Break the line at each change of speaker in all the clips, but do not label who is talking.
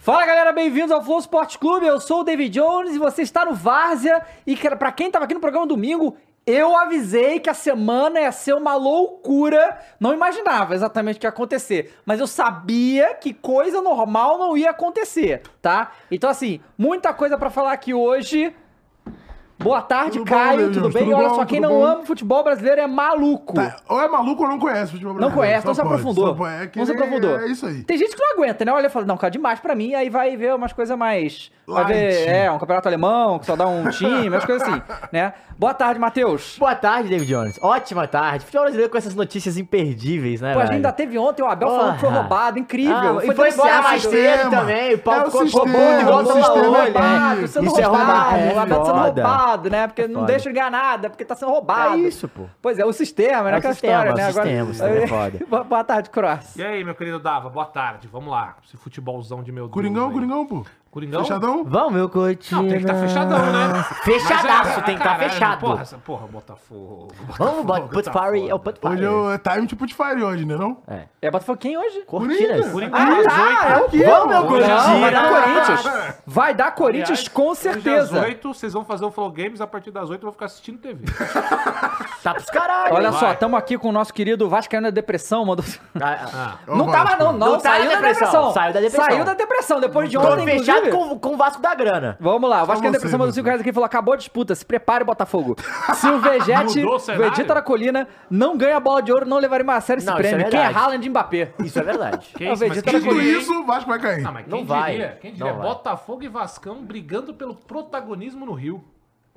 Fala galera, bem-vindos ao Flow Sport Clube. Eu sou o David Jones e você está no Várzea. E que- pra quem tava aqui no programa domingo, eu avisei que a semana ia ser uma loucura. Não imaginava exatamente o que ia acontecer, mas eu sabia que coisa normal não ia acontecer, tá? Então assim, muita coisa pra falar aqui hoje. Boa tarde,
Tudo bom,
Caio,
meu
tudo
Deus?
bem?
Tudo
Olha
bom,
só, quem
tudo
não
bom?
ama o futebol brasileiro é maluco.
Tá, ou é maluco ou não conhece futebol
Não
brasileiro.
conhece,
Só
não se
pode,
aprofundou.
só pode. É que
não se
nem-
aprofundou.
É isso aí.
Tem gente que não aguenta, né? Olha e fala, não, cara, demais pra mim. Aí vai ver umas coisas mais. Vai
Light.
ver, é, um campeonato alemão, que só dá um time, umas coisas assim, né? Boa tarde, Matheus.
Boa tarde, David Jones. Ótima tarde. Futebol brasileiro com essas notícias imperdíveis, né,
Pô, a gente tá
velho?
ainda teve ontem o Abel falando que foi
Porra.
roubado, incrível.
Ah, e foi
denunciado.
embora mais
sistema.
cedo também. O
É
Paulo
o
ficou
sistema,
roubando igual
o
o
sistema é
Sampaoli.
roubado,
Isso
tá sendo
é
roubado,
roubado, é
o Abel tá sendo
foda. É
roubado, né? Porque não
foda.
deixa ganhar nada, porque tá sendo roubado.
É isso, pô.
Pois é, o sistema, né?
o
Aquela
sistema,
história,
o
né?
sistema, o sistema é foda.
Boa- Boa tarde, Cross.
E aí, meu querido Dava, boa tarde. Vamos lá. Esse futebolzão de meu Deus.
Coringão,
aí.
Coringão, pô.
Coringão?
Fechadão?
Vamos, meu cotinho.
Não, tem que estar fechadão, né? Mas
Fechadaço,
é-
tem que estar
caralho,
fechado.
Porra, essa porra, Botafogo. Botafogo
Vamos, bota Put
tá
Party.
foda.
É o Put Party.
Hoje é o time de Putifire hoje, né não?
É.
É Botafogo quem hoje?
Cortinas.
Coringão
Ah,
às
tá, é o
oito.
quê?
Vamos, meu
Não,
Corinthians.
Vai dar Corinthians. Vai dar
Aliás,
Corinthians com
hoje é às
certeza.
8, vocês vão fazer o Flow Games, a partir das 8 eu vou ficar assistindo TV.
Tá pros caralho.
Olha
hein?
só, estamos aqui com o nosso querido Vascaíno da Depressão, mandou.
Ah, ah.
Ah,
Ô,
não tava
Vasco.
não, não,
Não tá
saiu
na
da
depressão,
depressão.
saiu da depressão.
Saiu da depressão, depois de
Tô
ontem,
fechado
inclusive.
com, com o Vasco da Grana.
Vamos lá, o Vasco da
você,
assim?
Depressão mandou
você.
5 reais aqui e falou, acabou a disputa, se prepare, Botafogo. Se o Vegete,
Mudou o cenário?
Vegeta da Colina, não ganha a bola de ouro, não levaremos a sério esse
Não, isso é
prêmio. Quem é
verdade.
Haaland e Mbappé?
Isso é verdade.
que
Eu
isso, mas
tá
acredito
quem
na
Tudo
Coringão.
diria, hein?
isso, o Vasco vai cair.
Ah, mas
Não
quem
vai,
diria? Quem diria?
não vai.
Botafogo e Vascão brigando pelo protagonismo no Rio.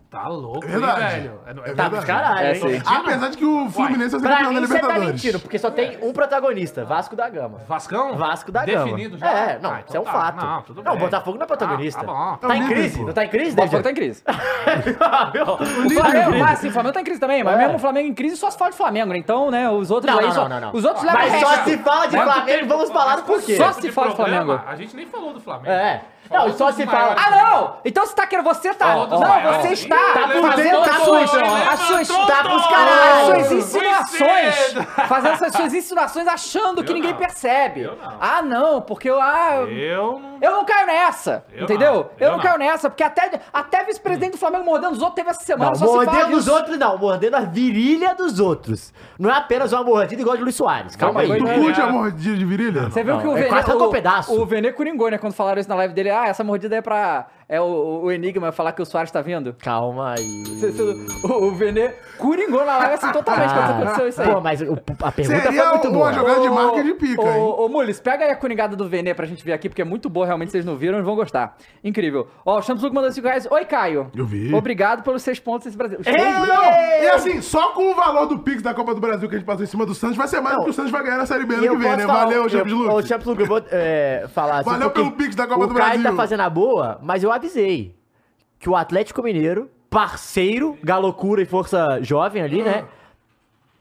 Tá louco, hein,
Verdade.
velho? É, é
Tá
verdade.
pros caralho,
É,
hein? Ah,
sim.
Apesar de que o Fluminense é
Pra
campeão da
mim, você tá
Libertadores.
mentindo, porque só tem um protagonista, Vasco da Gama.
Vascão?
Vasco da Gama.
Definido já?
É, não,
Ah,
isso é um
então tá.
fato.
Não, tudo
Não,
bem.
o Botafogo não é protagonista.
Ah, tá bom.
É
Tá
o
em
líder,
crise?
pô.
Não tá em crise,
O Botafogo
David? Ah,
tá em crise.
em
Tá
O Flamengo, mas assim, o Flamengo tá em crise também, mas
É.
mesmo o Flamengo em crise só se fala de Flamengo, né? Então, né, os outros
Não,
aí
não,
só,
não, não, não.
os
Tá
outros levam
Mas
o resto.
só se fala de
Quanto
Flamengo,
tempo-
vamos falar do porquê.
Só se fala do
programa,
Flamengo.
A gente nem falou do Flamengo.
É.
Falou
Não, só
dos
se fala-
maiores.
Ah, não! Então você tá querendo. Você tá.
Ó, ó,
não,
ó,
você
ó.
está.
Tá por
fazendo
dentro
as
da
suas.
sua-
As suas.
levantou,
Tá pros
As
caralho.
suas insinuações.
cedo.
Fazendo essas suas insinuações achando que
Eu
ninguém
não.
percebe.
Eu não.
Ah, não, porque eu. Ah,
Eu não.
eu não caio nessa,
Eu
entendeu?
não,
eu
eu
não
não.
caio nessa, porque até, até vice-presidente do Flamengo mordendo os outros teve essa semana,
Não,
só se fala
mordendo os
disso.
outros não, mordendo a virilha dos outros. Não é apenas uma mordida igual a de Luiz Soares, calma aí.
mas
Tu
É.
curte a mordida de virilha?
Você viu
Não,
que o
é
Vene,
quase arrancou
o,
um pedaço.
o Vene coringou, né? Quando falaram isso na live dele, ah, essa mordida é pra. É o, o Enigma falar que o Soares tá vindo.
Calma aí.
Você- você- O, o Vene coringou na live assim totalmente quando aconteceu isso aí.
Pô, mas o- a pergunta
Seria um
foi muito
uma
boa.
jogada Ah. é de marca de pica, hein?
Ô, ô, Mules, pega aí a coringada do Vene pra gente ver aqui, porque é muito boa, realmente, vocês não viram e vão gostar. Incrível. Ó, o Champs Luke mandou 5 reais. Oi, Caio.
Eu vi.
Obrigado pelos seis pontos esse Brasil. Os
Ei,
três?
Não, e assim, só com o valor do Pix da Copa do Brasil que a gente passou em cima do Santos, vai ser mais do que o Santos vai ganhar na Série B
E
ano que
eu
vem,
posso
né?
falar-
um-
Valeu,
eu-
Champions
Ô,
Luke.
Champions League, eu vou é, falar assim.
Valeu
porque
pelo Pix da Copa do
O
Brasil.
Caio tá fazendo a boa, mas eu avisei que o Atlético Mineiro, parceiro, galocura e força jovem ali, né?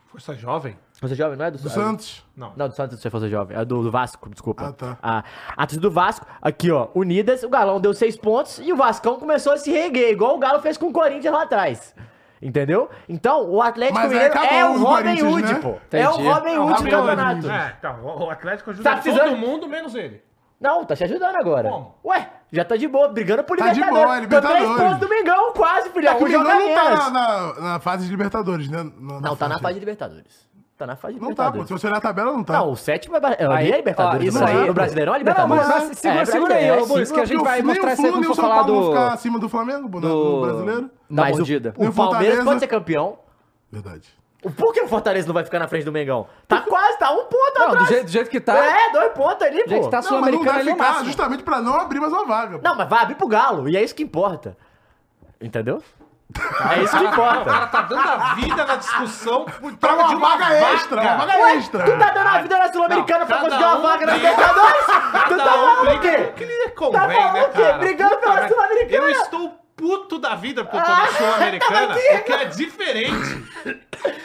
Força é Jovem?
Força jovem não é do,
Ah. Do Santos.
Não.
Não, do Santos você força jovem. É do, do Vasco, desculpa.
Ah, tá.
A, a torcida do Vasco, aqui, ó, unidas, o Galão deu seis pontos e o Vascão começou a se reguer, igual o Galo fez com o Corinthians lá atrás. Entendeu? Então, o Atlético
Mas aí
Mineiro
acabou
é
o
o Robin
Corinthians,
Hood,
né?
pô. É o
Entendi.
Robin
É, o
Hood do
Gabriel
campeonato.
Rodrigues. É, então, o Atlético ajuda
Tá precisando-
todo mundo, menos ele.
Não, tá se ajudando agora.
Como?
Ué, já tá de boa, brigando por
Tá de
Libertadores.
boa, é Libertadores.
Tô três pontos do Mengão, quase, filhão.
O
um
Mengão
jogo
não tá
menos.
na, na- na fase de Libertadores, né? Na-
Não, tá na fase de Libertadores. Tá na fase de
Não tá, pô.
Libertadores.
Se você olhar a tabela, não tá.
Não, o sétimo é, ba- é, ali é Libertadores.
ó, isso
também.
aí.
O Brasileirão é
Não, não,
Libertadores.
mas- mas segura-
É,
segura aí,
Brasileiro,
ô, Boris,
sim.
que a gente
Porque
vai
o- nem
mostrar
o
isso aí
Flu,
quando
nem o
for
São
falar
Paulo vão
do.
ficar acima do Flamengo, pô, no-
do-
no brasileiro.
Da
Mas o,
mordida.
tá E
o
o
Palmeiras
Fortaleza?
pode ser campeão.
Verdade.
O- Por que o Fortaleza não vai ficar na frente do Mengão? Tá quase, tá um ponto
Não,
atrás.
do jeito, do jeito que tá.
É, dois pontos ali,
jeito
pô.
que tá,
Não, mas não
Sul-Americana
deve
ali no
ficar
máximo.
justamente pra não abrir mais uma vaga. pô.
Não, mas vai abrir pro Galo, e é isso que importa. Entendeu? É isso que
O cara
importa.
tá dando a vida na discussão por
Pra
troca
uma vaga extra, uma vaga
Ué,
extra.
tu tá dando a vida na Sul-Americana
Não,
pra
cada
conseguir uma
um
vaga na
briga.
Libertadores? Tu
Cada
tá
um
maluco o
briga com o
quê?
que lhe
Tá
convém, né,
maluco o quê?
cara?
Brigando
Puta
pela
merda.
Sul-Americana. Ah, tá
Eu estou puto da vida pro torneio sul-americana, porque é diferente.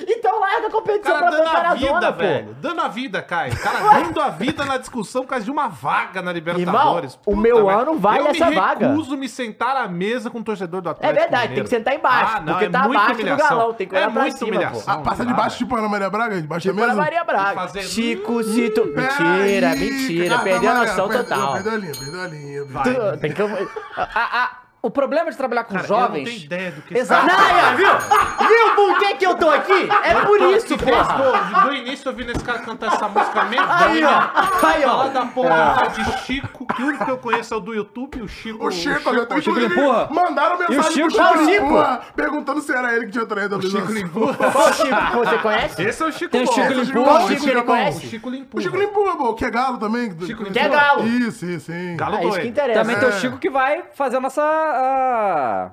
Então larga a
O
competição
cara
pra
dando
botar
a
na
vida,
zona, pô.
velho. Dando a vida, Caio. O cara dando a vida na discussão por causa de uma vaga na Libertadores.
Irmão, o meu
velho.
ano vai
eu
nessa vaga.
Eu recuso me sentar à mesa com um torcedor do
É
Atlético Ah,
verdade, tem que sentar embaixo, porque tá abaixo do galão, tem que olhar
é
pra
muito
cima,
humilhação.
pô.
Ah, passa debaixo, tipo Ana Maria Braga, debaixo da
Bora
mesa.
Maria Braga.
Fazer- Hum,
Chico Zito. Mentira,
Peraí,
mentira.
cara,
um
Perdeu a
Maria,
noção
perdeu-
total.
Perdeu a linha, perdeu a linha.
Vai.
perdeu a linha.
Tem que.
A- a- o problema de trabalhar com
Cara,
jovens.
eu não tenho ideia do que
Exato.
Naia, viu? Viu por que que eu tô aqui? É por isso, porra.
Pô, do início eu vi nesse cara cantar essa música
Aí,
medonha.
ó. Aí,
Falar
ó.
da porra de Chico, que o único que eu conheço é o do YouTube, o Chico.
O Chico, eu tô
Chico
inclusive,
Limpurra?
Mandaram
E o
mensagem
Chico?
pro
Qual
Chico
Chico?
Limpurra, perguntando se era ele que tinha traído a
Chico
Bilança.
Limpurra.
Qual Chico que você conhece?
Esse é o Chico
Tem o
Bom.
Chico
Esse é
Limpurra.
Limpurra,
Qual Chico
esse
ele
é bom.
O
conhece?
Chico Limpurra.
O Chico Limpurra, pô, que é galo também.
Chico
Que é
Limpurra.
galo.
Isso, isso, hein.
Galo
É isso que
doido.
interessa.
Também tem o
É.
Chico que vai fazer a nossa. ah,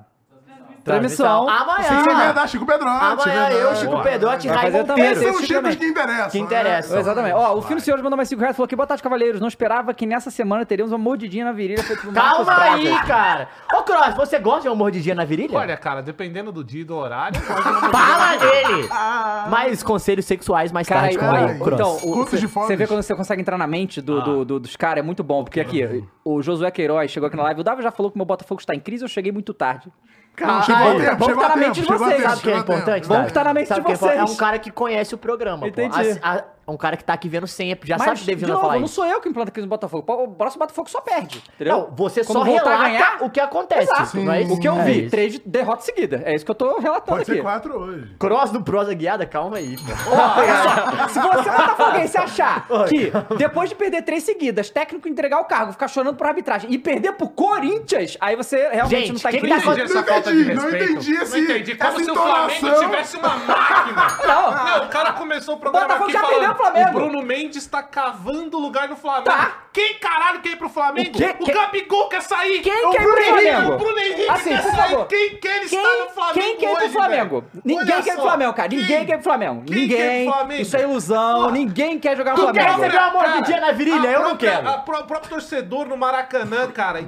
Transmissão.
Ah,
Sim, é
então, Amanhã.
verdade, Chico Pedrotti.
Amanhã
verdade.
eu, Chico
Boa.
Pedotti,
Vai fazer
Raimon
também.
Esses
Pedro.
Esse
são
Chico
os títulos
também.
que interessam.
Que
né?
interessam.
Ó, Exatamente. Ó, o Fino Senhor mandou mais 5 reais e falou aqui, boa tarde, cavaleiros. Não esperava que nessa semana teríamos uma mordidinha na virilha feita por Marcos
Calma
Braz."
aí, cara. Ô, Cross, você gosta de uma mordidinha na virilha?
Olha, cara, dependendo do dia e do horário,
Fala dele!
Ah.
Mais conselhos sexuais mais
Cara,
tarde com
olha,
o
aí,
Cross.
então,
Contos de
você
fodas.
vê quando você consegue entrar na mente do- do- do- dos caras, é muito bom. Porque aqui, o Josué Queiroz chegou aqui na live, o Davi já falou que meu Botafogo está em crise, eu cheguei muito tarde.
Não,
Ah,
chegou a
é.
tempo,
Bom que
chegou
tá
a
na
tempo,
mente de
chegou a
vocês.
tempo.
Sabe o que
chegou
é
a tempo.
importante?
Bom
cara?
que tá na mente
Sabe
de
o que é importante?
vocês.
É um cara que conhece o programa,
Entendi.
pô. A- a- é um cara que tá aqui vendo sempre, já sabe
Mas,
que
de
devia
novo,
falar
não
isso.
sou eu que implanto crise no Botafogo. O próximo Botafogo só perde, entendeu?
Não, você
Quando
só
voltar a
relata
ganhar-
o que acontece,
Exato.
não é isso?
O que eu
É
vi,
isso.
três de- derrotas seguidas. É isso que eu tô relatando
Pode
aqui.
ser quatro hoje.
Cross do prosa guiada, calma aí, pô.
Se você botafoguense achar que depois de perder três seguidas, técnico entregar o cargo, ficar chorando por arbitragem e perder pro Corinthians, aí você realmente
Gente,
não tá
que
em
que
crise.
tá
entendi
acontecendo?
essa falta de
entendi, não
respeito.
entendi esse-
Como
essa
se o Flamengo
entonação.
tivesse uma máquina.
Não.
Não, o cara começou o programa
Botafogo
aqui
já perdeu
falando.
o Flamengo.
O Bruno Mendes tá cavando lugar no Flamengo.
Tá.
Quem caralho quer ir pro Flamengo?
O quê?
O
Quem-
Gabigol quer sair.
Quem
o
quer ir
Bruno
pro
Henrique-
Flamengo?
O Bruno Henrique
Assim,
quer
por
sair.
favor.
Quem quer estar
Quem-
no Flamengo
Quem quer ir pro
hoje,
Flamengo?
velho?
Ninguém
Olha
quer ir pro
só.
Flamengo, cara. Ninguém
Quem-
quer ir pro Flamengo.
quem quer ir pro
Ninguém.
Flamengo?
Isso é ilusão.
Porra.
Ninguém quer jogar
Tu quer
Flamengo.
receber uma mordidinha na virilha?
a
Eu não
própria-
quero.
a pró- O próprio torcedor no Maracanã, cara,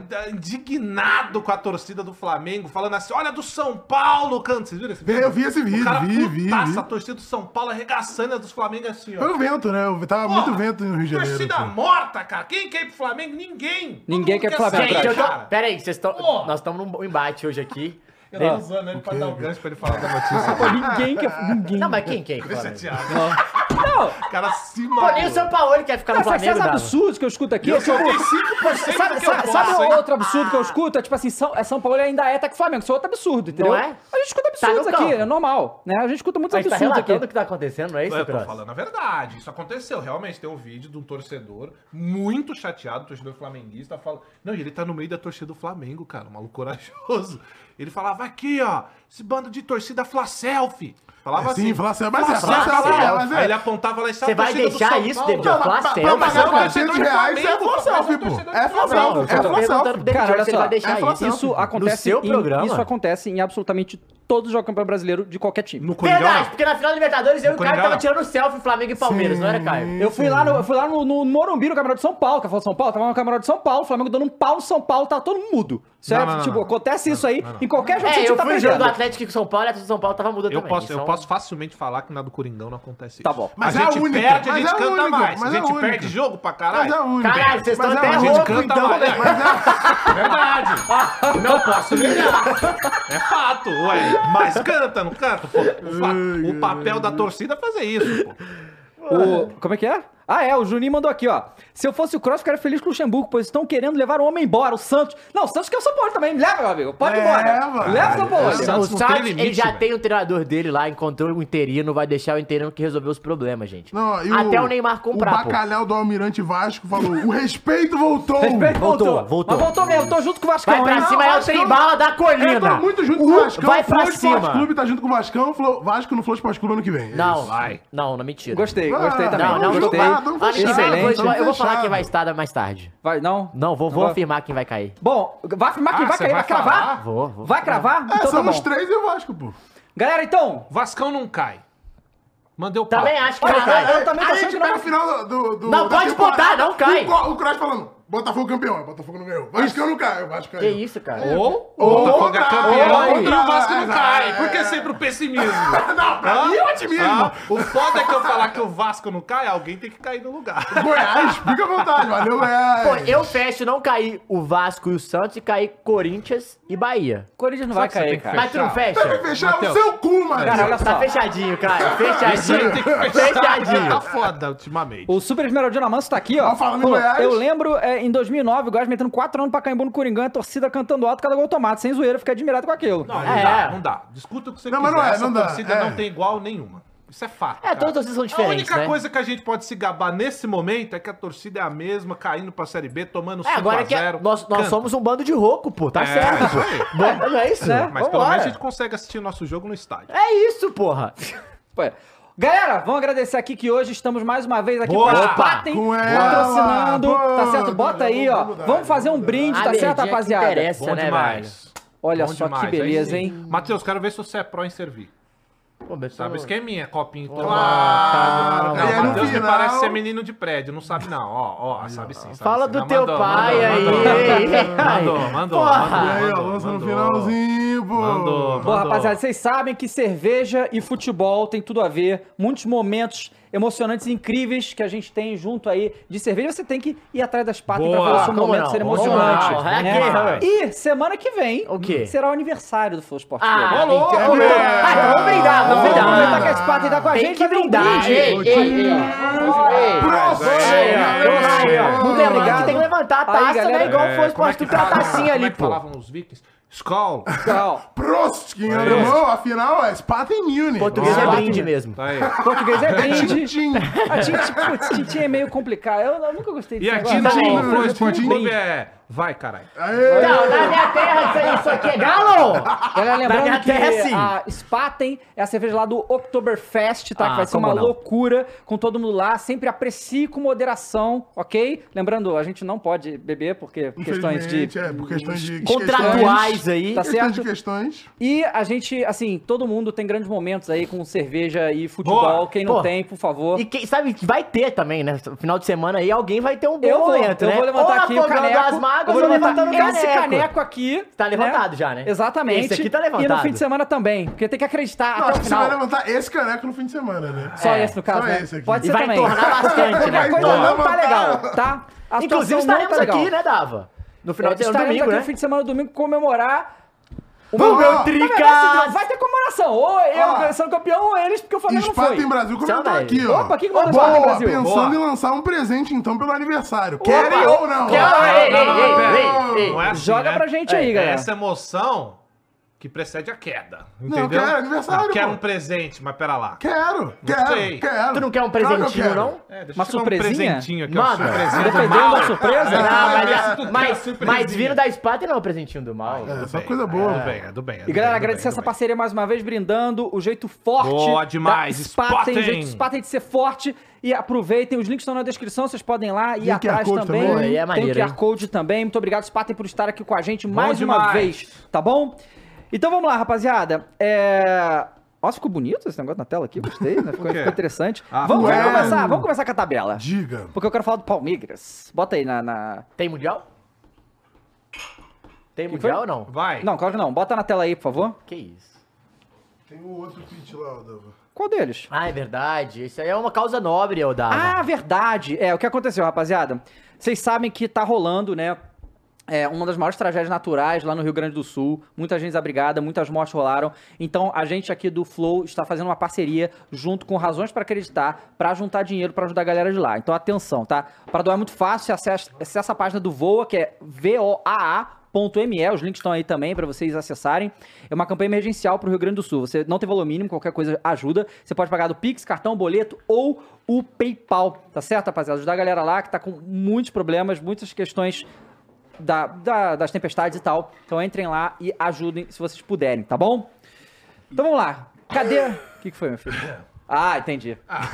indignado com a torcida do Flamengo, falando assim: olha do São Paulo, canto. Vocês viram esse vídeo?
Eu vi esse
O
vídeo,
cara
vi, vi, vi.
putaça, a torcida do São Paulo arregaçando a dos Flamengo assim, ó.
Foi o vento, né? Eu- Tava
Porra,
muito vento no Rio de Janeiro.
Torcida
assim.
morta, cara. Quem quer ir pro Flamengo? Ninguém. Todo
Ninguém
mundo
quer ir pro Flamengo,
Gente,
sair,
eu tô...
cara.
Pera aí, vocês estão...
Pô.
Nós estamos num embate hoje aqui.
Eu
um
tava Tá usando ele pra dar o gancho pra ele falar da notícia.
Pô, Ninguém quer. Ninguém.
Não, mas quem quer?
Tô
Pô,
chateado.
Não.
O cara se
nem o
matou.
São Paulo quer ficar Tá no
Sabe
Flamengo,
esses
Dava.
absurdos é que eu escuto aqui?
Eu
Tipo,
soltei 5%
Sabe,
do que eu
sabe-
posso,
sabe
hein?
outro absurdo que eu escuto? É tipo assim, São, é São Paulo ainda é até que Flamengo. Isso é outro absurdo, entendeu?
Não é?
A gente escuta absurdos
no
aqui,
campo.
é normal. Né? A gente escuta muitos
A gente tá
absurdos
relatando o
aqui.
que tá acontecendo, não é isso,
Eu tô
Cross?
falando a verdade. Isso aconteceu. Realmente, tem um vídeo de um torcedor muito chateado, torcedor flamenguista, fala. Não, e ele tá no meio da torcida do Flamengo, cara. Um maluco corajoso. Ele falava aqui, ó. Esse bando de torcida fla selfie. Falava
É, sim,
assim.
fla selfie, mas é,
"Fla
fla
selfie".
selfie, é, mas é.
Aí ele apontava lá e
Você vai deixar isso, David?
Não,
Não,
mas pra-
Fla selfie,
pra
mas é
pagar
um torcedor
400
do
reais, isso é
Flamengo,
fla selfie,
mas é um
pô.
torcedor
É
do
fla
Flamengo.
selfie,
Não,
é
eu tô
fla
perguntando
selfie.
pro David
Cara,
Jones
olha
se
só.
ele vai deixar
É fla
isso.
selfie.
Isso
No
acontece,
seu
em,
programa?
isso acontece em absolutamente todos os jogos do Campeonato Brasileiro de qualquer time.
No Coringão,
Verdade, porque na final da Libertadores eu e o Caio
Coringão?
tava tirando selfie Flamengo e Palmeiras, não era, Caio?
Eu fui lá, no, eu fui lá no, no Morumbi, no Camarote de São Paulo, que eu falo São Paulo, tava no Camarote de São Paulo, o Flamengo dando um pau no São Paulo, tá todo mundo mudo. Isso é,
Não, não, não,
tipo,
não.
acontece isso aí em qualquer jogo que
É,
você
eu
tá
fui no jogo do
perdendo.
Atlético com São Paulo e a torcida do São Paulo tava mudando
Eu
também.
posso, eu
então-
posso facilmente falar que na do Coringão não acontece isso.
Tá bom.
Mas
Mas a
é a
gente
única,
perde, a
mas
gente
é a
canta
única,
mais. A
mas é a
gente
única.
perde jogo pra
Mas é
caralho.
única.
Caralho, vocês
Mas
estão
é
até
única.
gente
louco,
canta
então,
mais.
né?
é-
Verdade. Não posso negar. É fato, ué. Mas canta, não canta? Pô, o, fa- o papel da torcida é fazer isso, pô.
O- como é que é? Ah, é, o Juninho mandou aqui, ó. Se eu fosse o Cross, ficaria feliz com o Luxemburgo, pois estão querendo levar o homem embora, o Santos. Não, o Santos quer o São Paulo também. Leva, meu amigo. Pode
É,
ir embora.
Leva.
Leva o São Paulo.
É,
Leva.
Santos
O
não tem
Santos, ele
limite,
já
velho.
tem o treinador dele lá, encontrou o interino, vai deixar o interino que resolver os problemas, gente.
Não, e
Até o Neymar comprar,
O
pô.
bacalhau do Almirante Vasco falou, o respeito voltou.
Respeito,
Voltou,
voltou.
voltou.
Mas voltou mesmo, tô junto com o Vascão.
Vai pra
hein?
cima, é o trembala da
Eu tô
colina.
muito junto com
Uh,
o Vasco.
Vai pra
Flow Esporte
cima.
Clube tá junto com o Vascão, Flo- Vasco no Flow Esporte Clube ano que vem. É
Não,
isso.
Vai.
não, não, mentira.
Gostei,
Ah,
gostei também.
Não, não,
Vamos
gostei.
jogar, vamos
Ano que vem,
fechar,
eu vou-
Excelente.
vamos
eu vou falar
fechar.
quem vai estar mais tarde.
Vai, não?
Não, vou, vou
Não
afirmar quem vai cair.
Bom, vai afirmar que
Ah,
vai
você
cair, vai
vai
cravar?
falar?
Vou, vou.
Vai cravar?
É,
Então tá
somos
bom.
três e o Vasco, pô.
Galera, então,
Vascão não cai. Mandei o papo.
Também acho que
Olha,
vai cair.
eu também tô
Aí a
achando
gente
que
pega
não
o final do... do
Não,
da
pode
temporada,
botar, não cai.
O, Cro- o Cross falando, Botafogo campeão, é, Botafogo não ganhou. Vascão não caiu, Vasco
Que
caiu.
isso, cara?
Ou,
Ou
Botafogo é
cai,
ou
campeão e o
cai.
Vasco não cai.
É.
Por que sempre o pessimismo?
Não, pra
Hã?
mim é otimismo.
Ah, o foda é que eu falar que o Vasco não cai, alguém tem que cair no lugar.
Goiás, fica à vontade, valeu, é. Goiás.
Pô, eu fecho não cair o Vasco e o Santos e cair Corinthians e Bahia.
Corinthians não vai
que você tem
cair,
que
cara.
Mas tu não fecha?
Deve fechar
Matheus.
o seu cu, mano.
Cara, olha
Tá
só.
fechadinho, cara.
Isso aí
Fechadinho.
tem que fechar.
Fechadinho.
Tá foda ultimamente.
O Super Esmeraldo Dinamanso tá aqui, ó.
Tá falando em
Falou,
Goiás.
eu lembro, é, em 2009, o Goiás metendo 4 anos pra Caimbu no Coringão, a torcida cantando alto, cada gol tomate, sem zoeira, fiquei admirado com aquilo.
Não, não
É.
dá, não dá. Discuta o que você
Não, mas
quiser.
não é,
Essa
não dá,
torcida
é.
não tem igual nenhuma. Isso é fato.
É,
cara.
todas as torcidas são diferentes,
A única
né?
coisa que a gente pode se gabar nesse momento é que a torcida é a mesma, caindo pra Série B, tomando 5x0.
É, agora que é- nós, nós somos um bando de rouco, pô. Tá
É,
certo,
isso aí.
pô. Bom, Não é isso, né?
Mas pelo menos a gente consegue assistir nosso jogo no estádio.
É isso, porra.
Pô, é. Galera, vamos agradecer aqui que hoje estamos mais uma vez aqui
Boa!
com a Patem
Com ela!
patrocinando.
Boa!
tá certo? Bota aí, ó.
Vamos mudar,
Vamos fazer um
vamos mudar.
brinde,
A
tá certo,
verdinha que
rapaziada?
interessa, né, velho?
Olha
Bom
só
demais,
que beleza,
aí sim.
hein?
Matheus, quero ver se você é pró em servir.
Pô, Beto,
Sabe o esqueminha? Copinho tomado.
Claro,
Ah, tá, Não,
Ah, e aí no
Matheus me
final-
parece ser menino de prédio, não sabe não. Ó, ó, sabe sim. sabe
Fala
sim.
do
Não,
teu
mandou,
pai
mandou,
aí.
Mandou, mandou, mandou.
E
Porra.
mandou,
aí, ó,
mandou,
lança no
mandou.
finalzinho, pô.
Mandou.
Bom,
Mandou.
rapaziada, vocês sabem que cerveja e futebol tem tudo a ver. Muitos momentos emocionantes e incríveis que a gente tem junto aí de cerveja. Você tem que ir atrás das patas
Boa,
pra fazer o seu
como
momento
não?
ser
Como
emocionante.
não?
né?
É aqui, rapaz.
E semana que vem
O quê?
será o aniversário do Flow Sport Clube.
Ah,
Ô,
mentira.
louco,
Ô, louco.
é.
Ah, vamos brindar, vamos
Vamos aproveitar que
brindar.
esse pato tá com a
Tem
gente.
que
vai ter um
brindar.
brinde. Hum,
Ei, ei, ei. ei.
Prost!
Ei,
Aí, aí,
ó. Não
ó.
lembra que
obrigado.
tem que levantar a
Aí,
taça,
galera.
né? Igual
É,
fosse
como
pra
é que
tu ter a
fala?
assim
tacinha
Como é
ali,
que
pô.
falavam os vikings? Skol.
Não,
Prost,
É
é, que em alemão, afinal, é Spaten em Munich.
Português é
Ó.
brinde mesmo.
Tá aí.
português é brinde.
Tchim, tchim.
A Tintin, putz, Tintin é meio complicado. Eu, eu nunca gostei Tá
E
disso.
a
agora.
Tina
Também.
Tim Flow Esporte
Tim.
Clube é... Vai, caralho.
Aê.
Não, na minha terra isso aí- isso aqui é galo!
Galera,
Na minha
lembrando que
terra é assim.
a Spaten é a cerveja lá do Oktoberfest, tá?
Ah,
que vai ser
como
uma
não.
loucura com todo mundo lá. Sempre aprecie com moderação, ok? Lembrando, a gente não pode beber porque questões de...
Infelizmente, é, por questões de...
Contratuais aí.
Tá
Questões de
certo?
questões.
E a gente, assim, todo mundo tem grandes momentos aí com cerveja e futebol.
Boa.
Quem não
Pô.
tem, por favor.
E quem sabe que vai ter também, né? Final de semana aí alguém vai ter um bom
Eu vou,
momento,
eu
né?
vou
Ou
levantar aqui o
afogando
caneco.
as
eu
mágoas
vou
ou
levantar
levantando o
esse
caneco.
caneco aqui.
Tá levantado já, né?
Exatamente.
Esse aqui tá
E no
levantado.
fim de semana também, porque tem que acreditar
Não,
até
acho
o
que você vai
final.
levantar esse caneco no fim de semana, né?
Só
É,
esse, no caso,
só
né?
esse aqui.
Pode
E
ser
vai
também.
tornar bastante,
Qualquer
né?
coisa
Não,
não, tá
levantar.
legal, tá? A
Inclusive
situação não
estaremos
tá legal.
aqui, né, Dava? No final
É,
de semana,
estaremos
domingo,
aqui no
né?
fim de semana, domingo, comemorar... o
Vamos,
meu-
meu
Na
trica!
verdade, assim, Vai ter comemoração. Ou eu
Ó.
sendo campeão, ou eles, porque o Flamengo não
Esparta
foi.
em Brasil comentou
Sabe?
aqui, ó.
Opa, quem mandou Esparta em
Boa,
Brasil?
pensando
Boa.
em lançar um presente, então, pelo aniversário. Querem
Opa.
ou não?
Quer- Ei,
Não, não, não,
ei, ei,
pera.
ei, ei.
Não é assim,
Joga
né?
pra gente aí,
É
galera.
essa emoção que precede a queda. Entendeu?
quero é aniversário,
Ah, quero
pô.
um presente, mas pera lá.
Quero,
sei.
quero, quero.
Tu não quer um
Claro que eu
presentinho,
quero.
não?
É,
Uma
deixa eu te dar
surpresinha?
Um presentinho aqui,
Manda.
uma surpresinha do
Dependendo
mal.
da surpresa. né?
Não,
Ah,
mas,
mas
já-
se tu quer
mas,
surpresinha.
mas vindo da espada não é um presentinho do mal.
É,
Tudo
só
bem,
coisa
é,
boa.
do bem, é do bem. é do
E
bem,
galera,
do
agradecer
bem,
essa
do bem.
parceria mais uma vez, brindando o jeito forte.
Boa
da
demais,
Spaten, o
Spaten.
jeito Spaten de ser forte. E aproveitem, os links estão na descrição, vocês podem ir lá e ir
Tem QR
atrás
Code
também.
também.
Aí é maneiro,
Tem o QR
hein?
Code também. Muito obrigado, Spaten, por estar aqui com a gente mais uma
demais.
vez, tá bom? Então vamos lá, rapaziada. É. Nossa, ficou bonito esse negócio na tela aqui, gostei, né? Ficou,
quê?
ficou interessante.
Ah,
vamos, vamos
ué.
começar, vamos começar com a tabela.
Diga.
Porque eu quero falar do Palmeiras. Bota aí na. na...
Tem mundial? Tem
foi?
mundial ou não?
Vai.
Não, claro que não. Bota na tela aí, por favor.
Que isso.
Tem o outro pitch lá, ó, Dava.
Qual deles?
Ah, é verdade. Isso aí é uma causa nobre, ô Dava.
Ah, verdade. É, o que aconteceu, rapaziada? Vocês sabem que tá rolando, né? É, uma das maiores tragédias naturais lá no Rio Grande do Sul. Muita gente desabrigada, muitas mortes rolaram. Então, a gente aqui do Flow está fazendo uma parceria junto com Razões para Acreditar para juntar dinheiro para ajudar a galera de lá. Então, atenção, tá? Para doar é muito fácil, você acessa, acessa a página do Voa, que é VOAA. .me, os links estão aí também para vocês acessarem. É uma campanha emergencial para o Rio Grande do Sul. Você não tem valor mínimo, qualquer coisa ajuda. Você pode pagar do Pix, cartão, boleto ou o PayPal, tá certo, rapaziada? Ajudar a galera lá que tá com muitos problemas, muitas questões da- da- das tempestades e tal. Então entrem lá e ajudem se vocês puderem, tá bom? Então vamos lá. Cadê? O que, que foi, meu filho? Ah, entendi.
Ah,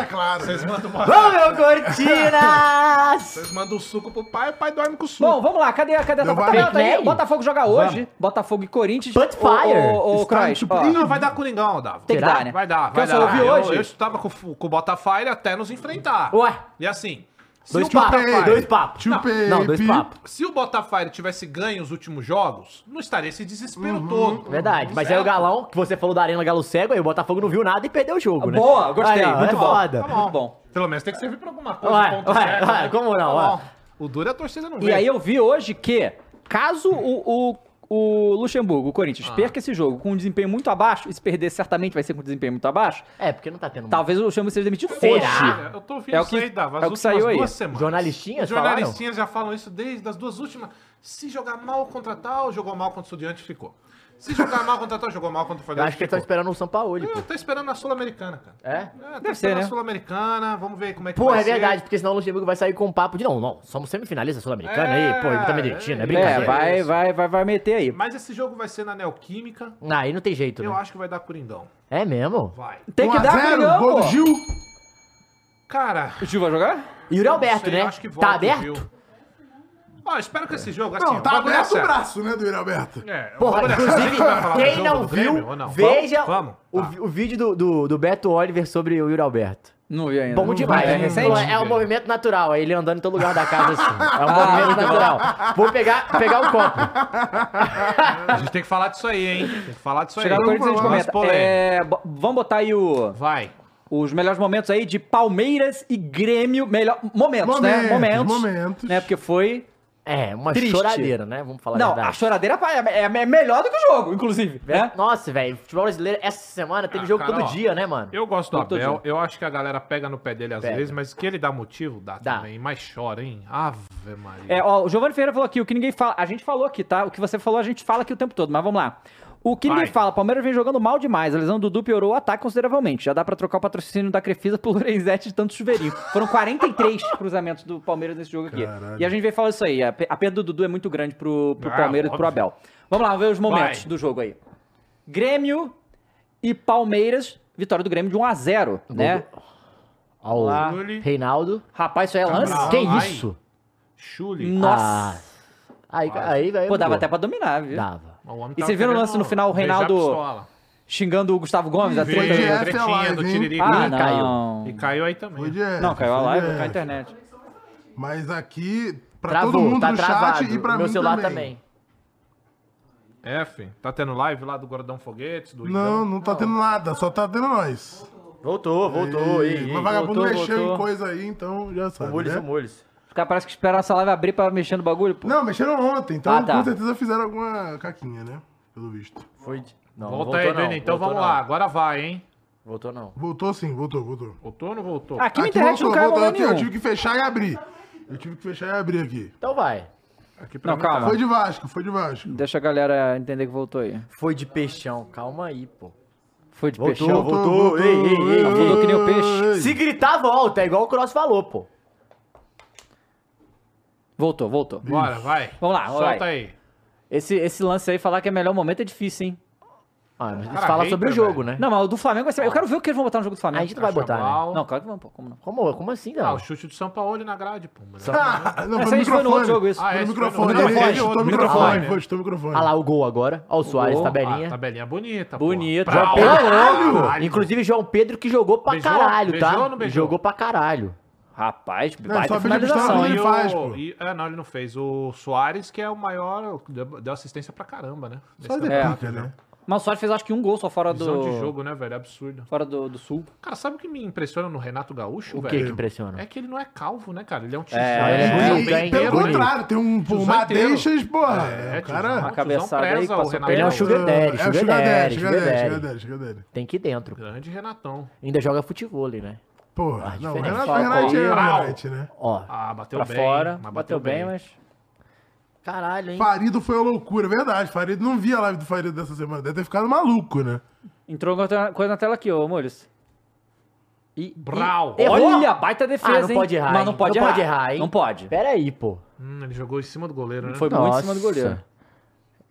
É claro.
Vocês
né?
mandam, uma-
Vamos, meu Cortinas!
vocês mandam o suco pro pai, o pai dorme com o suco.
Bom, vamos lá, cadê, cadê a
Deu
tabela? Tá,
vai.
aí, Botafogo joga hoje. Botafogo e Corinthians.
Put fire.
Ô, ô, ô,
Está
Croix,
muito
ó.
bem.
Não, vai dar Coringão, Dava.
Tem que
Será?
dar, né?
Vai dar, vai
Porque eu
dar.
só ouvi
eu,
hoje.
eu estava com, o- com o Botafogo até nos enfrentar.
Ué.
E assim,
Dois
o
papos,
Botafogo-
dois papos.
Chupei,
Não, dois
pi.
papos.
Se o Botafogo tivesse ganho os últimos jogos, não estaria esse desespero
Uhum.
todo.
É Verdade, mas aí
Certo?
o Galão, que você falou da Arena Galo Cego, aí o Botafogo não viu nada e perdeu o jogo, né?
Boa, gostei,
ó,
muito
é
bom.
foda.
Tá
Muito bom.
Pelo menos tem que servir pra alguma coisa. um
Ué,
ponto
ué,
cego,
ué, como não,
Tá
ué.
bom. O duro é a torcida não
E
ver.
aí eu vi hoje que, caso o, o, o Luxemburgo, o Corinthians, perca esse jogo com um desempenho muito abaixo, e se perder certamente vai ser com um desempenho muito abaixo,
É, porque não tá tendo
talvez o Luxemburgo seja demitido
Será?
hoje.
Eu tô ouvindo
É o
isso
que-
aí,
é
Dava, as
o que
últimas
saiu aí.
duas semanas.
Jornalistinhas
Os jornalistinhas já falam isso desde as duas últimas. Se jogar mal contra tal, jogou mal contra o Estudiante, ficou. Se jogar mal contra tal, jogou mal contra o
Eu
Fluminense,
acho que eles estão esperando o Sampaoli,
Eu
pô.
tô esperando a Sul-Americana, cara.
É?
É,
Tipo. Deve
tô
ser,
esperando
né?
a Sul-Americana, vamos ver como é que
Pô,
vai
é
ser.
verdade, porque senão o Luxemburgo vai sair com um papo de não, não, somos semifinalistas sul-americana
É,
aí, pô, ele tá me detindo, é
é
É,
brincadeira.
vai, vai, vai, vai meter aí.
Mas esse jogo vai ser na Neoquímica.
Ah, aí não tem jeito,
Eu
né?
acho que vai dar Coringão.
É mesmo?
Vai.
Um
Tem que
1 a
dar
0,
Coringão,
gol do
pô.
Gil.
Cara,
O Gil vai jogar?
Yuri Alberto,
sei,
né?
eu acho que volta,
tá aberto?
viu? Ó, espero que esse jogo, assim,
Não, tá
o bagulho é
aberto o
sério.
braço, né, do Yuri Alberto?
É, o
Porra,
bagulho é sério. A
inclusive,
gente vai falar do
quem
jogo
não
do
viu,
Grêmio ou não?
veja
Vamos?
o,
vamos. Tá.
vi- o vídeo do, do, do Beto Oliver sobre o Yuri Alberto.
Não vi ainda.
Bom demais,
É
né?
recente?
É um movimento natural, é ele andando em todo lugar da casa assim. É um
Ah,
movimento
tá.
natural. Vou pegar, pegar o copo.
A gente tem que falar disso aí, hein? Tem que falar disso
Chegar no
aí.
Corinthians a gente
Vamos
comenta.
polêmico.
É, bo- vamos botar aí o-
Vai.
os melhores momentos aí de Palmeiras e Grêmio. Melhor, momentos, né?
Momentos,
Momentos.
momentos.
Né? Porque foi...
É, uma
Triste.
choradeira, né? Vamos falar a
Não,
verdade.
a choradeira é, é- é melhor do que o jogo, inclusive. Né?
Nossa, velho, o futebol brasileiro essa semana teve
Ah,
jogo
cara,
todo
ó,
dia, né, mano?
Eu gosto do
Eu tô
Abel,
junto.
eu acho que a galera pega no pé dele às
Pega.
vezes, mas que ele dá motivo, dá,
Dá.
também. Mas chora, hein? Ave Maria.
É, ó, o Giovanni Ferreira falou aqui, o que ninguém fala. A gente falou aqui, tá? O que você falou, a gente fala aqui o tempo todo, mas vamos lá. O que ninguém
Vai.
fala, Palmeiras vem jogando mal demais. A lesão do Dudu piorou o ataque consideravelmente. Já dá pra trocar o patrocínio da Crefisa pelo Lorenzetti de tanto chuveirinho. Foram 43 cruzamentos do Palmeiras nesse jogo aqui. E a gente vem falando isso aí. A pe- a perda do Dudu é muito grande pro, pro
Ah,
Palmeiras e pro
óbvio.
Abel. Vamos lá, ver os momentos
Vai.
do jogo aí. Grêmio e Palmeiras. Vitória do Grêmio de 1x0, né?
Ó, o
Olá.
Reinaldo.
Rapaz, isso aí é lance?
Cabral.
que
ai.
isso?
Chule.
Nossa!
Aí, aí, velho.
Pô, dava
mudou.
até pra dominar, viu?
Dava.
O
E
homem tava
você viu no
querendo
lance no final, o
beijar a
Reinaldo-
pistola.
Xingando o Gustavo Gomes, a
Veio
treta
Veja.
do-
a tretinha um do
live, hein?
Tiririca.
Ah,
e
não.
caiu. E caiu aí também.
Foi de essa,
Não, caiu a
foi de
live,
essa.
caiu a internet.
Mas aqui, pra todo
Travou,
mundo
tá
no
travado.
chat e pra
Meu
mim
celular
também.
também.
É, fi. Tá tendo live lá do Gordão Foguetes, do
Não,
Igão?
não tá tendo nada, só tá tendo nós.
Voltou, voltou.
E-
Ei, ei,
Mas vagabundo
voltou,
mexeu
voltou.
em coisa aí, então já sabe.
Mulhos
né?
são molhos.
Os caras parecem que esperaram essa live abrir pra mexer no bagulho, pô.
Não, mexeram ontem, então
Ah, tá.
com certeza fizeram alguma caquinha, né? Pelo visto.
Foi. de- Não, não
Volta aí,
não,
Breno. Então
voltou
vamos
não.
lá. Agora vai, hein?
Voltou não.
Voltou sim, voltou, voltou.
Voltou ou não voltou?
Ah, Aqui
Ah,
na internet não caiu
voltou
lugar
aqui, eu
nenhum.
tive que fechar e abrir. Eu tive que fechar e abrir aqui.
Então vai.
Aqui
Não,
mim
calma.
tá.
Foi de Vasco, foi de Vasco.
Deixa a galera entender que voltou aí.
Foi de peixão. Calma aí, pô.
Foi de
Voltou,
peixão.
voltou. Ei, ei, ei.
Afundou que nem o peixe.
Se gritar, volta. É igual o Cross falou, pô.
Voltou, voltou.
Bora, vai.
Vamos lá,
Solta
vai.
aí.
Esse, esse lance aí, falar que é melhor momento é difícil, hein?
Ah, mas
Cara,
fala
hater,
sobre o jogo,
velho.
né?
Não, mas o do Flamengo vai ser... Eu quero ver o que eles vão botar no jogo do
A
Flamengo.
gente não vai
Acha
botar, né?
mal.
Não, claro que vão, pô. Como não?
Como, como assim,
Ah, o
não?
chute do São Paulo na grade, pô. Melhor.
Ah, não,
Essa
foi
aí
no
foi no outro
microfone.
jogo, isso.
Ah,
Foi
esse
no
foi no
microfone.
outro
Ele
jogo.
ele chutou o
Microfone,
microfone,
né?
foi, chutou o microfone.
Ah lá, o gol agora. Ó, o Soares,
gol.
Ah,
tabelinha.
tabelinha bonita,
Bonita.
pô.
João
Pra
Pedro-
caralho!
Inclusive, João Pedro que jogou pra
Beijou?
caralho, tá?
Beijou ou não beijou?
Jogou pra caralho.
Rapaz,
só
baita
vejo a
finalização, hein?
pistola dele.
E o-
faz, pô.
e- é, não, ele não fez. O Soares, que é o maior, deu deu assistência pra caramba, né?
Só
Nesse
de
É.
pica, né?
Mas o Soares fez acho que um gol só fora
Visão de
do...
jogo, né, velho? Absurdo.
Fora do, do Sul.
Cara, sabe o que me impressiona no Renato Gaúcho,
O que que
velho?
impressiona?
É que ele não é calvo, né, cara? Ele é um tijolo.
ele é
É,
bonito,
e
hein?
pelo
Bonito.
contrário, tem um
Tiozão
uma
inteiro.
deixas, porra.
É,
o cara...
Uma cabeçada aí que
preza o
passou
Renato.
pelo-
Ele é um
Gaúcho.
sugar daddy,
É,
sugar
Sugar Daddy,
daddy,
Sugar
sugar
Daddy, Sugar
daddy.
Daddy, Sugar Daddy.
Tem que ir dentro.
Grande Renatão.
Ainda joga futebol, né?
Porra, não, o
diferente.
Renato
Falta
Renato
aí,
é o
Brau.
Renato, né?
Ó,
Ah, bateu
Pra
bem.
fora.
mas
Bateu bem, mas...
caralho, hein?
Farido foi uma loucura, é verdade. Farido não via a live do Farido dessa semana. Deve ter ficado maluco, né?
Entrou outra coisa na tela aqui, ô, Molhos.
E,
Brau.
e- errou?
Olha, baita defesa,
Ah, não
hein?
pode errar,
Mas não
hein?
pode
Não
errar.
pode errar, hein?
Não pode.
Pera aí, pô.
Hum, ele jogou em cima do goleiro, né?
Foi muito em cima do goleiro.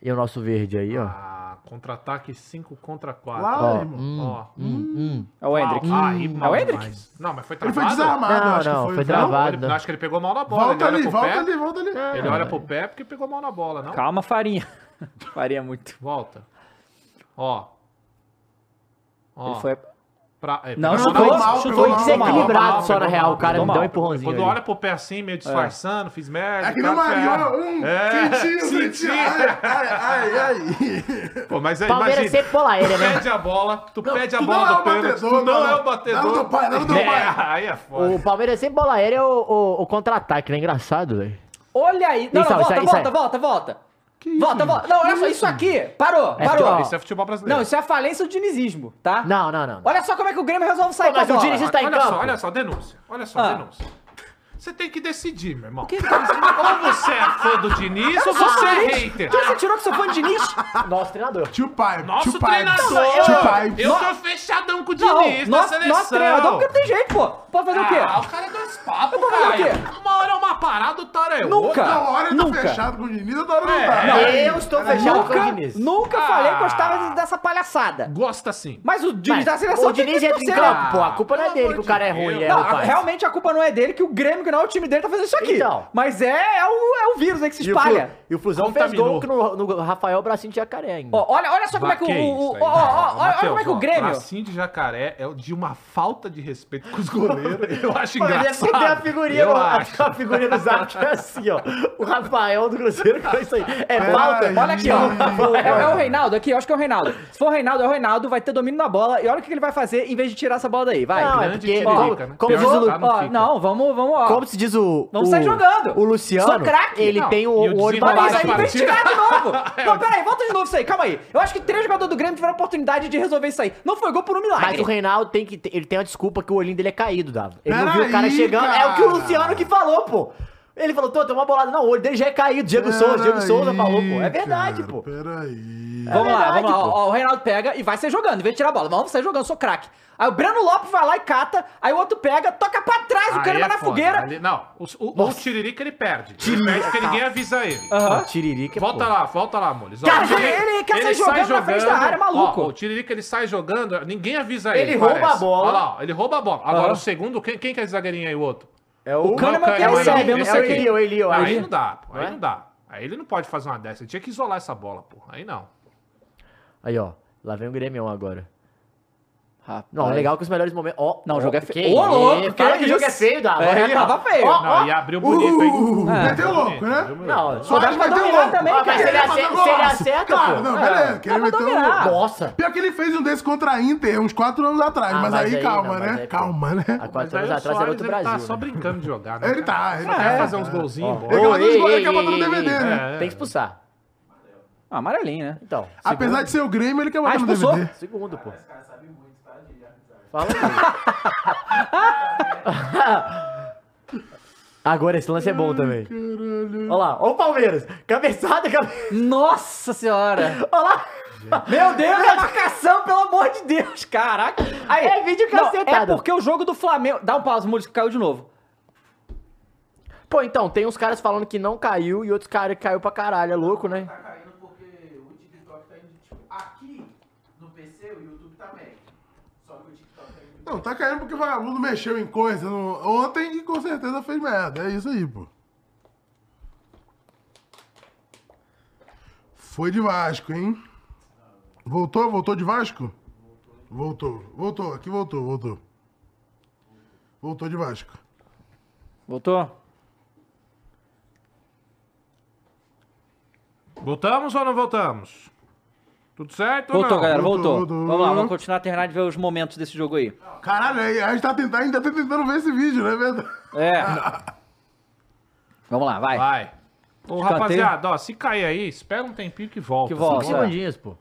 E o nosso verde aí, ó.
Ah, contra-ataque 5 contra 4.
Lá,
Ah, Ó,
irmão.
Ó.
Hum.
É o Hendrick.
Ah, aí,
é o
mal
Hendrick?
demais. Não, mas foi
Ele
travado.
foi desarmado,
Não,
acho
não,
que foi.
foi
não?
travado.
Ele- acho que ele pegou mal na bola.
Volta
ele
ali,
olha pro
volta
pé,
ali, volta
É.
ali.
Ele olha pro pé porque pegou mal na bola, não?
Calma, Farinha. é farinha muito.
Volta. Ó. Ó.
Ele foi...
Pra, é,
Não,
pra-
chutou,
pegou mal,
chutou
pegou mal,
desequilibrado
pegou mal,
só, na
pegou
real,
mal,
o cara
pegou
me deu
mal.
um
empurrãozinho
Quando
ali.
olha pro pé assim, meio disfarçando, fiz merda.
É que nem
tá
o Mario,
ferro.
um
É,
quentinho,
senti.
quentinho. Ai, ai, ai, ai.
Pô, mas aí,
Palmeiras
é
imagina,
sempre bola ele,
tu
né?
pede a bola, tu pede a
tu
bola
não é
do
o
pênalti,
batedor,
tu não
não.
é o batedor.
Não do pai, não do
É,
pai.
Aí é foda.
O Palmeiras sempre bola aérea é o, o- o contra-ataque, né? Engraçado, velho.
Olha aí. Não,
Isso,
não,
isso,
volta,
isso
volta,
aí.
volta, volta. Volta, volta. Não, olha só, isso aqui. Parou,
É
parou.
ó.
Isso é futebol brasileiro.
Não, isso é a falência do dinizismo, tá?
Não, não, não. não.
Olha só como é que o Grêmio resolve sair
Pô, mas
com a
o
bola.
dinizismo tá em
olha
campo.
só, olha só, denúncia. Olha só,
Ah.
denúncia. Você tem que decidir, meu irmão.
Que- tá
Ou você é fã do Diniz ou
Ah,
você é hater.
Que você tirou que sou fã de Diniz?
Nosso treinador.
Tio pai,
Nosso
tio pai.
treinador!
Tio pai.
Eu tô fechadão com o
Não,
é
Diniz da
nosso,
seleção.
nosso treinador, porque não tem jeito, pô. Pode fazer o quê?
Ah, o cara é dois papos,
vou fazer o
cara. Uma hora é uma parada, outra hora é outra.
Nunca.
Toda hora ele tá
Nunca.
fechado com o Diniz, outra hora não
É,
tá.
não,
Eu estou fechado com o Diniz.
Nunca, nunca
Ah.
falei que gostava de- dessa palhaçada.
Gosta assim. sim.
Mas o Diniz
Mas
da seleção
o
tem
Diniz
que
entra em
torcer,
campo,
né?
pô. A culpa não é
Pelo
dele que
amor
o cara é
de
ruim,
Deus.
é
Não,
o
a-
pai.
realmente a culpa não é dele, que o Grêmio, que não é o time dele, tá fazendo isso aqui.
Então.
Mas é, é, o, é o vírus aí que se
E o, Flu-
espalha.
e o Flusão fez
Contaminou.
gol que no, no Rafael Bracinho de Jacaré ainda.
Ó, olha, olha só como é que o.
Vaquei
o- o-
isso aí.
ó, ó, ó,
Ô,
olha
Matheus,
como é que o
ó,
Grêmio.
Bracinho de jacaré é de uma falta de respeito com os goleiros. Eu acho
Mano, ele
engraçado.
deve ter a figurinha,
Eu
no, a,
acho.
a figurinha do Zap que é assim, ó. O Rafael do Cruzeiro com isso aí. É
Ai,
falta?
Olha aqui, ó.
Ai,
É, é o Reinaldo aqui, eu acho que é o Reinaldo. Se for o Reinaldo, é o Reinaldo, vai ter domínio na bola. E olha o que ele vai fazer em vez de tirar essa bola daí. Vai.
Não, é
grande
porque,
tiririca,
ó,
né?
como
Pior
diz o Lu-
tá, não
Ó,
fica.
não, vamos, vamos, ó.
Como se diz o.
Vamos
o-
sair jogando.
O Luciano.
Sou craque.
Ele
Não,
tem o,
e o
o olho pra
Mas
desempenho é
baixo.
da
aí vem
partida.
tirar de novo! Não, peraí, volta de novo isso aí, calma aí. Eu acho que três jogadores do Grêmio tiveram a oportunidade de resolver isso aí. Não foi gol por um
Mas
milagre.
o Reinaldo tem que. ter- Ele tem uma desculpa que o olhinho dele é caído, Dava. Ele não
Peraí,
viu o cara chegando. É o que o
cara.
Luciano que falou, pô. Ele falou, tô, tem uma bolada. Não, o olho dele já é caído. Diego Souza, Diego Souza falou, pô. É verdade,
cara,
pô.
Peraí. Uh,
Vamos
É
lá,
verdade,
vamos lá.
pô.
Ó, o Reinaldo pega e vai sair jogando, em vez de tirar a bola. Mas vamos sair jogando, eu sou craque. Aí o Breno Lopes vai lá e cata, aí o outro pega, toca pra trás, o
Aí
Kahneman
é
na
foda.
fogueira. tá.
Ali- não, o, o, o Tiririca ele perde. Ele perde porque ninguém avisa ele.
Aham.
Ah, Tiririca,
Volta
pô.
lá, volta lá, Moles. Ó,
Cara,
o Tiririca-
ele quer sair jogando na frente da área, é maluco.
Ó, o Tiririca ele sai jogando, ninguém avisa ele.
Ele rouba
parece.
a bola.
Olha lá, ó, ele rouba a bobola. Agora
Aham.
o segundo, quem, quem que é esse zagueirinho aí, o outro?
É o.
O Ah. Kahneman
Não,
que é o
Kahneman não,
Sérvio, eu não
esse
sei
aqui.
quem.
Elio, Elio,
Aí
Elio.
não dá, pô, aí
É?
não dá. Aí ele não pode fazer uma dessa, ele tinha que isolar essa bola, pô. Aí não.
Aí, ó. Lá vem o Grêmião agora.
Rapaz.
Não, legal que os melhores momentos. Ó,
Não, o
ó,
jogo é feio.
que
Ô, louco,
isso?
que
Fala que o jogo é
isso?
feio, Dava.
É,
Olha lá.
tava feio.
Ó, ó.
Não, e abriu bonito,
Ah,
hein?
Uh,
É.
meteu
Abriu
louco,
bonito,
né?
abriu bonito.
Só
Não, só
Mas
que
mandou
meteu
mirar
louco.
também,
Ah,
cara.
mas ele
Ele
ia fazer
acerta-
golaço.
se ele acerta,
Claro,
pô.
não,
É.
beleza. Que ele
Mas mandou
meteu
mirar.
louco.
Nossa.
Pior que ele fez um desse contra a Inter uns 4 anos atrás,
Ah,
mas,
mas
aí,
aí,
calma,
não, mas
né?
aí, pô.
calma, né?
Há
Mas
quatro
aí
anos
o
atrás era
Soares,
outro
ele tá
Brasil.
só
né?
brincando de jogar, né?
Ele tá,
é.
ele
Só quer
é.
tá.
fazer uns golzinhos,
Ele
bola.
acabou de
Ei,
escolher
ei,
que ia botar no
ei, ei,
DVD,
ei.
né?
É.
Tem que expulsar.
Ah, amarelinho, né?
Então.
Apesar de ser o Grêmio, ele quer
Ah,
botar no
expulsou?
DVD.
Segundo, pô. Fala aí. Agora esse lance é bom também.
Caralho.
Olha lá, olha o Palmeiras. Cabeçada, cabeçada.
Nossa senhora!
Olha lá.
Meu Deus, a marcação, pelo amor de Deus! Caraca! Aí,
É vídeo
não, É
cacetada.
porque o jogo do Flamengo. Dá um pause, Mules, que caiu de novo.
Pô, então, tem uns caras falando que não caiu e outros caras que caiu pra caralho. É louco, né?
tá caindo porque o TikTok tá indo, tipo, aqui no PC, o YouTube tá mega. Só que o TikTok tá indo.
Não, tá caindo porque o vagabundo mexeu em coisa no- ontem e com certeza fez merda. É isso aí, pô. Foi de Vasco, hein? Voltou? Voltou de Vasco? Voltou. Voltou, aqui voltou, voltou. Voltou de Vasco.
Voltou?
Voltamos ou não voltamos? Tudo certo ou
Voltou,
não?
galera, voltou.
Voltou, voltou.
Vamos lá, vamos continuar terminar de ver os momentos desse jogo aí.
Caralho, aí a gente tá tentando, ainda tá tentando ver esse vídeo, né, verdade?
É. vamos lá, vai.
Ah,
Vai. Ô,
Escanteio.
rapaziada, ó, se cair aí, espera um tempinho que volta.
Que volta. É.
Vocês-
Nossa.
Segundinhos, pô.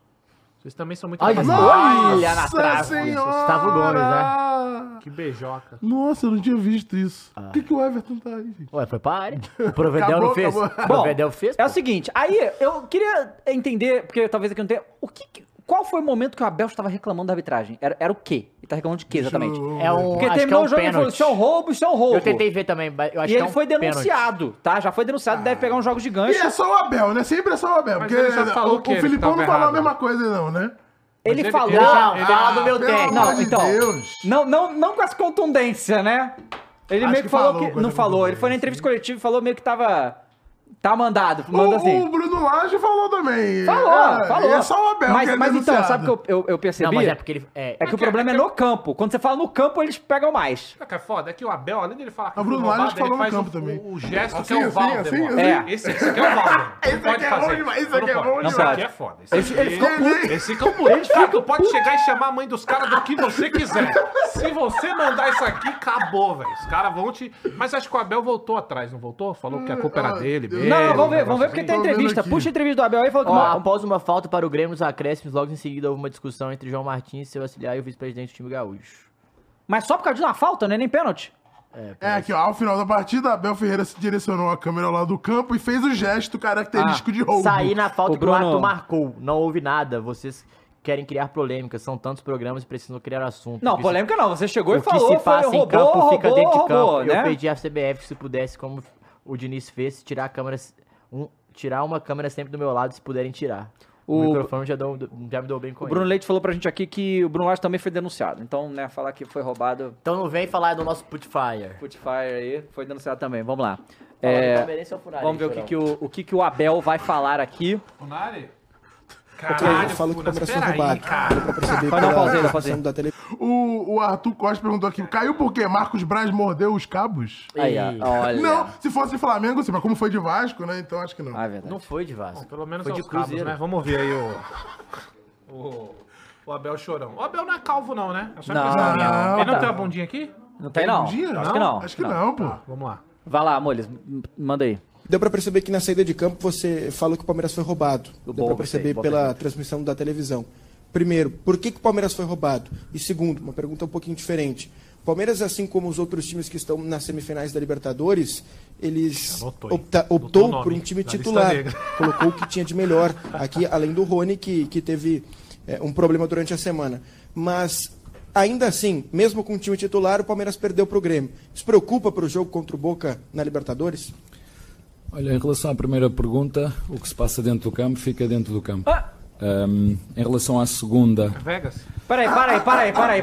Vocês também são muito
Ai,
rapaziada.
Olha na
Nossa
trave.
senhora!
Gustavo Gomes,
Que beijoca.
Nossa, eu não tinha visto isso. O que, que o Everton tá aí, gente?
Ué, foi pra área. O Provedel
Acabou,
não fez.
acabou.
O
Bom,
Provedel fez.
É o
pô.
seguinte, aí eu queria entender, porque talvez aqui não tenha. O que, que- qual foi o momento que o Abel estava reclamando da arbitragem? Era, era o quê? Ele tá reclamando de quê exatamente?
eu-
É um,
Porque
acho
terminou o jogo e
que é um
falou:
pênalti.
isso é um roubo, isso é um roubo.
Eu tentei ver também, mas eu acho
E
que é
ele
um
foi
pênalti.
denunciado, tá? Já foi denunciado, deve pegar uns jogos
E
gigantes.
é só o Abel, né? Sempre é só o Abel.
Mas
porque
ele já falou
o,
que
o
ele
Filipão
tava
não falou a
errado.
mesma coisa, não, né?
Ele,
ele-
falou.
ele já-
Não, fala do meu
pelo amor
técnico.
Não,
de
então.
Deus.
Não, não, não com essa contundência, né? Ele
Acho
meio que
que
falou
falou
que.
coisa
Não falou. Ele
contundente,
foi na entrevista coletiva e falou meio que tava. Tá mandado.
O,
Manda assim.
o Bruno Lage falou também.
Falou,
É,
falou.
e É só o Abel que é
Mas, mas então,
denunciado.
sabe o que eu, eu, eu percebi?
Não, mas é porque ele. É,
É que o problema é no campo. Quando você fala no campo, eles pegam mais.
Sabe o que é foda? É que o Abel, além dele falar que
Ah,
foi
Bruno Lage
roubado,
falou
ele
no
faz
campo
o,
também.
o gesto
Assim,
que é o
assim,
Valdemar.
assim, assim.
É.
Esse, esse aqui é o Valdemar.
Esse
Não pode
aqui é
fazer
bom demais, esse
Não
aqui é
pode.
bom
Não
demais.
pode. é foda. Esse, aqui-
puto.
esse aqui é o puto. Cara, tu pode chegar e chamar a mãe dos caras do que você quiser. Se você mandar isso aqui, acabou, velho. Os caras vão te... Mas acho que o Abel voltou atrás, não voltou? Falou que a culpa era
Ah,
dele
Deus.
não,
mesmo.
não, vamos ver, vamos ver
um negócio
porque tem
assim.
Tô vendo
entrevista.
aqui.
Puxa a entrevista do Abel aí e fala que.
Ó,
uma-
após uma falta para o Grêmio nos acréscimos, logo em seguida houve uma discussão entre João Martins, seu auxiliar e o vice-presidente do time gaúcho.
Mas só por causa de uma falta, né? Nem pênalti.
É, aqui, ó. Ao final da partida, Abel Ferreira se direcionou à câmera lá do campo e fez o gesto característico
Ah,
de roubo.
Saí na
O
falta que o
Bruno-
ato marcou. Não houve nada. Vocês querem criar polêmica. São tantos programas e precisam criar assunto. é
Não,
O que se-
polêmica não. Você chegou
O
e
que
falou,
se
foi,
passa
roubou,
em assim, campo fica
roubou,
dentro de campo.
roubou,
Eu
né?
pedi à CBF que se pudesse, como o Diniz fez, tirar a câmera. um- tirar uma câmera sempre do meu lado, se puderem tirar. O,
O-
microfone já, dou- já me deu bem com
O Bruno
ele.
Leite falou pra gente aqui que o Bruno Lage também foi denunciado. Então, né, falar que foi roubado,
Então não vem falar do nosso Putfire.
Putfire aí, foi denunciado também. Vamos lá.
Falar do
É,
Palmeirense é o Furari,
vamos ver o que,
Chorão.
que o, o que, que o Abel vai falar aqui.
Funari?
Ele
Caralho,
falou que o
Funas,
Palmeiras foi
peraí,
roubado.
cara.
Pra perceber
Vai dar Ah, uma
pela
pausa aí, dá uma pausa aí.
função da tele-
O, o Arthur Costa perguntou aqui: caiu por quê? Marcos Braz mordeu os cabos?
Aí, ó,
Ih.
olha.
Não, se fosse de Flamengo, sim, mas como foi de Vasco, né? Então acho que não.
Ah, é verdade.
Não foi de Vasco.
Pelo menos
foi
aos cabos, né? Vamos ouvir aí o... o... o Abel chorão. O Abel não é calvo, não, né? É só
Não,
impressão minha.
não,
Ele não
tá.
tem uma bundinha aqui?
Não tem, não.
Imagina,
Acho que não.
Acho que não, pô.
Vamos lá.
Vai lá, Moles, m- manda aí.
Deu pra perceber que na saída de campo você falou que o Palmeiras foi roubado. Deu
gostei,
pra perceber
boa
pela transmissão da televisão. Primeiro, por que, que o Palmeiras foi roubado? E segundo, uma pergunta um pouquinho diferente. O Palmeiras, assim como os outros times que estão nas semifinais da Libertadores, eles
Anotou, hein?
opta-
Anotou o
optou
nome
por um time
da lista
titular.
negra.
Colocou o que tinha de melhor aqui, além do Rony, que, que teve é, um problema durante a semana. Mas Ainda assim, mesmo com o time titular, o Palmeiras perdeu para o Grêmio. Isso preocupa para o jogo contra o Boca na Libertadores?
Olha, em relação à primeira pergunta, o que se passa dentro do campo fica dentro do campo.
Ah!
Ahm, em relação à segunda,
Vegas.
Peraí, peraí, peraí, peraí, peraí, peraí,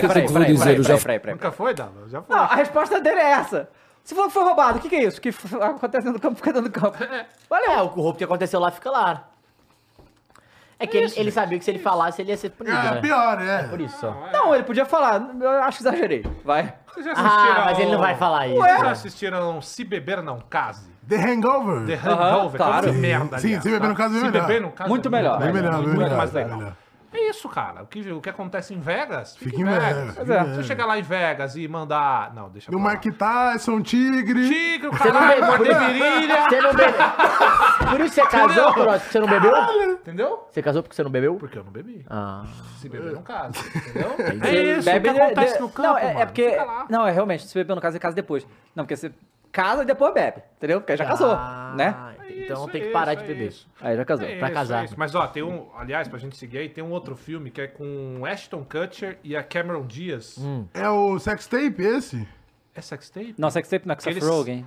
que eu
peraí,
vou
peraí,
dizer,
peraí,
eu
peraí,
já-
peraí, peraí.
Nunca foi, Dava? Já foi.
Não, a resposta dele é essa. Se falou que foi roubado, o que, que é isso? O que f- acontece dentro do campo fica dentro do campo.
Olha, é, o corrupto que aconteceu lá fica lá. É que ele, ele sabia que se ele falasse, ele ia ser punido,
É,
Ah,
né?
pior, é.
Por isso só.
Não, ele podia falar. Eu acho que exagerei. Vai.
Vocês já
Ah,
assistiram
mas ele não
ao-
vai falar isso. né?
Vocês já assistiram Se Beber Não Case?
The Hangover.
The
Aham,
Hangover.
claro.
que merda,
Sim,
aliás,
Se Beber
tá?
Não Case é
Se
melhor.
Beber Não Case
Muito
é
melhor.
Bem melhor, bem
muito
melhor,
mais
bem
legal.
melhor.
É isso, cara. O que, o que acontece em Vegas, fica,
Fica
em
em
Vegas.
Vegas.
Pois é.
Se você chegar lá em Vegas e mandar... Não,
É
deixa
Do
pra lá.
Mike Tyson, Tigre.
Tigre, o
Você não
caralho,
bebeu, por
mordeu
isso,
virilha.
você não bebeu. Por isso você casou, Cross, porque você não bebeu?
Entendeu?
Você casou porque você não bebeu?
Porque eu não bebi.
Ah.
Se beber não casa, entendeu?
Ele
É isso, o
bebe
que
de-
acontece
de-
no campo,
Não, é, é
mano.
porque.
Fica lá.
Não, é realmente, se beber no caso, é casa depois. Não, porque você casa e depois bebe, entendeu? Porque aí já casou,
Ah,
né?
Isso,
Então tem
é
que parar
isso,
de
é
beber.
isso.
Aí já casou.
É
pra
isso,
casar.
é isso. Mas ó, tem um, aliás, pra gente seguir aí, tem um outro filme que é com Ashton Kutcher e a Cameron Diaz.
É o sextape esse?
É sextape?
Não, sextape não é com Seth
Eles-
Rogen.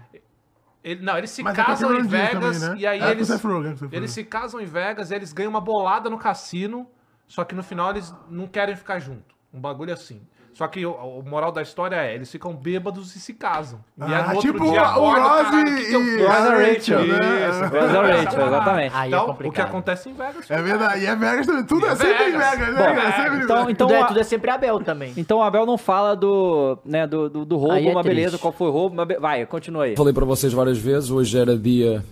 Ele, não, eles se
Mas é com a
casam
Cameron
em
Diaz
Vegas
também, né?
e aí
É, com
eles
o Seth Rogen, com o Seth Rogen.
eles se casam em Vegas, e eles ganham uma bolada no cassino, só que no final eles não querem ficar junto. Um bagulho assim. Só que o, o moral da história é, eles ficam bêbados e se casam. E aí,
Ah,
no outro
tipo o
dia, acorda,
Rose
caralho, o que que eu
e
Ross
fiz?
a
Rachel,
Rachel,
Isso,
né?
Ross and
essa
Rachel,
parada.
exatamente.
Aí é
Então, o que
complicado.
acontece em Vegas.
É verdade, e é Vegas também. Tudo
E
é
é
sempre em
Vegas.
Vegas,
Bom,
né? cara? É sempre em
Então,
Vegas.
então,
tudo, é,
a-
tudo é sempre Abel também.
então o Abel não fala do, né, do, do, do roubo,
Aí é
uma beleza,
triste.
qual foi o roubo. uma be- Vai, continua aí.
falei para vocês várias vezes, hoje era dia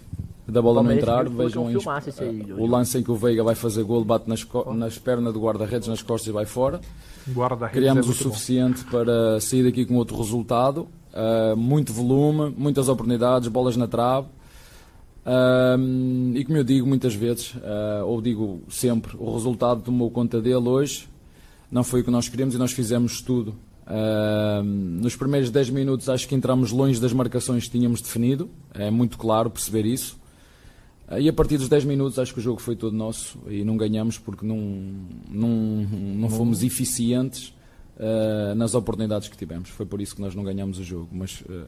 da bola não
Palmeiras
entrar,
foi
vejam
um
aí,
filmaço esse aí,
o
Júlio.
lance em que o Veiga vai fazer gol, bate nas, co- nas pernas do guarda-redes, nas costas e vai fora.
Guarda
Criamos
é
o suficiente para sair daqui com outro resultado. Ah, muito volume, muitas oportunidades, bolas na trave. Ah, e como eu digo muitas vezes, ah, ou digo sempre, o resultado tomou conta dele hoje. Não foi o que nós queríamos e nós fizemos tudo. Ah, nos primeiros 10 minutos acho que entramos longe das marcações que tínhamos definido. É muito claro perceber isso. E a partir dos 10 minutos acho que o jogo foi todo nosso e não ganhamos porque não, não, não fomos eficientes eh, nas oportunidades que tivemos. Foi por isso que nós não ganhamos o jogo. Mas, eh,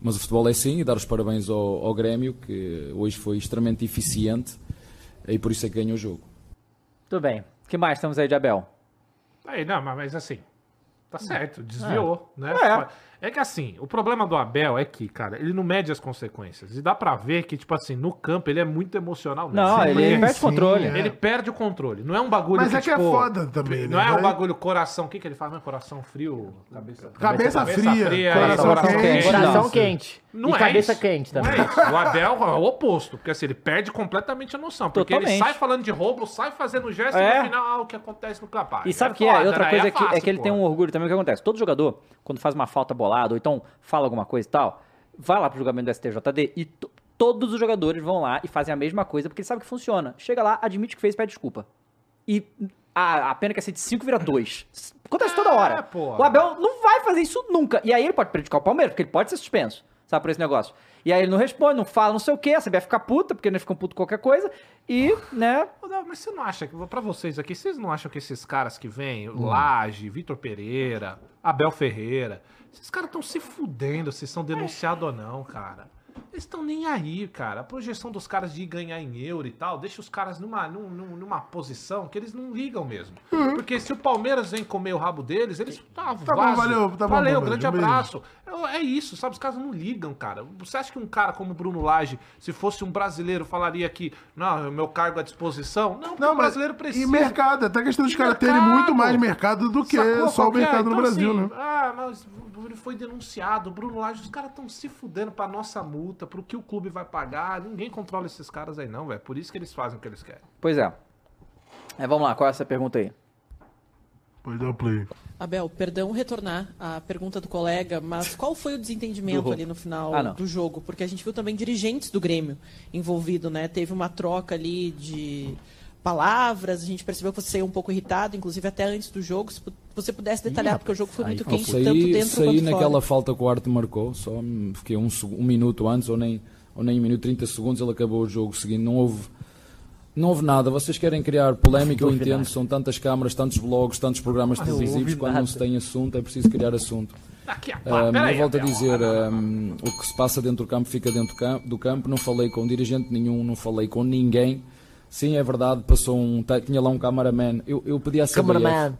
mas o futebol é assim e dar os parabéns ao, ao Grêmio que hoje foi extremamente eficiente e por isso é que ganhou o jogo.
Tudo bem. O que mais temos aí de Abel?
Aí, não, mas mas assim, tá certo, desviou, né?
Hum. É.
É que assim, o problema do Abel é que, cara, ele não mede as consequências. E dá pra ver que, tipo assim, no campo ele é muito emocional mesmo.
Não, ele
Porque-
perde
sim,
controle.
é.
Ele perde o controle. Não é um bagulho
Mas é que é
tipo,
foda também,
Não
né?
é um
Vai-
bagulho coração. O que, que ele faz? Não é coração frio? Cabeça,
Cabeça, fria,
fria,
coração,
coração
quente.
quente.
Coração
Não,
quente.
Não
e
é
cabeça
isso.
quente também.
Não é isso. O Abel é o oposto. Porque assim, ele perde completamente a noção. Porque ele
Totalmente.
sai falando de roubo, sai fazendo gesto e
É.
no final, ah, o que acontece no campo. Ah,
E sabe o
é
que é?
foda,
Outra
né?
coisa é,
É
que, é
fácil,
que ele tem
pô.
um orgulho também. O que acontece? Todo jogador, quando faz uma falta bolada, ou então fala alguma coisa e tal, vai lá pro julgamento do STJD e to- todos os jogadores vão lá e fazem a mesma coisa, porque ele sabe que funciona. Chega lá, admite que fez, pede desculpa. E a, a pena que é ser de 5 vira 2. Acontece toda
É,
hora.
porra.
O Abel não vai fazer isso nunca. E aí ele pode prejudicar o Palmeiras, porque ele pode ser suspenso, sabe, por esse negócio. E aí ele não responde, não fala, não sei o quê, a CBF fica puta, porque ele fica puto com qualquer coisa. E, né,
Ô, Dal, Mas você não acha, que pra vocês aqui, vocês não acham que esses caras que vêm,
Hum.
Laje, Vitor Pereira, Abel Ferreira, esses caras estão se fudendo se são denunciados ou não, cara. Eles estão nem aí, cara. A projeção dos caras de ganhar em euro e tal, deixa os caras numa, num- num- numa posição que eles não ligam mesmo. Porque se o Palmeiras vem comer o rabo deles, eles. Tá,
bom, valeu, Hum. tá bom,
valeu,
Palmeiras,
grande
um beijo.
abraço. Isso. É é isso, sabe? Os caras não ligam, cara. Você acha que um cara como o Bruno Lage, se fosse um brasileiro, falaria que, não, é meu cargo à disposição? Não, porque
Não,
o
mas
brasileiro precisa.
E mercado, até a questão dos
E
caras terem
mercado.
muito mais mercado do que
Sacou
só o
qual que é?
mercado no
Então,
Brasil,
assim,
né?
Ah, mas ele foi denunciado, o Bruno Lage, os caras estão se fudendo pra nossa multa, pro que o clube vai pagar. Ninguém controla esses caras aí, não, velho. Por isso que eles fazem o que eles querem.
pois é. É, vamos lá, qual é essa pergunta aí?
Pode dar o play.
Abel, perdão retornar à pergunta do colega, mas qual foi o
Do
desentendimento
roubo.
ali no final
Ah, não.
do jogo? Porque a gente viu também dirigentes do Grêmio envolvido, né? Teve uma troca ali de palavras, a gente percebeu que você saiu um pouco irritado, inclusive até antes do jogo, se pu- você pudesse detalhar, porque o jogo foi muito
Eu
quente, tanto
saí,
dentro
saí
quanto
naquela
fora.
falta que o Arte marcou, só hum, fiquei um, seg- um minuto antes, ou nem, ou nem um minuto, 30 segundos, ele acabou o jogo seguinte. Não houve, não houve nada. Vocês querem criar polémica, eu
Não houve
entendo.
nada.
São tantas câmaras, tantos blogs, tantos programas televisivos.
houve
Quando
nada.
não se tem assunto, é preciso criar assunto.
Aqui, ah,
Ah,
peraí,
eu volto a
Abel.
dizer, ah, o que se passa dentro do campo fica dentro do cam- do campo. Não falei com dirigente nenhum, não falei com ninguém. Sim, é verdade, passou um. te- Tinha lá um cameraman. Eu, eu pedi à CBF,
Cameraman.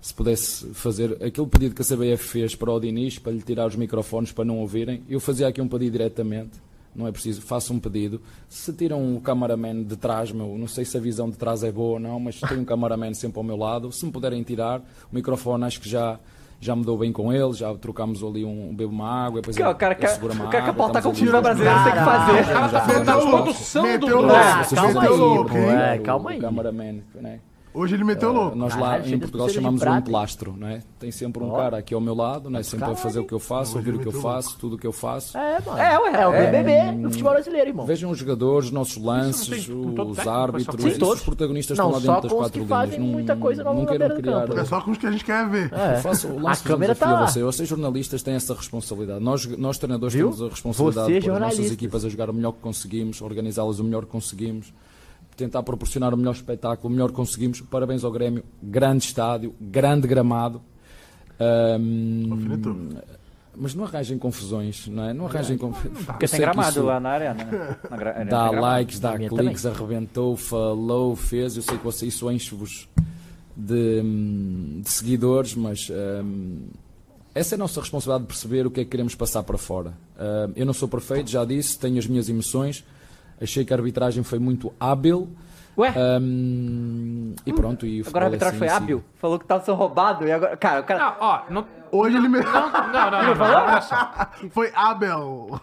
se pudesse fazer aquele pedido que a CBF fez para o Diniz, para lhe tirar os microfones para não ouvirem. Eu fazia aqui um pedido diretamente. Não é preciso, faça um pedido. Se tiram o cameraman de trás, meu, não sei se a visão de trás é boa ou não, mas tem um cameraman sempre ao meu lado. Se me puderem tirar, o microfone acho que já, já me dou bem com ele, já trocámos ali um, um bebo uma água, depois
Que, ó,
ele-
o cara
ele
quer-
segura uma
o cara quer
água,
pautar
estamos
com o
ali
time
uns
brasileiro,
minutos.
tem que fazer.
Já-
O cara tá
já-
fazendo
já-
a
Meteu louco.
produção do
Meteu
Bruno.
louco.
Ah,
vocês
calma
fazem
aí,
aqui, pô,
é,
é, o-
calma
o
aí.
cameraman, né?
é.
Hoje ele meteu louco.
Nós lá
Caralho, cheio
em
de
Portugal
pulseira de
chamamos um
prata.
plastro, né? Tem sempre um
Ó.
cara aqui ao meu lado, né? Sempre a fazer o que eu faço, ouvir o que eu faço, tudo o que eu faço.
É, mano.
É, ué,
É o
é.
BBB no futebol brasileiro, irmão.
Vejam os jogadores, os nossos lances,
tem- não todo
os
técnico, é só
árbitros,
com-
esses
todos.
protagonistas
Não,
estão lá
só
dentro das
com os
quatro
que
linhas.
fazem
Não-
muita coisa
não,
nova na
queiram
beira do
criar.
campo.
É só com os que a gente quer ver.
É.
Faço o
A
lance
câmera tá lá.
Você. Vocês jornalistas têm essa responsabilidade. Nós, nós treinadores,
Viu? é
temos a responsabilidade
Vocês,
por as nossas
jornalistas.
equipas a jogar o melhor que conseguimos, organizá-las o melhor que conseguimos, tentar proporcionar o melhor espetáculo, o melhor que conseguimos. Parabéns ao Grêmio. Grande estádio, grande gramado. Ahm,
Alfinetou.
Hum.
mas não arranjem confusões, não é? Não arranjem confusões.
Porque tem gramado lá na arena. né? Na gra- arena
Dá
tem gramado.
likes, dá
Na minha
cliques, arrebentou, falou, fez. Eu sei que você, isso enche-vos de, hum, de seguidores, mas hum, essa é a nossa responsabilidade de perceber o que é que queremos passar para fora. Hum, eu não sou perfeito, já disse, tenho as minhas emoções. Achei que a arbitragem foi muito hábil.
Ué,
hum, e pronto, e o
agora
futebol é
o arbitragem
assim,
foi
sim.
hábil. Falou que tava sendo roubado e agora. Cara, o cara.
Não, ó, não,
Hoje ele meteu.
não, não, não, não, não, olha só.
Foi Abel.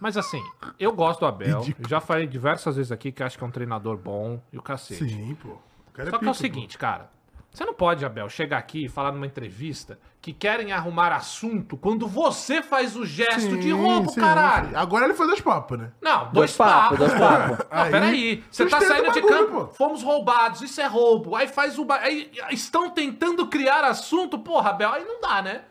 Mas assim, eu gosto do Abel. Já falei diversas vezes aqui que acho que é um treinador bom e o cacete.
Sim, pô. O cara
Só que é
pica,
o seguinte, cara. Você não pode, Abel, chegar aqui e falar numa entrevista que querem arrumar assunto quando você faz o
pô.
gesto
Sim,
de roubo,
sim,
caralho.
sim. Agora ele foi dois papos, né?
Não, dois,
Dois papos,
papos.
dois papos.
Não,
Aí,
peraí. Você tá
sustenta
saindo
o
de
bagulho,
campo,
pô.
fomos roubados, isso é roubo. Aí faz o. ba- Aí estão tentando criar assunto, porra, Abel, aí não dá, né?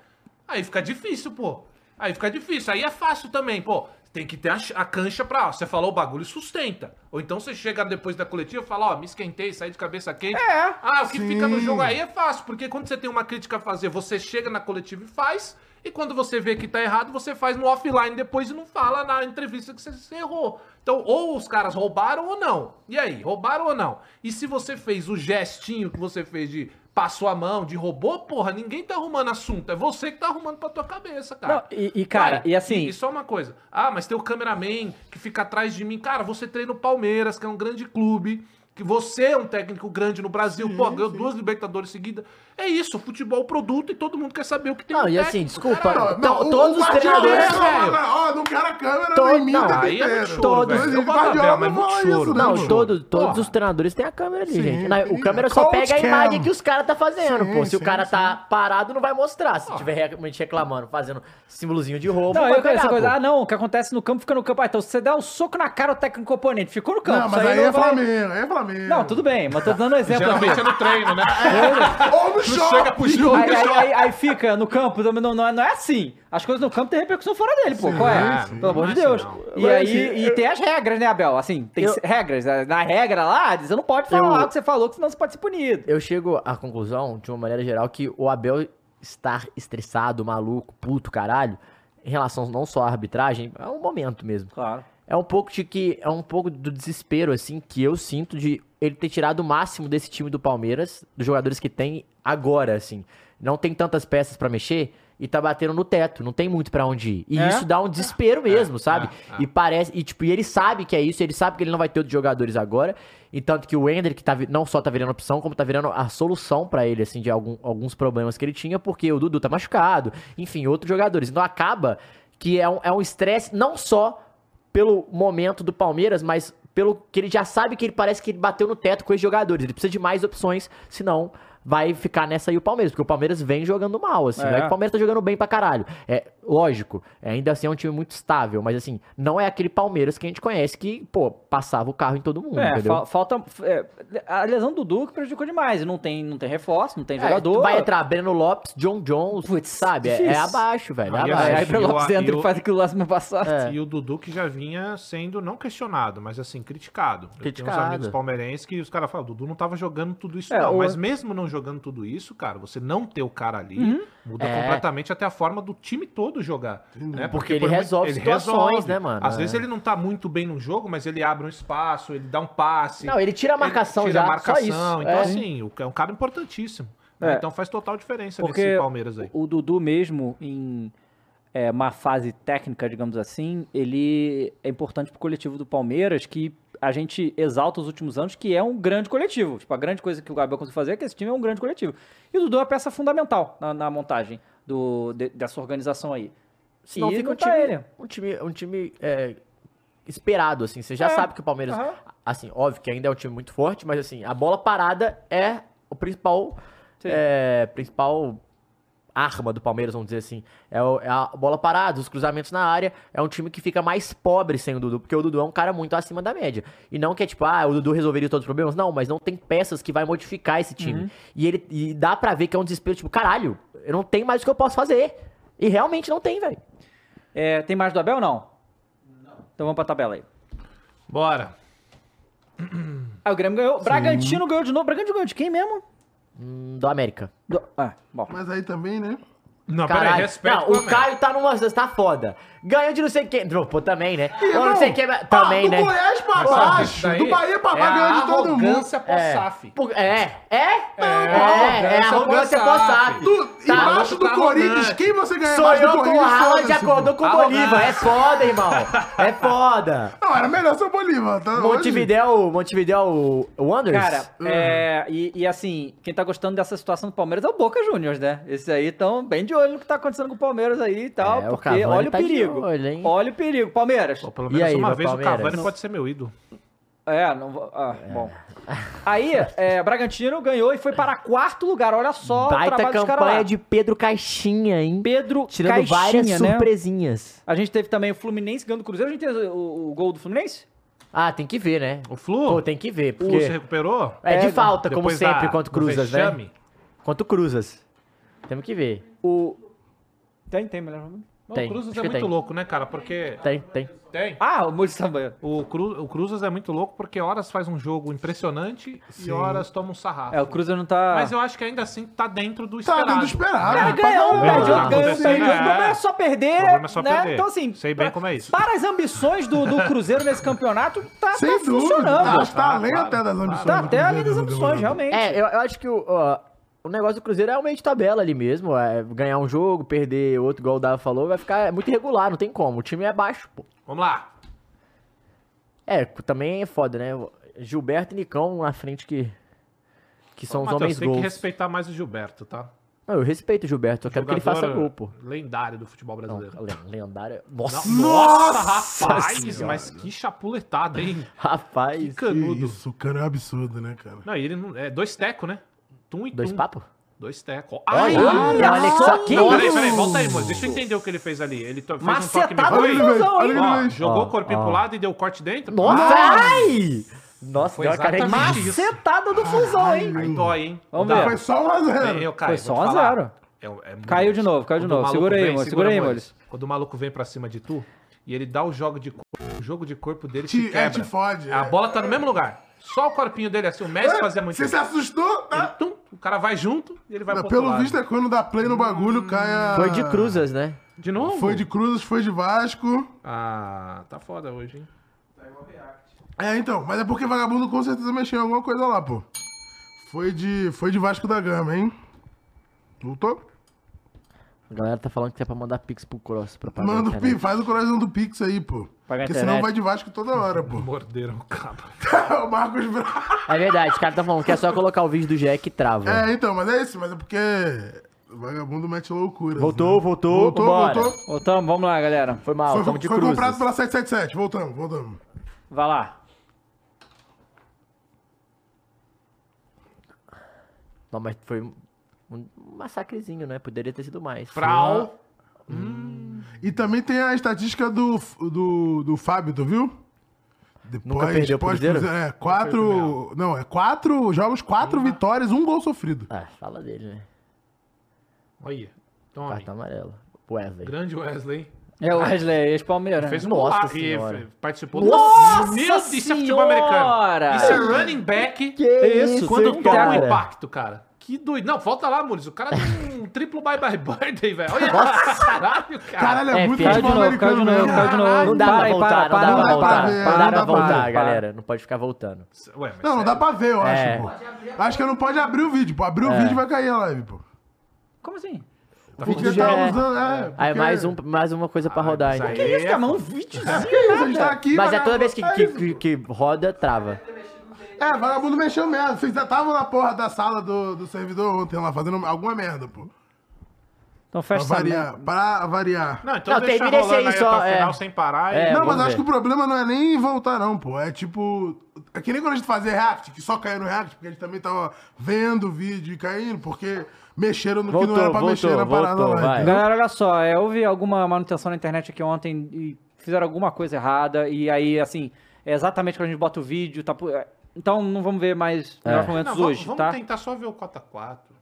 Aí fica difícil, pô. Aí fica difícil. Aí é fácil também, pô. Tem que ter a, ch- a cancha pra. ó, Você falou o bagulho, sustenta. Ou então você chega depois da coletiva e fala, ó, me esquentei, saí de cabeça quente. É. Ah, o que fica no jogo aí é fácil, porque quando você tem uma crítica a fazer, você chega na coletiva e faz. E quando você vê que tá errado, você faz no offline depois e não fala na entrevista que você se errou. Então, ou os caras roubaram ou não. E aí, roubaram ou não? E se você fez o gestinho que você fez de passou a mão de robô, porra, ninguém tá arrumando assunto. É você que tá arrumando pra tua cabeça, cara.
Não, e- e, cara, e assim-
E, e só uma coisa. Ah, mas tem o cameraman que fica atrás de mim. Cara, você treina o Palmeiras, que é um grande clube. Que você é um técnico grande no Brasil, pô, ganhou duas Libertadores seguidas. É isso, futebol produto e todo mundo quer saber o que tem
Não,
no
e assim,
técnico,
desculpa,
caralho.
to- todos os treinadores.
Guardiola, é velho.
Ó, não quero a câmera,
Todo-
não imita
não,
o
aí é muito
inteiro.
choro,
Todos-
velho.
Mas
Eu
ele
gosto da
Guardiola
Bel, mas é
não
muito
fala
choro.
isso,
Não,
Não,
mano?
todo, todos
Porra.
os treinadores têm a câmera ali,
Sim,
gente. Na- o
tem.
câmera só
Coach
pega a
cam.
imagem que os caras tá fazendo,
Sim,
pô. Se o
sim,
cara
sim.
tá parado, não vai mostrar. Se tiver realmente reclamando, fazendo símbolozinho de roubo,
Não,
vai
eu quero essa
cagar,
coisa.
pô.
Ah, não, o que acontece no campo fica no campo. Ah, então se você der um soco na cara do técnico oponente, ficou no campo.
Não, mas
Isso
aí
não
é
vai-
Flamengo, é Flamengo.
Não, tudo bem, mas tô dando um exemplo aqui.
Geralmente é no treino, né?
Ou no
Não chega pro
shopping.
jogo.
É. Aí, aí- aí- aí fica no campo, também não, não, é, não é assim. As coisas no campo têm repercussão fora dele, pô. Qual é?
sim.
Pelo amor de
Não é
Deus.
assim, não.
E
Mas,
aí
assim,
e tem as regras, né, Abel? Assim, tem
Eu-
se- regras. Na regra lá, você não pode falar
Eu-
o que você falou, que senão você pode ser punido.
Eu chego à conclusão, de uma maneira geral, que o Abel estar estressado, maluco, puto, caralho, em relação não só à arbitragem, é um momento mesmo.
Claro.
É um pouco de que é um pouco do desespero assim que eu sinto de ele ter tirado o máximo desse time do Palmeiras, dos jogadores que tem agora assim. Não tem tantas peças pra mexer e tá batendo no teto, não tem muito pra onde ir. E
É?
isso dá um desespero mesmo, sabe? E parece e tipo, e ele sabe que é isso, ele sabe que ele não vai ter outros jogadores agora, e tanto que o Ender que tá vi- não só tá virando opção, como tá virando a solução pra ele assim de algum- alguns problemas que ele tinha, porque o Dudu tá machucado, enfim, outros jogadores. Então acaba que é um é um estresse não só pelo momento do Palmeiras, mas pelo que ele já sabe que ele parece que ele bateu no teto com esses jogadores. Ele precisa de mais opções, senão vai ficar nessa aí o Palmeiras, porque o Palmeiras vem jogando mal, assim.
É.
Não é que o Palmeiras tá jogando bem pra caralho. É, lógico, ainda assim é um time muito estável, mas assim, não é aquele Palmeiras que a gente conhece que, pô, passava o carro em todo mundo,
É,
entendeu?
fal- falta. é, a lesão do Dudu que prejudicou demais. Não tem, não tem reforço, não tem
É,
jogador.
vai entrar Breno Lopes, John Jones,
Putz,
sabe? É,
difícil.
é abaixo, velho. É
Ah, e
abaixo.
Aí pra Lopes
Eu-
entra e
eu-
faz aquilo lá semana passada.
É.
E o Dudu que já vinha sendo, não questionado, mas assim, criticado. Eu tenho
Criticado.
uns amigos palmeirenses que os caras falam, Dudu não tava jogando tudo isso
É,
não.
o-
Mas mesmo não jogando tudo isso, cara, você não ter o cara ali,
Uhum.
muda
É. Uhum.
completamente até a forma do time todo jogar. Né?
Porque ele
por muito-
resolve situações, né, mano?
Às
É.
vezes ele não tá muito bem no jogo, mas ele abre um espaço, ele dá um passe.
Não, ele tira a marcação
tira
já,
a
só isso.
marcação. Então
É.
assim, o- é um cara importantíssimo. né?
É.
Então faz total diferença
Porque
nesse Palmeiras aí.
É, o Dudu mesmo, em é, uma fase técnica, digamos assim, ele é importante pro coletivo do Palmeiras, que a gente exalta os últimos anos, que é um grande coletivo. Tipo, a grande coisa que o Gabriel conseguiu fazer é que esse time é um grande coletivo. E o Dudu é uma peça fundamental na, na montagem do, de- dessa organização aí.
Senão
E
fica
não
um
tá
time,
ele.
um time, um time é, esperado, assim. Você já
É,
sabe que o Palmeiras,
aham.
assim, óbvio que ainda é um time muito forte, mas assim, a bola parada é o principal,
Sim.
é, principal arma do Palmeiras, vamos dizer assim. É, o- é a bola parada, os cruzamentos na área. É um time que fica mais pobre sem o Dudu, porque o Dudu é um cara muito acima da média. E não que é tipo, ah, o Dudu resolveria todos os problemas. Não, mas não tem peças que vai modificar esse
Uhum.
time. E ele e dá pra ver que é um desespero, tipo, caralho, eu não tenho mais o que eu posso fazer. E realmente não tem, velho.
É, tem mais do Abel ou não? Então vamos pra tabela aí.
Bora.
Ah, o Grêmio ganhou. Bragantino ganhou de novo. Bragantino ganhou de quem mesmo?
Hum, Do América.
Do- Ah, bom.
Mas aí também, né?
Não, Ah, peraí,
Caralho.
respeito.
não,
com a
o
América.
Caio tá numa. tá foda. Ganhou de não sei quem. Não, Pô, também, né? Ou não
Irmão,
sei quem. mas-
ah,
Também,
do
né?
Goiás pra
Mas sabe isso
baixo,
daí? é
do Bahia pra baixo, ganhou de todo mundo.
arrogância
É.
pós-SAF.
Por- é. É? É, é,
arrogância
arrogância
pro
pós-SAF.
SAF.
Do,
Tá,
embaixo do
tá
Corinthians,
arrogante.
quem você ganha embaixo do
Sonhou com o
Corinthians?
Haaland e
foda-se.
acordou com o
Arrogância.
Bolívar. É foda, irmão. É foda.
Não, era melhor ser o Bolívar, tá? Hoje-
Montevideo, Montevideo Wanderers?
Cara, é, e, e assim, quem tá gostando dessa situação do Palmeiras é o Boca Juniors, né? Esse aí tão bem de olho no que tá acontecendo com o Palmeiras aí e tal,
É, o
porque
Cavani
olha o
tá de
perigo.
olho, hein?
olha o perigo, Palmeiras.
Pô, pelo
E
menos
aí,
uma
meu
vez
Palmeiras?
o Cavani
Não.
pode ser meu ídolo.
É, não vou. Ah, bom. Aí, é, Bragantino ganhou e foi para quarto lugar. Olha só, o
Baita
trabalho dos caras lá.
campanha de Pedro Caixinha, hein?
Pedro
Tirando várias
Caixinha, né?
surpresinhas.
A gente teve também o Fluminense ganhando o Cruzeiro. A gente teve o, o gol do Fluminense?
Ah, tem que ver, né?
O Flu?
Pô, tem que ver,
o
porque...
se recuperou?
É de
pega.
falta, como
Depois
sempre,
da-
quanto
do
cruzas, né?
vexame.
Quanto cruzas. Temos que ver.
O. Tem, tem, melhor.
Não,
Tem,
o Cruzas
acho
é
que
muito
tem.
louco, né, cara? Porque.
Tem, tem.
Tem.
Ah, o Moisés Sampaio.
O, Cru, o Cruzas é muito louco porque horas faz um jogo impressionante e horas toma um sarrafo.
É, o Cruzeiro não tá.
Mas eu acho que ainda assim tá dentro do
Tá
esperado. Né?
dentro do
Cara, ganha um,
esperado.
caramba.
perde outro, ganha um,
Acontece,
perde outro. O
né?
problema é só perder.
O problema é só
né?
perder.
Então, assim.
Sei bem
pra-
como é isso.
Para as ambições do, do Cruzeiro nesse campeonato, tá, tá
Sem dúvida.
funcionando.
Acho que tá além até das ambições.
Tá
do
até além das
Cruzeiro,
ambições,
né?
realmente.
É, eu, eu acho que o, ó, o negócio do Cruzeiro é o meio de tabela ali mesmo. É ganhar um jogo, perder outro, igual o Dava falou, vai ficar muito irregular, não tem como. O time é baixo, pô.
Vamos lá.
É, também é foda, né? Gilberto e Nicão na frente que. Que são
Ô,
os
Matheus,
homens
tem que
gols.
respeitar mais o Gilberto, tá?
Não, eu respeito o Gilberto, só quero que ele faça
Jogador
gol, pô.
Lendário do futebol
Não,
brasileiro.
len- lendário. Nossa,
Nossa, rapaz!
senhora.
Mas que chapuletada, hein? Que
rapaz.
canudo.
Isso, o cara é um absurdo, né, cara?
Não, e ele não. É dois tecos, né? Tum e
Dois
tum.
papos?
Dois tecos. Ai!
Ah, Olha só, um que
Peraí,
isso?
peraí, volta aí, moço. Deixa eu entender o que ele fez ali. Ele to- fez um
Macetado
toque
Olha ele,
meio.
velho. Olha ele,
Ó,
velho.
jogou
Ó,
o corpinho
ó.
pro lado e deu o corte dentro.
Nossa!
Ah,
Ai! Nossa,
Foi
deu uma cara de
exatamente
maçã.
isso.
Sentada do Fusão, hein?
Aí dói, hein?
Vamos
Dá.
ver.
Foi só 1 a 0.
Bem, eu, Caio,
Foi
vou
só
te
1 a
falar.
0.
É, é muito
Caiu de
difícil.
novo, caiu de
Quando
novo.
o maluco
Segura aí,
vem,
amor, segura aí,
Maurício. Quando o maluco vem pra cima de tu e ele dá o jogo de corpo, o jogo de corpo dele
Te-
se
é,
quebra.
te fode,
A
é.
bola tá no mesmo lugar. Só o corpinho dele assim. O Messi fazia muito
Você se
isso.
assustou?
Ele,
Tá?
tum, o cara vai junto e ele vai pro outro
Pelo
lado.
visto é quando dá play no bagulho, cai a...
Foi de cruzas, né?
De novo?
é- Foi de Cruzas, foi de Vasco.
Ah, tá foda hoje, hein?
É, então, mas é porque vagabundo com certeza mexeu em alguma coisa lá, pô. Foi de, foi de Vasco da Gama, hein? Voltou?
A galera tá falando que é pra mandar pix pro Cross pra pagar.
um
Manda
a
o
internet.
Pix, faz o coração do Pix aí, pô.
Paga a
Porque senão
internet.
vai de Vasco toda hora, pô.
Morderam o cabo.
o Marcos Braz.
É verdade, os caras tá falando que é só colocar o vídeo do GE que trava.
É, então, mas é isso, mas é porque. O vagabundo mete loucura.
Voltou, voltou,
Voltou,
vambora.
voltou.
Voltamos, vamos lá, galera.
Foi mal,
Foi,
tamo de
foi comprado
cruzas.
pela 777. Voltamos, voltamos.
Vai lá.
Não, mas foi um um massacrezinho, né? Poderia ter sido mais.
Prau.
E também tem a estatística do, do, do Fábio, tu viu? Depois,
Nunca perdeu pro
depois-
Cruzeiro?
É, quatro. Não, é quatro jogos, quatro vitórias, um gol sofrido.
Ah, fala dele, né?
Olha. Tome.
Cartão amarelo. Wesley.
Grande Wesley, hein?
É o Wesley, ex-Palmeiras.
Fez um
Nossa
golaço e
senhora.
f- participou
É. Nossa
do... Meu Deus, isso é futebol americano.
senhora!
Isso é running back.
Que
é
isso,
Quando
cara.
toma um impacto, cara. Que doido. Não, volta lá, Muris. O cara tem um triplo bye-bye birthday, velho. Olha caralho, cara.
Caralho, é,
É,
muito
caiu de
futebol
novo, Ah, caiu de
americano
novo,
mesmo.
caiu de novo.
Caralho.
Não dá
Para
pra
aí,
voltar,
para,
não dá pra
para,
voltar.
para,
Não
para,
dá pra
para,
voltar,
para.
galera. Não pode ficar voltando.
Ué, mas
Não, não dá pra ver, eu
É.
acho, pô. Acho que não pode abrir o vídeo, pô. Abrir o vídeo vai cair a live, pô.
Como assim?
Tá
Porque
vídeo
tá
é-
usando. É,
Aí
porque-
mais, um, mais uma coisa pra rodar,
isso
hein?
aí
Isso, Camão, um videozinho.
Porque é isso, a gente tá aqui.
Mas é
vagabundo-
toda vez que,
é
que,
isso.
que, que roda, trava.
É, vagabundo mexeu merda. Vocês já estavam na porra da sala do, do servidor ontem lá, fazendo alguma merda, pô.
Então
Pra
fecha essa merda.
variar. Pra variar.
Não, então
Não,
deixa
termina esse
rolando aí,
aí só,
até o final
é.
sem parar. e-
É,
não,
vamos
mas
ver.
acho que o problema não é nem voltar, não, pô. É tipo. É que nem quando a gente fazia react, que só caiu no react, porque a gente também tava vendo o vídeo e caindo, porque mexeram no que
Voltou,
não era pra
voltou,
mexer na parada
voltou,
lá.
vai.
entendeu?
Galera, olha só, Ah, é, houve alguma manutenção na internet aqui ontem e fizeram alguma coisa errada, e aí, assim, é exatamente quando a gente bota o vídeo, tá. pu- é, Então não vamos ver mais melhores momentos
Não, vamos,
hoje,
vamos
tá?
tentar só ver o 4x4.
Pô,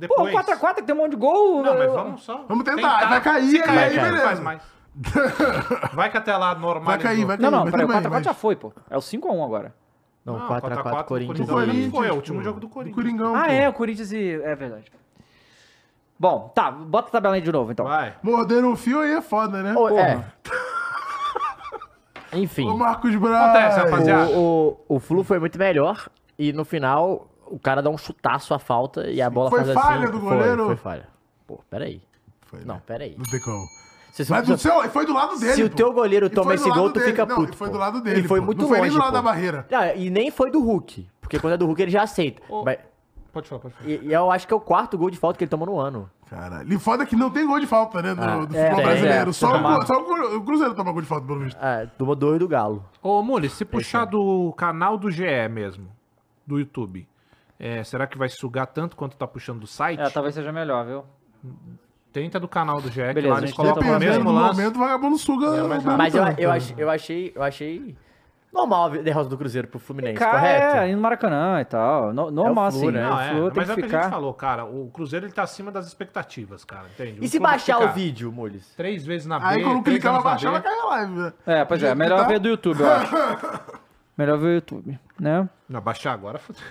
Depois.
4x4 que tem um monte de gol.
Não, mas
eu-
vamos só.
Vamos tentar, vai cair,
Se
aí
cair, a gente
beleza.
faz mais. Vai que até lá normal.
Vai cair, vai cair.
Não, não,
mas
peraí, o
tudo bem,
4x4
vai.
já foi, pô. É o 5x1 agora.
Não,
Não,
Do
4x4 Corinthians.
Corinthians.
e-
Corinthians.
Foi, é o último
pô.
jogo do Corinthians.
tipo Do Coringão.
Ah,
pô.
é, o Corinthians e. É verdade. Bom, tá, bota a tabela aí de novo, então.
Vai.
Morderam o fio aí é foda, né?
Ô, é.
Porra.
Enfim.
Ô, Marcos Braz.
Acontece, é rapaziada.
O, o, o Flu foi muito melhor e no final o cara dá um chutaço à falta e a bola
Foi
faz
falha
assim.
do goleiro?
Foi, foi falha. Pô, peraí.
Foi, né?
Não, peraí.
Não tem como.
Se, se-
Mas do
se-
seu, foi do lado dele.
se o
pô.
teu goleiro
E
toma
foi
esse
do lado
gol, tu
dele.
fica
Não,
puto.
e foi
pô.
do lado dele.
E foi
pô.
muito
Não foi
longe.
nem do lado
pô.
da barreira.
Ah, e nem foi do Hulk. Porque quando é do Hulk ele já aceita.
Ô.
Mas-
Pode falar, pode falar.
e, e eu acho que é o quarto gol de falta que ele tomou no ano.
Caralho. E foda que não tem gol de falta, né? No, do
é,
futebol
tem,
brasileiro.
é.
só, o,
Tomado.
Cru- só o Cru- o Cruzeiro toma gol de falta, pelo visto.
É, tomou dois do Galo.
Ô, Mule,
É
se puxar do canal do GE mesmo, do YouTube, é, será que vai sugar tanto quanto tá puxando do site?
É, talvez seja melhor, viu?
Tenta do canal do GE, que
Beleza,
lá
a
eles
gente tenta
colocam o
fazer.
Dependendo
mesmo
do
lance.
momento, o vagabundo suga. né, o
mas-
Belo
Mas eu,
tanto.
eu, achei, eu achei. Eu achei. Normal a derrota do Cruzeiro pro Fluminense,
Cara,
correto?
é, indo no Maracanã e tal. No- normal,
É o Flu,
assim, né?
né?
Não,
O
é,
Flu tem que
mas é o que a gente
ficar.
falou, cara. O Cruzeiro ele tá acima das expectativas, cara. Entende?
E
O
se
clube
baixar
fica
o vídeo, Mules?
Três vezes na B,
Aí quando
três
clicava
anos
baixar,
na B.
ela cai a live. né?
É, pois é, melhor
Tá?
ver do YouTube, eu acho. Melhor ver o YouTube, né?
Não, baixar agora, fodeu.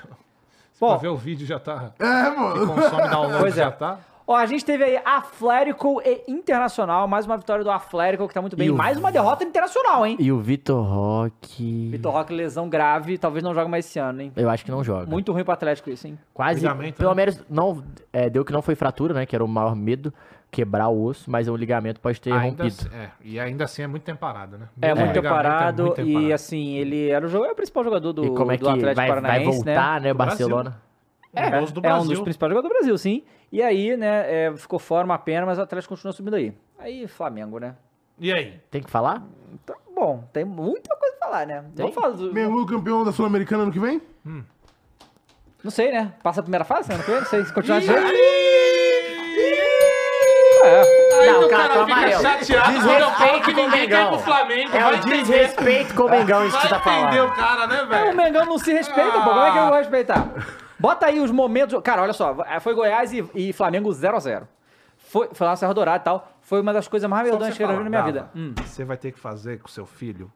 Se
Bom.
pra ver o vídeo já tá...
É, mano.
Consome download
Pois é.
já tá.
Ó, a gente teve aí Atlético e Internacional. Mais uma vitória do Atlético, que tá muito bem.
E o-
mais uma derrota do internacional, hein?
E o Vitor Roque.
Vitor Roque, lesão grave. Talvez não jogue mais esse ano, hein?
Eu acho que não joga.
Muito ruim pro Atlético isso, hein?
Quase.
Ligamento,
pelo
né?
menos não é, deu que não foi fratura, né? Que era o maior medo, quebrar o osso, mas o ligamento pode ter
Ainda
rompido.
assim- é, e ainda assim é muito tempo parado, né?
É, muito
Ligamento é
parado.
muito tempo
e
parado.
assim, ele era o, jogo, é o principal jogador do,
E como é que
do Atlético
vai, vai
Paranaense, né?
voltar, né, o
Do Brasil.
Barcelona?
Um
É,
gols do
é um dos
Brasil.
principais jogadores do Brasil, sim. E aí, né, é, ficou fora uma pena, mas o Atlético continua subindo aí. Aí, Flamengo, né?
E aí?
Tem que falar?
Então, bom, tem muita coisa pra falar, né? Vamos falar do...
Mengu campeão da Sul-Americana ano que vem?
Não sei, né? Passa a primeira fase, né? Não sei, não sei se continuar assim. é.
não,
tá
cara fica chateado quando eu falo que
com o
ninguém quer ir pro
Mengão.
Flamengo.
É
vai
o
entender.
desrespeito com o Mengão isso que você tá
Vai entender
falando.
o cara, né,
É, O
velho?
Mengão não se respeita, pô. Como é que eu vou respeitar? Bota aí os momentos. Cara, olha só. É, Foi Goiás e, e Flamengo 0x0. Foi, foi lá na Serra Dourada e tal. Foi uma das coisas mais
Só pra
medonhas
você
que eu já vi na
falar,
minha vida.
Dava,
Hum.
Você vai ter que fazer com seu filho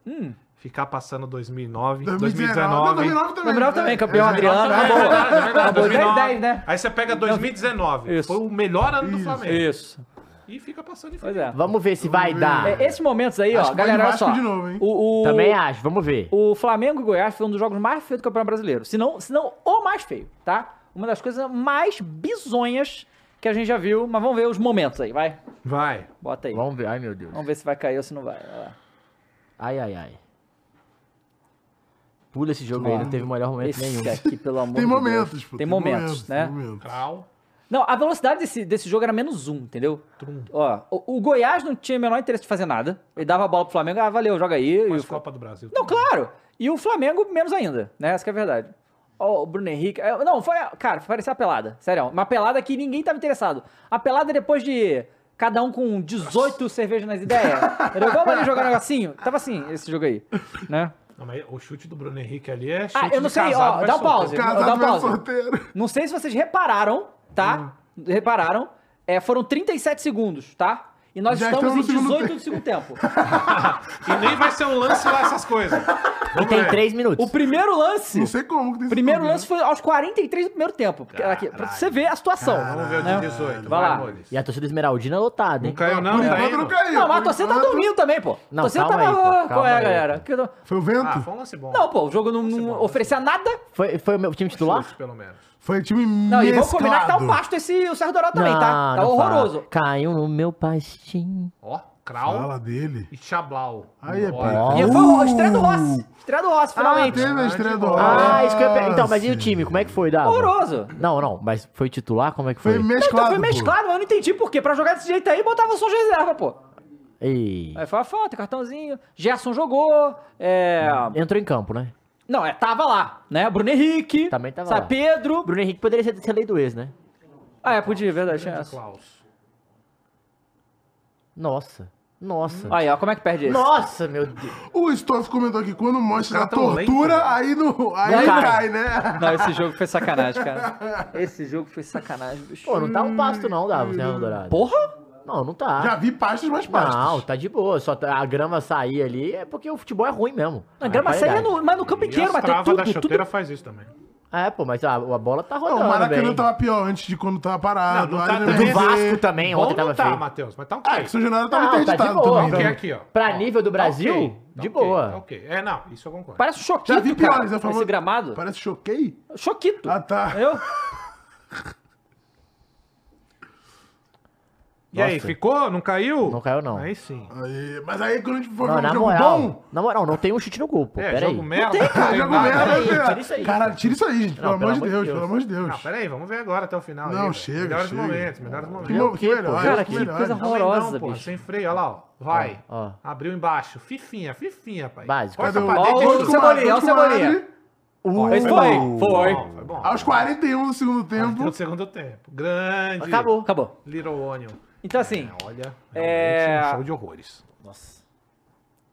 ficar passando 2009,
2019.
2019.
Não, 2019 também. né?
Gabriel também, campeão
Nossa,
Adriano.
é
acabou.
verdade, é verdade,
Acabou 10,
2009.
10, né?
Aí você pega 2019.
Isso.
Foi o melhor ano do Flamengo.
Isso.
E fica passando em
Pois
frente.
é.
Vamos ver se vai dar.
É, Esses momentos aí,
Acho
ó,
que vai
galera,
de
olha
Vasco
só.
de novo, hein?
O, o,
Também acho, vamos ver.
O Flamengo e Goiás foi um dos jogos mais feios do Campeonato Brasileiro. Se não, se não o mais feio, tá? Uma das coisas mais bizonhas que a gente já viu. Mas vamos ver os momentos aí, vai.
Vai.
Bota aí.
Vamos ver. Ai, meu Deus.
Vamos ver se vai cair ou se não vai. Vai lá.
Ai, ai, ai. Pula esse jogo aí, não teve o melhor momento
Esse
nenhum.
aqui, pelo amor
É, Tem
de Deus.
momentos, pô.
Tem momentos, né?
Tem momentos.
Crau.
Não, a velocidade desse, desse jogo era menos um, entendeu? Ó, o, o Goiás não tinha o menor interesse de fazer nada. Ele dava a bola pro Flamengo, ah, valeu, joga aí. E o
Mas
Fla-
Copa do Brasil.
Não, claro. E o Flamengo, menos ainda, né? Essa que é a verdade. Ó, o Bruno Henrique. é, Não, foi. Cara, parecia uma pelada. Sério, uma pelada que ninguém tava interessado. A pelada depois de. Cada um com 18 cervejas nas ideias. Entendeu? Vamos ali jogar um negocinho? Tava assim, esse jogo aí. Né?
Não, mas o chute do Bruno Henrique ali é chute
Ah, eu não
de
sei,
casado,
ó,
vai
dá um
solteiro.
pause. Dá
Casado
um
vai
pause.
sorteiro.
Não sei se vocês repararam, tá?
Hum.
Repararam. É, foram 37 segundos, tá? E nós
Já
estamos,
estamos
em
no segundo
18
tempo.
do segundo tempo.
E nem vai ser um lance lá essas coisas.
E tem três minutos.
O primeiro lance.
Não sei como que tem esse
Primeiro
problema.
lance foi aos 43 do primeiro tempo. Porque aqui, pra você ver a situação.
Vamos ver o
né?
de 18.
Vai lá.
Maurício.
E a torcida esmeraldina lotada, hein?
Não caiu não,
Por
tá
enquanto
indo.
não caiu.
Não, mas a
Por
torcida tá
enquanto-
dormindo também, pô. A
Não,
torcida
calma
tava.
aí, pô,
"Ah, Qual
calma
é,
aí, é
galera? Que eu tô-
Foi o vento?
Ah, foi um lance bom.
Não, pô, o jogo não, não oferecia nada.
Foi, foi o meu time titular?
Chute, pelo menos.
Foi time
Não,
mesclado.
e vamos combinar que tá o pasto esse o Sérgio Dourado também, tá? Tá
não fala.
horroroso.
Caiu no meu pastinho.
Ó, Krau
Fala dele.
e Chablau.
Aí é
Ó.
pica.
E foi o estreia do Rossi. Estreia do Rossi,
Ah,
finalmente.
teve a estreia do
Ah,
Rossi.
isso que eu ia pe- Então, mas e o time? Como é que foi, Dado?
Horroroso.
Não, não, mas foi titular? Como é que foi?
Foi
Então
mesclado,
foi
pô.
mesclado, mas eu não entendi por quê. Pra jogar desse jeito aí, botava só de reserva, pô.
Ei.
Aí foi a falta, cartãozinho. Gerson jogou. É...
Entrou em campo, né?
Não, é, tava lá, né? Bruno Henrique.
Também tava
sabe,
lá.
Pedro.
Bruno Henrique poderia ser, ser lei do ex, né?
Ah, é, podia, verdade. tinha essa.
Klaus.
Nossa. Nossa.
Aí, ó, como é que perde esse?
Nossa, meu Deus.
O Stoff comentou aqui, quando mostra a
Os caras tão
tortura,
lento, né?
aí, não, aí
Não cai.
cai. né?
Não, esse jogo foi sacanagem, cara. Esse jogo foi sacanagem, bicho.
Pô, não tá um pasto não, Dado, Serra Dourado.
Porra!
Não, não tá.
Já vi pastas mais pastas.
Não, tá de boa. Só tá- a grama sair ali é porque o futebol é ruim mesmo.
A grama
qualidade.
saía no, mas no campo
E
inteiro,
as
mas tem
travas da
tudo,
chuteira
tudo.
faz isso também.
É, pô, mas a, a bola tá
Não,
rodando.
o Maracanã
bem.
tava pior antes de quando tava parado.
Não, não tá
aí
tão-
Do
vai
Vasco
ver.
também,
Bom,
ontem
não
tava
tá,
feio.
Matheus, mas tá um
Ah,
cara.
que o seu Jornal tava
Não, tá de
interditado
boa.
também.
Ok,
né?
aqui, ó.
Pra nível do
Tá
Brasil,
ok, tá
de
ok,
boa.
tá ok. É, não, isso eu concordo.
Parece um
Já
choquito,
vi
cara.
piores, eu falo.
Esse gramado.
Parece choquei?
Choquito.
Ah, tá.
Eu?
E aí,
Nossa.
ficou? Não caiu?
Não caiu, não.
Aí sim.
Aí, mas aí quando a gente for
Não,
ver um
na
jogo
moral,
bom...
na moral, não tem um chute no gol, pô.
É,
Pera aí.
jogo merda.
Cara, jogo merda,
peraí,
velho.
tira isso aí.
Caralho, tira isso aí, gente. Pelo amor de Deus, pelo amor de
Não,
Deus.
peraí, vamos ver agora até o final.
Não,
aí, velho.
chega,
Melhores
chega.
momentos, melhores
Que
momentos.
mo- que
quê, pô?
melhor.
Cara,
que
que
melhor.
coisa
Não, vem
horrorosa,
não, porra,
bicho.
Sem freio, olha lá, ó. Vai.
Ó, ó.
Abriu embaixo. Fifinha, fifinha, pai.
Básico.
Corta
Cadê
pra
o-
dentro
Ó,
e
o
chuta.
Rodrigo Madrid,
Cebolinha, ó, o Cebolinha.
Rodrigo
Ó,
Esse foi. Foi.
Bom, foi bom.
Aos 41 do segundo
Entrou
tempo.
no segundo tempo. Grande.
Acabou.
Acabou.
Little Onion.
Então, assim,
É, olha,
É.
é um show de horrores.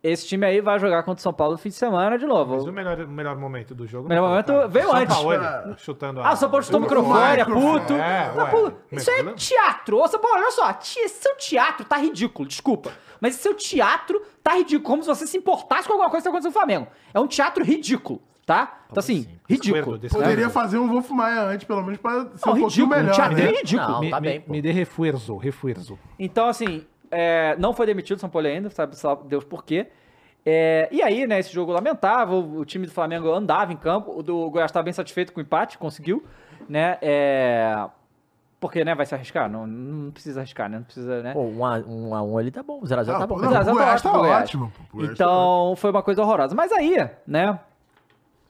esse time aí vai jogar contra o São Paulo no fim de semana de
Mas o
novo.
melhor, o melhor momento do jogo.
Melhor
não foi,
momento
cara.
veio
São
antes.
Paulo, ele chutando a-
Ah, o São Paulo chutou o microfone, é puto.
É,
Tá
ué.
puto. Isso é
Tranquilo.
teatro. Ô, São Paulo, olha só. ti- Esse seu teatro tá ridículo, desculpa. Mas tá esse seu teatro tá ridículo. Como se você se importasse com alguma coisa que aconteceu no Flamengo. É um teatro ridículo. tá? Então, assim, ridículo.
Desse
Poderia fazer um Vou Fumar antes, pelo menos, pra ser
Não,
um pouquinho
ridículo, não
melhor,
tinha
né?
nem- ridículo.
Não, tá
me,
bem, pô.
me dê refuerzo, refuerzo.
Então, assim, é, não foi demitido o São Paulo ainda, sabe sabe Deus por quê. É, e aí, né, esse jogo lamentável, o time do Flamengo andava em campo, o do Goiás estava bem satisfeito com o empate, conseguiu, né, é, porque, né, vai se arriscar, não, não precisa arriscar, né, não precisa, né.
Pô, um a um, a um ali tá bom, 0x0
Não,
tá bom.
pô,
Mas
não,
tá
o Goiás
ótimo,
tá
Goiás.
ótimo. pô, o Goiás tá
Então, foi uma coisa horrorosa. Mas aí, né,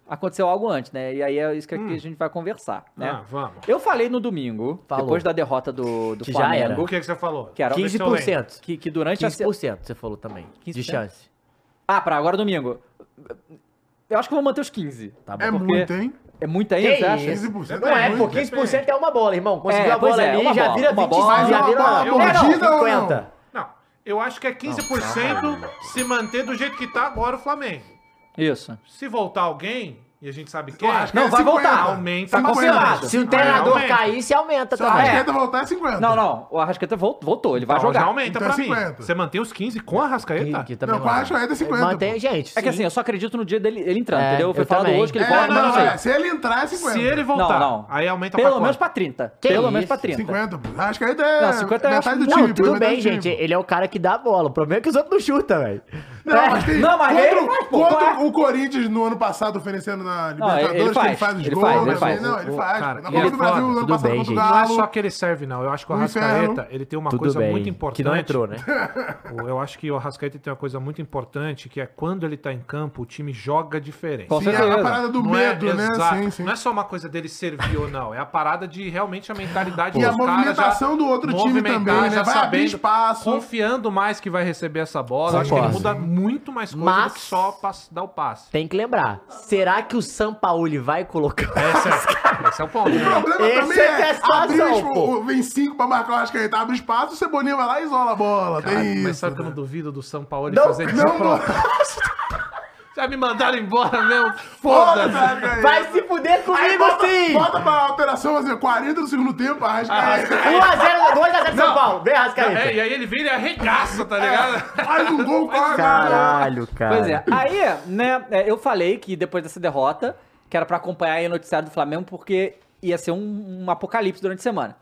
aconteceu algo antes, né, e aí é isso que aqui a gente vai conversar, né.
Ah, vamos.
Eu falei no domingo,
Falou.
depois da derrota do, do
Que já era.
Flamengo,
O que, é que você falou?
que era
15%.
que, que durante a se-
15% você falou também.
15%?
De chance.
Ah, pra agora domingo. Eu acho que eu vou manter os 15.
Tá bom.
É
Porque-
muito, hein?
É muito ainda,
Que
você acha?
isso?
15%
Não é,
muito.
pô, 15% é uma bola, irmão. Conseguiu
É,
a bola
pois é,
ali,
uma
já
bola,
vira
uma
20,
bola,
já
uma
vira
bola,
é,
uma
não,
mordida ou não?
50.
Não, eu acho que é 15% se manter do jeito que tá agora o Flamengo.
Isso.
Se voltar alguém, e a gente sabe quem,
acho que
Não,
é
vai
50.
voltar.
aumenta
Tá
porcentagem.
confirmado.
Se o treinador
Aumenta.
cair, se aumenta
Se a
também.
Arrascaeta voltar, é 50.
Não, não. O Arrascaeta vol- voltou, ele vai
Então, já
jogar.
aumenta
Então é
pra mim.
50.
Você mantém os 15 com a Rascaeta?
Que- tá que também
Não, com a Arrascaeta é 50.
Mantém,
pô.
gente.
É que
sim.
assim, eu só acredito no dia dele ele entrando,
É,
entendeu? Foi
eu
falado
também.
hoje que ele
É,
volta,
não,
mas não
é,
sei.
se ele entrar, é 50.
Se ele
Não,
voltar,
não.
aí aumenta pra
Pelo
quanto?
menos pra 30.
Que
Pelo
isso?
menos pra 30.
50, pô. Arrascaeta é
Não, 50 eu acho
metade
muito,
do time.
Não,
pô,
tudo
metade
bem,
do time.
gente. Ele é o cara que dá a bola. O problema é que os outros não chutam, velho.
Não, mas tem,
É. Não, mas
contra,
ele faz, pô,
contra
qual é?
o Corinthians no ano passado oferecendo na
ele- ele
Libertadores, que ele
faz,
faz os
ele
gols.
faz, ele
mas-
faz.
Não, ele
O-
faz.
cara,
na
ele
Copa do Brasil,
é foda.
no ano
Tudo
passado
bem,
contra o
gente.
Não é
Galo.
só que ele serve, não. Eu acho que o
No
Arrascaeta,
inferno.
ele tem uma
Tudo
coisa
bem.
muito importante.
Que não entrou, né?
Tipo, Eu acho que o Arrascaeta tem uma coisa muito importante, que é quando ele tá em campo, o time joga diferente.
Com
Sim, é
certeza.
a parada do
Não é-
medo, né?
exato.
Sim, sim.
Não é só uma coisa dele servir ou não. É a parada de realmente a mentalidade
E a
dos caras
movimentação
já
do outro time
movimentar,
também, né?
já
Vai abrir espaço.
Confiando mais que vai receber essa bola. Acho que ele
Concordo.
muda muito mais coisa
Mas-
do que só pass- dar o passe.
Tem que lembrar. Será que o Sampaoli vai colocar...
Esse é, esse é o ponto.
O problema
Esse
também
é
é,
que é a situação,
abrir os-
pô.
o- vem cinco pra marcar o Arrascaeta, tá abre espaço, o Cebolinha vai lá e isola a bola. tem
Cara, mas é
isso. né?
sabe que eu não duvido do São Paulo
Não,
fazer isso?
não, não.
Já me mandaram embora mesmo?
Foda-se,
Foda-se!
Arrascaeta.
Vai se fuder
Aí
comigo,
bota,
sim!
bota pra alteração, assim, 40 do segundo tempo, Arrascaeta.
1x0, 2x0 São Paulo. Vem, Arrascaeta.
É, e aí ele vem e arregaça,
É.
tá ligado?
Faz um gol, corre.
Caralho, cara.
Pois é. Aí, né, é, eu falei que depois dessa derrota, que era pra acompanhar aí o noticiário do Flamengo, porque ia ser um, um apocalipse durante a semana.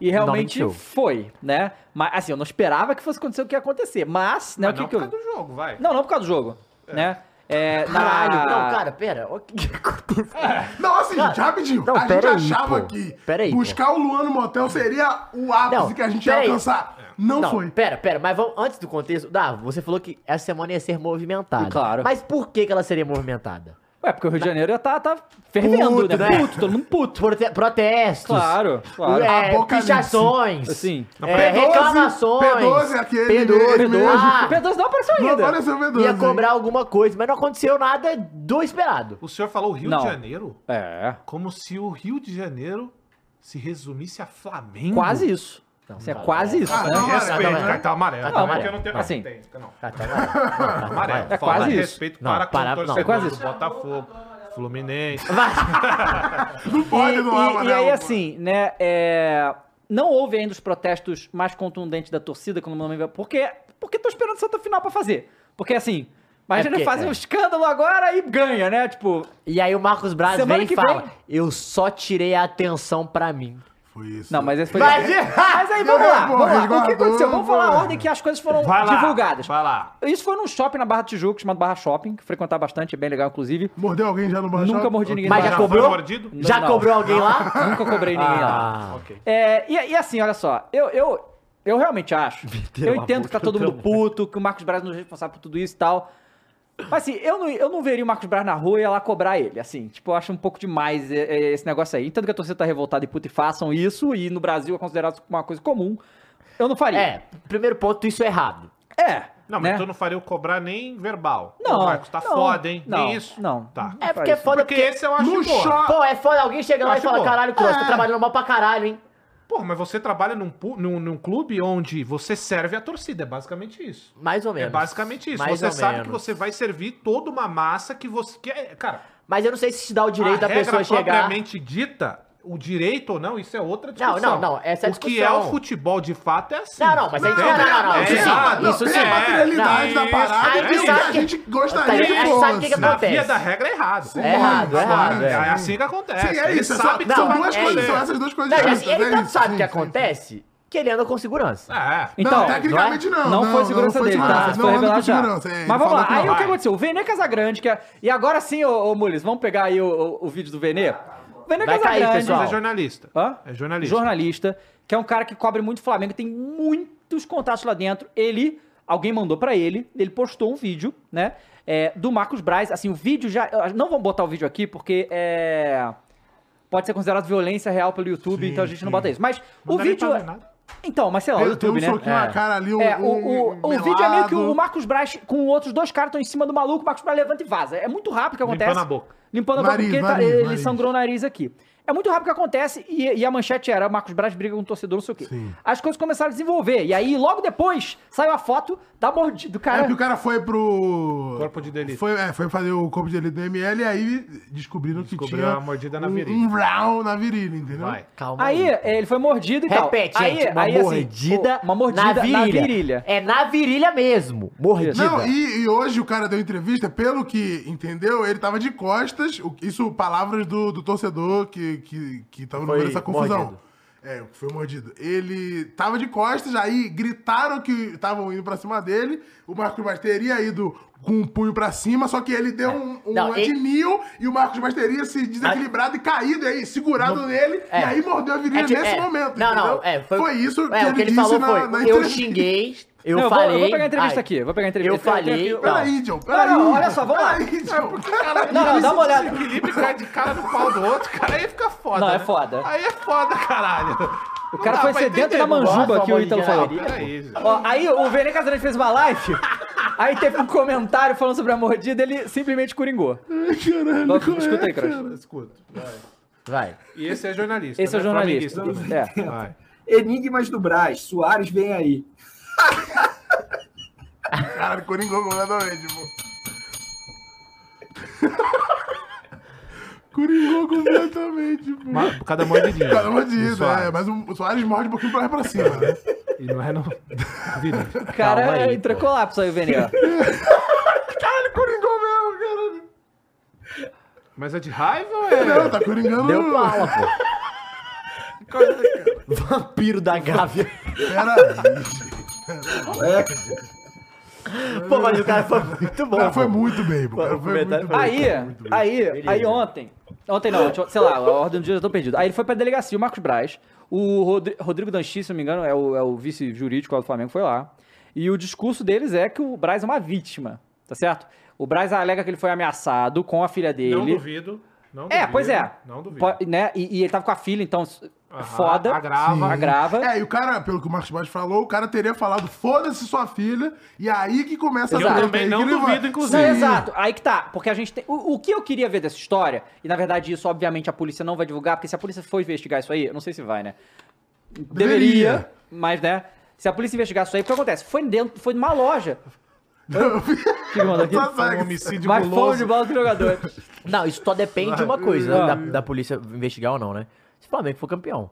E realmente
mentiu.
foi, né? Mas assim, eu não esperava que fosse acontecer o que ia acontecer. Mas, né,
Mas
o que
não
que
por
eu...
causa do jogo, vai.
Não, não por causa do jogo, né? É, na-
Caralho,
Ah.
não, cara, pera. O que aconteceu?
Não, assim, gente, rapidinho.
não,
a gente
peraí,
achava
pô.
que
Peraí, pô.
buscar o Luan no motel seria o ápice
Não,
que a gente ia
peraí.
alcançar. Não, foi.
Pera, pera, mas vamos, antes do contexto, Davo, você falou que essa semana ia ser movimentada.
Claro.
Mas por que, que ela seria movimentada?
Ué, porque o Rio de Janeiro já tá, tá fervendo,
Puto,
né?
né?
Puto, todo mundo puto.
Prote- protestos.
Claro, claro.
É,
Apocalipse.
pichações.
Assim, não,
é,
P12,
reclamações.
P12 é aquele
P12,
ele mesmo.
ah,
O P12 não apareceu
Não
ainda.
apareceu o V12.
ia
hein?
cobrar alguma coisa, mas não aconteceu nada do esperado.
O senhor falou Rio
Não.
de Janeiro?
É,
Como se o Rio de Janeiro se resumisse a Flamengo.
quase isso. Assim, é
tá,
quase isso,
Ah,
né?
não,
Respeito,
Tá amarelo, né?
cartão amarelo.
Cartão
Não,
amarelo.
é que eu não tenho
Assim.
Tem, não.
Tá, tá, vai, tá, tá, vai.
Amarelo.
É
Falta
quase
de
isso.
respeito
Não,
para com
para-
o
não, é
torcedor
quase
do
isso.
Botafogo, Fluminense.
Não pode,
E-
não há
e, e aí, assim, né? é, não houve ainda os protestos mais contundentes da torcida, como o nome porque Porque tô esperando Santa Final pra fazer. Porque, assim, imagina
porque-
fazer
é.
um escândalo agora e ganha, né? Tipo,
E aí o Marcos Braz
Semana
vem
que
e fala:
vem.
Eu só tirei a atenção pra mim.
Foi isso.
não, mas esse foi...
Mas-
é,
Mas aí, vamos lá, vamos lá. O que aconteceu? Vamos falar a ordem que as coisas foram
Vai lá,
divulgadas.
Vai lá.
Isso foi num shopping na Barra do Tijuca, chamado Barra Shopping, que frequentar bastante, é bem legal, inclusive.
Mordeu alguém já no Barra
Nunca
Shopping?
mordi ninguém
Mas
no
já
Barra
cobrou?
Foi mordido?
Shopping.
Já
Não, não.
cobrei alguém lá?
Nunca cobrei ninguém lá.
Ah.
Ok.
É, e, e assim, olha só, eu, eu, eu realmente acho. eu
uma
entendo que tá
boca
todo mundo puto, que o Marcos Braz não é responsável por tudo isso e tal. Mas assim, eu não, eu não veria o Marcos Braz na rua e ia lá cobrar ele, assim. Tipo, eu acho um pouco demais é, é, esse negócio aí. Entendo que a torcida tá revoltada e puta e façam isso, e no Brasil é considerado uma coisa comum. Eu não faria.
É, primeiro ponto, isso é errado.
É,
Não, mas
né?
tu não faria eu cobrar nem verbal.
Não,
Ô, Marcos, tá
não,
foda, hein?
não,
Nem isso?
não.
Tá.
É porque é
isso.
foda
Porque
porque.
esse eu acho
No
boa.
shopping.
Pô, é foda, alguém chega lá e
Acho
fala:
bom.
Caralho, Cross, tá trabalhando mal pra caralho, hein?
Porra, mas você trabalha num, pu- num, num clube onde você serve a torcida, é basicamente isso.
Mais ou menos.
É basicamente isso.
Mais
você
ou
sabe que
menos.
você vai servir toda uma massa que você quer. Cara,
Mas eu não sei se te dá o direito da
a regra é
pessoa chegar.
propriamente dita, o direito ou não, isso é outra discussão.
não, não, essa é a
O que é
discussão.
o futebol de fato é assim.
Não, não, mas aí-
Entendeu?
não, não, não, não,
É
isso sim,
errado.
isso sim.
Tem a materialidade
É, Não,
da parada é
aí tu
que a
sabe que-
gente
Aí
gostaria
tu
que
sabe o que
fosse.
que
Na
acontece.
via da regra é errado.
É errado, é errado,
É
é.
assim que acontece.
Sim, é
Ele
isso. é só-
sabe que
são
não vai
duas coisas,
escolher.
são essas duas coisas
Não,
juntas,
ele
é
tanto
isso.
sabe o
Sim,
que
sim, sim.
acontece que ele anda com segurança.
É.
Então,
não, tecnicamente não.
Não, foi segurança dele,
segurança,
tá?
não
Isso foi
anda com
revelado já.
segurança, é, ele
Mas vamos
falou
lá,
que
aí
não.
o que
vai.
aconteceu? O Vene Casagrande, que é... E agora sim, ô, ô Mules, vamos pegar aí o, o- o vídeo do Vene? O Vene
Vai cair,
Casagrande...
pessoal.
Mas é jornalista.
Hã?
É jornalista.
Jornalista, que é um cara que cobre muito Flamengo, tem muitos contatos lá dentro. Ele, alguém mandou pra ele, ele postou um vídeo, né? é, do Marcos Braz. Assim, o vídeo já. eu Não vamos botar o vídeo aqui, porque é. Pode ser considerado violência real pelo YouTube, então a gente não bota isso. Mas o
dá nem
vídeo.
pra ver nada.
Então, mas sei lá, o
Tem- Tem
YouTube,
um
né?
soquinho na
É.
cara ali, um
É, o, o,
um-
o
um
vídeo é meio que
melado.
o Marcos Braz com outros dois caras estão em cima do maluco, o Marcos Braz levanta e vaza. É muito rápido que acontece.
Limpando a boca.
Limpando a boca,
Nariz,
porque ele, tá-
nariz,
ele
nariz.
sangrou o nariz aqui. É muito rápido que acontece e, e a manchete era Marcos Braz briga com o torcedor, não sei o quê.
Sim.
As coisas começaram a desenvolver. E aí, logo depois, saiu a foto da mordida do
É
cara.
porque o cara foi pro.
Corpo de delito.
Foi, é, foi fazer o corpo de delito do ML e aí descobriram que
Descobriu
tinha.
a mordida na
um-
virilha.
Um round na virilha, entendeu?
Vai.
Calma
Aí, é, ele foi mordido e
Repete,
tal.
gente.
aí,
uma
aí, assim,
mordida,
uma mordida
na virilha.
virilha.
É na virilha mesmo. Mordida.
Não, e, e hoje o cara deu entrevista, pelo que entendeu, ele tava de costas. o- isso, palavras do, do torcedor que, que, que tava no
Foi
meio dessa confusão.
mordido.
É, foi mordido. Ele tava de costas, aí gritaram que estavam indo pra cima dele. O Marcos Braz teria ido com o punho pra cima, só que ele deu um, um
É. Não, ele-
atinil e o Marcos Braz teria se desequilibrado e caído, e aí segurado nele,
é.
e aí mordeu a virilha
É tipo-
nesse
é.
momento.
Não, não,
entendeu?
é,
foi,
foi,
isso que
é,
ele,
o que ele
disse
falou
na,
foi,
na
eu
entrevista.
xinguei, eu
Não, eu vou- eu
falei...
vou pegar a entrevista
ai,
aqui, eu vou pegar a entrevista,
Eu
eu tenho
falei...
aqui-
não.
Peraí, John,
Não,
peraí.
não, olha só, vamos lá. É
Peraí, John, caralho.
Não, não, dá uma olhada.
Felipe cai de cara no pau do outro, cara, aí fica foda.
Não, é
né?
foda.
Aí é foda, caralho.
O cara foi sedento da manjuba
Nossa,
que o Ítalo
mordida na
falou.
virilha.
Peraí, gente.
Ó, aí o Vene Casagrande fez uma live, aí teve um comentário falando sobre a mordida, ele simplesmente coringou. Nossa,
é,
Escuta aí, Crush.
Escuta.
Vai.
E esse é jornalista.
Esse é
né?
jornalista.
Flamenguista
É.
também. Vai.
Enigmas do Brás, Soares vem aí.
Caralho, né, Coringou completamente, pô.
né,
Coringou completamente, pô.
Mas por cada um é mordidinha.
Cada uma
Do
disso,
Soares.
é. Mas o o Soares morde um pouquinho pra lá e pra cima, né?
E não é no... Vinícius.
O cara
Calma aí,
entrou em
pô.
colapso aí, o Vene. ó.
Caralho, Coringou mesmo, caralho.
Mas é de raiva ou é?
Não, tá coringando.
Deu pala, pô. Vampiro da Gávea.
Pera
Pô, mas o cara foi muito Tá bom.
O cara foi
pô.
muito bem, pô. O cara foi muito bem.
Aí, aí, aí ontem. Ontem não, tipo, sei lá, a ordem do dia eu tô perdido. Aí ele foi pra delegacia, o Marcos Braz, o Rodri- Rodrigo Danchi, se não me engano, é o, é o vice jurídico lá do Flamengo, foi lá. E o discurso deles é que o Braz é uma vítima, tá certo? O Braz alega que ele foi ameaçado com a filha dele.
Não duvido. Não
É,
duvido,
pois é.
Não duvido.
Po- né? e, e ele tava com a filha, então s-
Aham,
foda.
agrava.
Sim. Agrava.
É, e o cara, pelo que o Marcos Baixo falou, o cara teria falado, foda-se sua filha, e é aí que começa
Eu
Exato.
treta
também
aí
não
que ele vai-
duvido,
Não,
inclusive.
exato. Aí que tá. Porque a gente tem. O, o que eu queria ver dessa história, e na verdade isso, obviamente, a polícia não vai divulgar, porque se a polícia for investigar isso aí, eu não sei se vai, né? Deveria,
Deveria.
mas né? Se a polícia investigar isso aí, o que acontece? Foi dentro, foi numa loja. O que que mandou aqui?
Só
Foi um
segue.
homicídio
Mas foi de
guloso.
bola do jogador.
Não, isso só depende de uma coisa, da, da polícia investigar ou não, né? Se o Flamengo for campeão.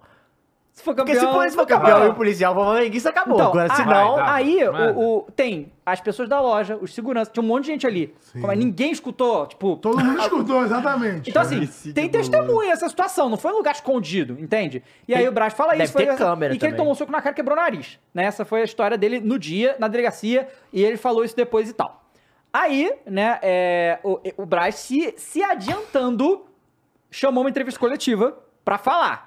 Se for
Porque se
campeão.
o polícia for campeão
vai.
e o policial for flamenguista, acabou.
Então,
Agora,
a-
se não...
Vai, dá.
aí
Vai.
o, o- tem as pessoas da loja, os seguranças, tinha um monte de gente ali. Como é, ninguém escutou, tipo.
Todo mundo escutou, exatamente.
Então, assim,
é
tem testemunha essa situação, não foi um lugar escondido, entende? E aí o Braz fala
Deve
isso. foi
ter
essa-
câmera
e que ele
também.
tomou um soco na cara e quebrou o nariz. Né? Essa foi a história dele no dia, na delegacia, e ele falou isso depois e tal. Aí, né, é, o, o Braz se, se adiantando, chamou uma entrevista coletiva pra falar.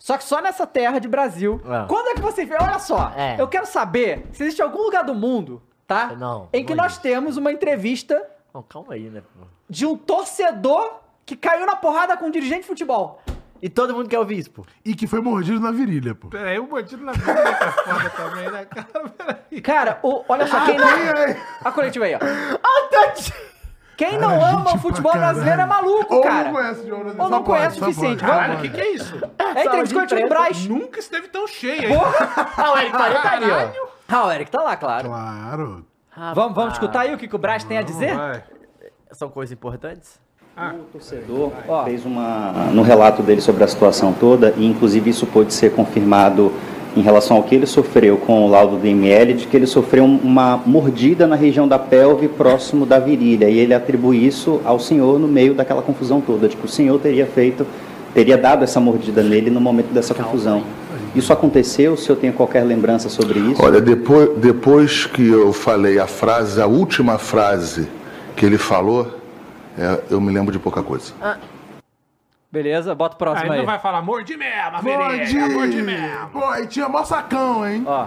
Só que só nessa terra de Brasil.
Ah.
Quando é que você vê? Olha só,
É.
eu quero saber se existe algum lugar do mundo, tá?
Não,
Em que
não
nós temos uma entrevista
Não, calma aí, né? pô.
de um torcedor que caiu na porrada com um dirigente de futebol.
E todo mundo quer ouvir isso, pô.
E que foi mordido na virilha, pô.
Peraí, o bandido na vida tá foda também, né, cara? Peraí.
Cara, o- olha só,
Ah,
quem não. A coletiva aí, ó. Quem não ama o
tá gente
futebol
pra
brasileiro é maluco,
Ou
cara.
não conhece de ouro, né?
Ou
Só
não conhece
pode,
o
só
suficiente.
pode.
Cara, o
Vamos.
que que é isso?
É a entrevista coletiva do Braz.
Nunca esteve tão cheio aí.
Porra!
Ah, o Eric Faria tá ali, ó. Ah,
Caralho.
Ah, o Eric tá lá, claro.
Claro.
Vamos, vamos escutar aí o que, que o Braz tem a dizer?
Vai.
São coisas importantes?
O torcedor fez uma no relato dele sobre a situação toda e inclusive isso pôde ser confirmado em relação ao que ele sofreu com o laudo do ML de que ele sofreu um, uma mordida na região da pelve próximo da virilha e ele atribui isso ao senhor no meio daquela confusão toda, de que o senhor teria feito teria dado essa mordida nele no momento dessa confusão. Isso aconteceu? Se eu tenho qualquer lembrança sobre isso?
Olha, depois, depois que eu falei a frase, a última frase que ele falou, é, eu me lembro de pouca coisa.
Ah, Beleza, bota o próximo
Aí
aí.
não vai falar morde mesmo,
Morde!
virilha, morde mesmo.
Pô, aí tinha mó sacão, hein?
Ó,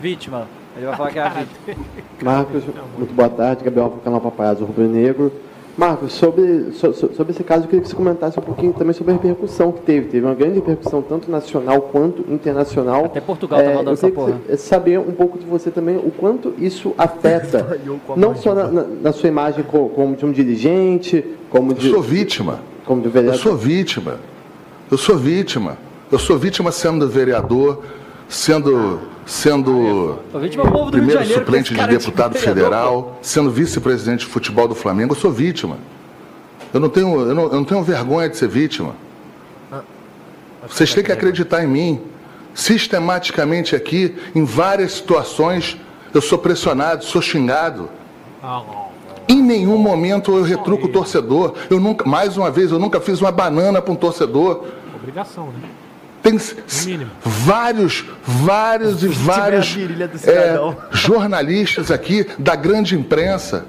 vítima. Ele vai falar que é a vítima.
Marcos, muito boa tarde. Gabriel do canal Paparazzo Rubro Negro. Marcos, sobre, so- so- sobre esse caso, eu queria que você comentasse um pouquinho também sobre a repercussão que teve. Teve uma grande repercussão, tanto nacional quanto internacional.
Até Portugal tá rodando
eu queria
essa
que você- eh, saber um pouco de você também, o quanto isso afeta, não só na, na- na sua imagem co- como, de um dirigente, como
Eu
de,
sou vítima.
como de um
Eu
vereador.
sou vítima. Eu sou vítima. Eu sou vítima sendo vereador, sendo. sendo.
Ô, vítima é o povo do Rio de
primeiro
Janeiro. que
suplente
esse
de
cara é
deputado
vereador, pô.
federal, sendo vice-presidente de futebol do Flamengo, eu sou vítima. Eu não tenho, eu não, eu não tenho vergonha de ser vítima. Vocês têm que acreditar em mim. Sistematicamente aqui, em várias situações, eu sou pressionado, sou xingado.
Ah,
Em nenhum momento eu retruco o torcedor. Eu nunca, mais uma vez, eu nunca fiz uma banana para um torcedor.
Obrigação, né?
Tem s- s-
mínimo.
vários, vários e vários
virilha do
é,
cidadão.
jornalistas aqui da grande imprensa,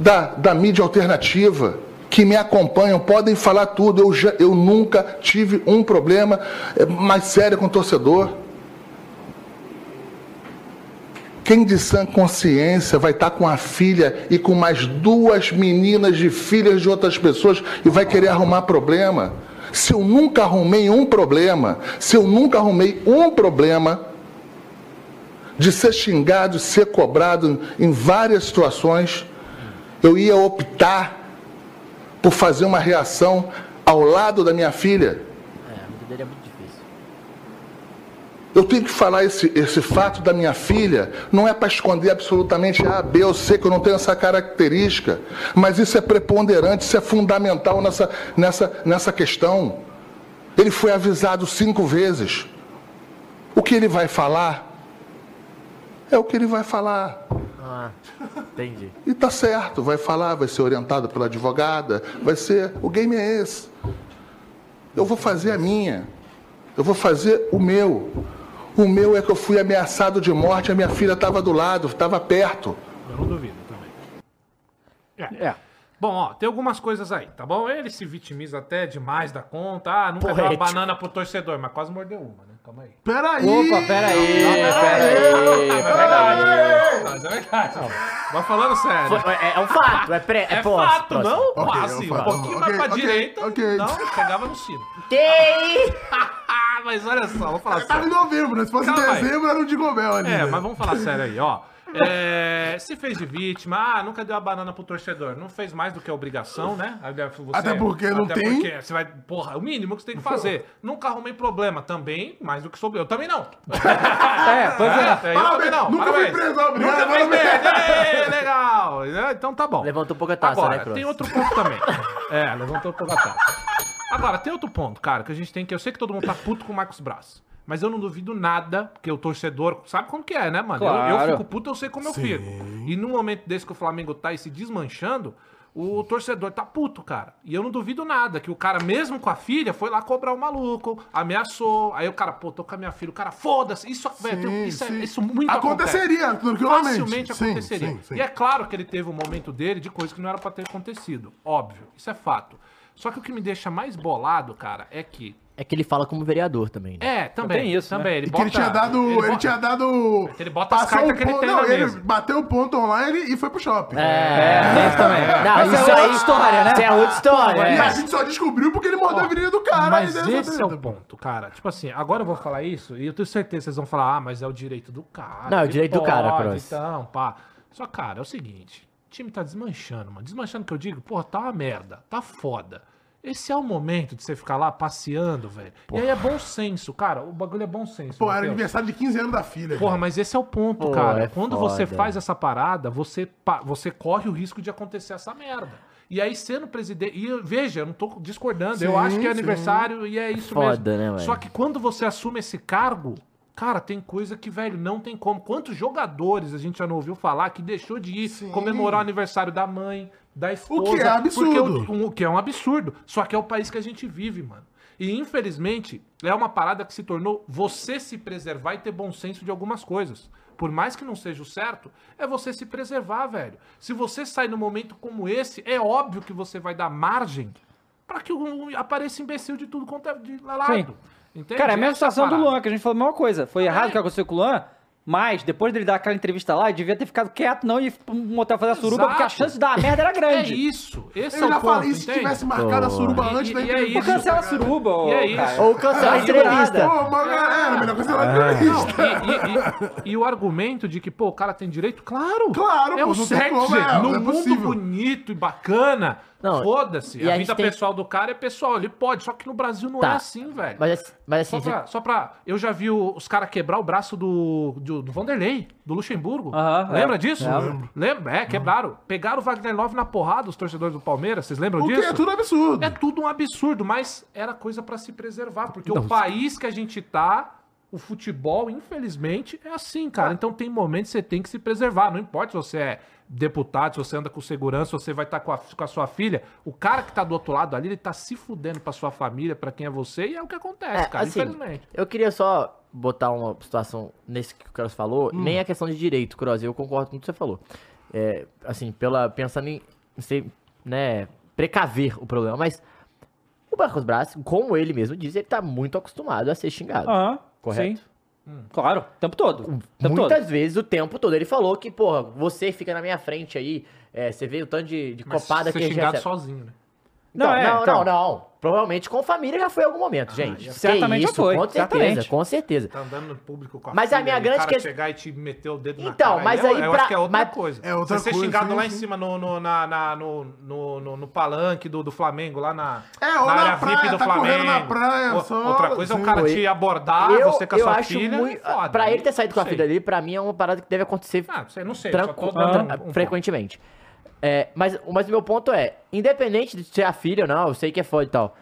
da, da mídia alternativa, que me acompanham, podem falar tudo. Eu, já, eu nunca tive um problema é, mais sério com o torcedor. Quem de sã consciência vai estar com a filha e com mais duas meninas de filhas de outras pessoas e vai querer arrumar problema? Se eu nunca arrumei um problema, se eu nunca arrumei um problema de ser xingado, ser cobrado em várias situações, eu ia optar por fazer uma reação ao lado da minha filha.
É, a vida dele é muito difícil.
Eu tenho que falar esse, esse fato da minha filha, não é para esconder absolutamente A, B ou C, que eu não tenho essa característica, mas isso é preponderante, isso é fundamental nessa, nessa, nessa questão. Ele foi avisado cinco vezes. O que ele vai falar é o que ele vai falar.
Ah, Entendi.
E tá certo, vai falar, vai ser orientado pela advogada, vai ser. O game é esse. Eu vou fazer a minha. Eu vou fazer o meu. O meu é que eu fui ameaçado de morte, a minha filha estava do lado, estava perto.
Eu não duvido também. É. Bom, ó, tem algumas coisas aí, tá bom? Ele se vitimiza até demais da conta. Ah, nunca deu uma
Poético.
banana pro torcedor, mas quase mordeu uma, né? Calma aí.
Peraí!
Opa, pera aí, pera aí,
É verdade. Mas é verdade. Vai falando sério.
Foi- é, é um fato, é pré. É,
É
próximo,
fato,
próximo.
não?
Ok,
Quase.
é um
um
fato.
pouquinho
Ok,
mais pra
ok,
direita.
ok.
Não, chegava no sino.
Tem!
Ah, mas olha só, vou falar
Tá
Tava em
sério.
novembro, né? Se fosse em
Calma aí.
dezembro, era um de Gobel ali.
É,
né?
mas vamos falar sério aí, ó. É, se fez de vítima, ah, nunca deu a banana pro torcedor. Não fez mais do que a obrigação, né? Aliás, você-
Até porque não tem.
porque você vai, porra, é o mínimo que você tem que fazer. Nunca arrumei problema também, mais do que sobre. Eu também não.
É, pois é.
eu
Parabéns, nunca fui
parabéns.
preso, obrigado,
Nunca fez
parabéns.
merda. Ê, É, legal. Né? Então tá bom.
Levantou um pouco a taça,
Agora,
né, Cross?
tem outro ponto também. É, levantou um pouco a taça. Agora, tem outro ponto, cara, que a gente tem que. Eu sei que todo mundo tá puto com o Marcos Braz. Mas eu não duvido nada, porque o torcedor. Sabe como que é, né, mano? Eu- Eu,
Claro.
fico puto, eu sei como eu fico. E num momento desse que o Flamengo tá aí se desmanchando, o torcedor tá puto, cara. E eu não duvido nada, que o cara, mesmo com a filha, foi lá cobrar o maluco, ameaçou. Aí o cara, pô, tô com a minha filha. O cara, foda-se. Isso, velho, isso, é-
sim.
isso muito acontece
Aconteceria, tranquilamente.
facilmente
Sim,
aconteceria.
sim, sim.
E é claro que ele teve um momento dele de coisa que não era pra ter acontecido. Óbvio, isso é fato. Só que o que me deixa mais bolado, cara, é que.
É que ele fala como vereador também, né?
É, também.
Tem isso, né?
também.
E
Ele
que
bota,
ele tinha dado. Ele,
bota-
tinha dado.
que ele bota as
passou
cartas
o
que ele
ponto-
tem
Não,
na
ele
mesa.
bateu o ponto online e foi pro shopping.
É, tem isso também. Não,
Mas é
isso
outra
aí-
história, né?
Isso é outra história.
E a
é.
gente só descobriu porque ele mordeu a virilha do cara.
Mas
e dessa
esse é
vez-
o ponto, cara. Tipo assim, agora eu vou falar isso e eu tenho certeza que vocês vão falar, ah, mas é o direito do cara.
Não, é o
ele
direito do cara,
pode,
Cross.
Então, pá. Só, cara, é o seguinte. O time tá desmanchando, mano. Desmanchando que eu digo, porra, tá uma merda. Tá foda. Esse é o momento de você ficar lá passeando, velho. E aí é bom senso, cara. O bagulho é bom senso.
Pô, era
Matheus.
aniversário de 15 anos da filha.
Porra, mas esse é o ponto,
Pô,
cara.
é
Quando
foda.
você faz essa parada, você, pa- você corre o risco de acontecer essa merda. E aí, sendo presidente. E veja, eu não tô discordando.
Sim,
eu acho que é
sim.
aniversário e é isso
Foda,
mesmo.
né, velho?
Só que quando você assume esse cargo, cara, tem coisa que, velho, não tem como. Quantos jogadores a gente já não ouviu falar que deixou de ir comemorar o aniversário da mãe, da esposa?
que é
porque
absurdo.
o- um- o que é um absurdo. Só que é o país que a gente vive, mano. E infelizmente, é uma parada que se tornou você se preservar e ter bom senso de algumas coisas. Por mais que não seja o certo, é você se preservar, velho. Se você sai num momento como esse, é óbvio que você vai dar margem pra que um, apareça imbecil de tudo quanto é de lado.
Sim.
Entende?
Cara, é a mesma
Essa
situação do
parada.
Luan, que a gente falou a mesma coisa. Foi errado o que aconteceu com o Luan, mas depois dele dar aquela entrevista lá, ele devia ter ficado quieto, não ir pra um motel fazer a suruba,
Exato.
porque a chance da merda era grande.
É isso. Esse
Eu
é o
já
ponto,
falei, e se
entende?
tivesse marcado a suruba
E-
antes né, da
e é
entrevista?
isso,
Cancela a suruba, ô,
E é
cara.
isso.
Ou cancela a entrevista.
Pô, mas galera, melhor cancelar a entrevista.
Não, e, e- e- e o argumento de que, pô, o cara tem direito? Claro!
Claro,
é
pô, não
o
tem
sexo,
como, é,
no
não é
mundo
possível.
bonito e bacana.
Não,
Foda-se.
e
A,
a gente
vida
tem-
pessoal do cara é pessoal, ele pode, só que no Brasil não
Tá.
é assim, velho.
Mas, assim- mas assim,
Só pra, só pra- Eu já vi o- os caras quebrar o braço do, do, do Vanderlei, do Luxemburgo.
Aham,
Lembra
é.
disso?
Lembro.
Lembra? É, quebraram. Pegaram o Wagner Love na porrada, os torcedores do Palmeiras. Vocês lembram
O que
disso?
é tudo absurdo.
É tudo um absurdo, mas era coisa pra se preservar, porque
Não,
o
se-
país que a gente tá, o futebol, infelizmente, é assim, cara. Então tem momentos que você tem que se preservar. Não importa se você é deputado, se você anda com segurança, se você vai estar com, a, com a sua filha. O cara que tá do outro lado ali, ele tá se fudendo pra sua família, pra quem é você, e é o que acontece,
É,
cara,
assim,
infelizmente.
Eu queria só botar uma situação nesse que o Cross falou, nem a questão de direito, Cross, eu concordo com o que você falou. É, assim, pela, pensando em ser, né, precaver o problema, mas o Marcos Braz, como ele mesmo diz, ele tá muito acostumado a ser xingado.
Ah,
Aham,
Correto.
Sim. Claro, o tempo todo. o
tá
tempo
Muitas
todo.
vezes, o tempo todo, ele falou que, porra, você fica na minha frente aí, é, você vê o tanto de, de
Mas
copada que
ser
a gente
xingado
recebe.
sozinho, né?
Então,
Não,
não,
é,
não,
então.
não, Provavelmente com família já foi em algum momento, gente.
certamente
Que
já foi,
Com certeza,
certamente.
com certeza.
Tá andando no público com a
Mas a
filha
minha
e o
grande
cara
questão-
chegar e te meter o dedo na
Então,
cara,
mas
é-
aí
eu
pra-
acho que é outra
mas-
coisa.
É outra
Você ser
coisa,
xingado
sim,
lá em
sim.
cima no, no, na, na- no, no, no, no palanque do, do Flamengo, lá na,
É, ou na
área
praia,
VIP do
tá
Flamengo.
correndo na praia,
O-
só, assim.
outra coisa é o
sim.
cara
Pô,
te abordar,
eu,
Ah, você com a
eu
sua
acho
filha.
muito.
é foda,
pra
né?
ele ter saído com a
Sei.
filha ali, pra mim é uma parada que deve acontecer
Ah, não sei, não sei.
tranqu- Ah,
só tô dando
tra-
um- um-
frequentemente. É, mas, mas o meu ponto é, independente de ser a filha ou não, eu sei que é foda e tal.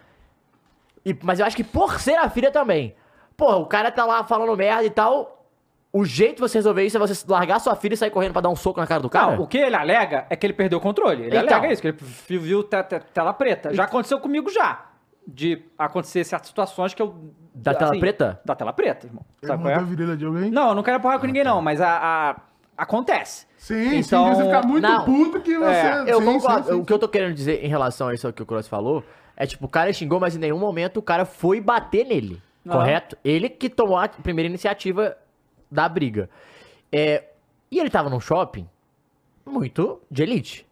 E- mas eu acho que por ser a filha também. Porra, o cara tá lá falando merda e tal. O jeito de você resolver isso é você largar sua filha e sair correndo pra dar um soco na cara do cara.
Não, o que ele alega é que ele perdeu o controle. Ele
Então.
alega isso, que ele viu- viu te- te- tela preta. Já aconteceu comigo já. De acontecer certas situações que eu. assim,
Da tela preta?
Da tela preta, irmão.
Ele
Sabe qual é?
mordeu a virilha de alguém?
Não, eu não quero porrada
Ah,
com ninguém,
tá.
não, mas a. a- Acontece.
Sim,
Então,
sim, você fica muito
não.
puto que você...
É,
Eu
sim,
concordo.
sim, sim,
O que eu tô querendo dizer em relação a isso que o Cross falou é tipo, o cara xingou, mas em nenhum momento o cara foi bater nele.
Aham.
Correto? Ele que tomou a primeira iniciativa da briga. É, e ele tava num shopping muito de elite.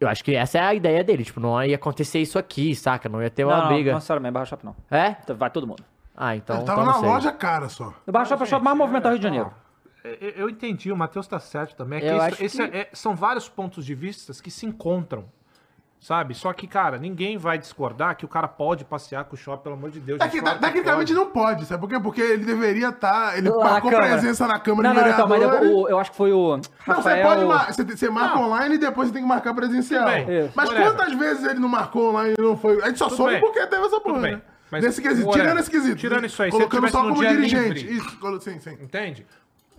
Eu acho que essa é a ideia dele. Tipo, não ia acontecer isso aqui, saca? Não ia ter uma
não,
briga.
Não, não, sério, mesmo, barra shop não.
É?
Vai todo mundo.
Ah, então.
Ele tava
então
na
não sei.
loja cara só.
No barra shop é o shopping mais movimentado do Rio de Janeiro.
Eu, eu entendi, o Matheus tá certo também. É que
Eu
isso-
acho
esse
que-
é- são vários pontos de vista que se encontram. Sabe? Só que, cara, ninguém vai discordar que o cara pode passear com o shopping, pelo amor de Deus.
É
gente,
que,
claro que
tecnicamente
pode.
não pode, sabe por quê? Porque ele deveria estar... é, ele
Lá na
marcou
Câmara.
presença na Câmara
Ah, Não,
de
não, então, mas
Vereadores.
eu, o- eu acho que foi o.
Não,
Rafael...
você pode mar... você, você marca online e depois você tem que marcar presencial.
Tudo bem.
Mas
Whatever.
quantas vezes ele não marcou online e não foi? A gente só
Tudo
soube
bem.
porque teve essa porra.
Tudo bem.
né?
Mas
Nesse quesito,
whatever.
tirando esse quesito.
Tirando isso aí, se
colocando
ele
só
tivesse num
como
dia
dirigente.
livre.
Isso, colo- sim, sim.
Entende?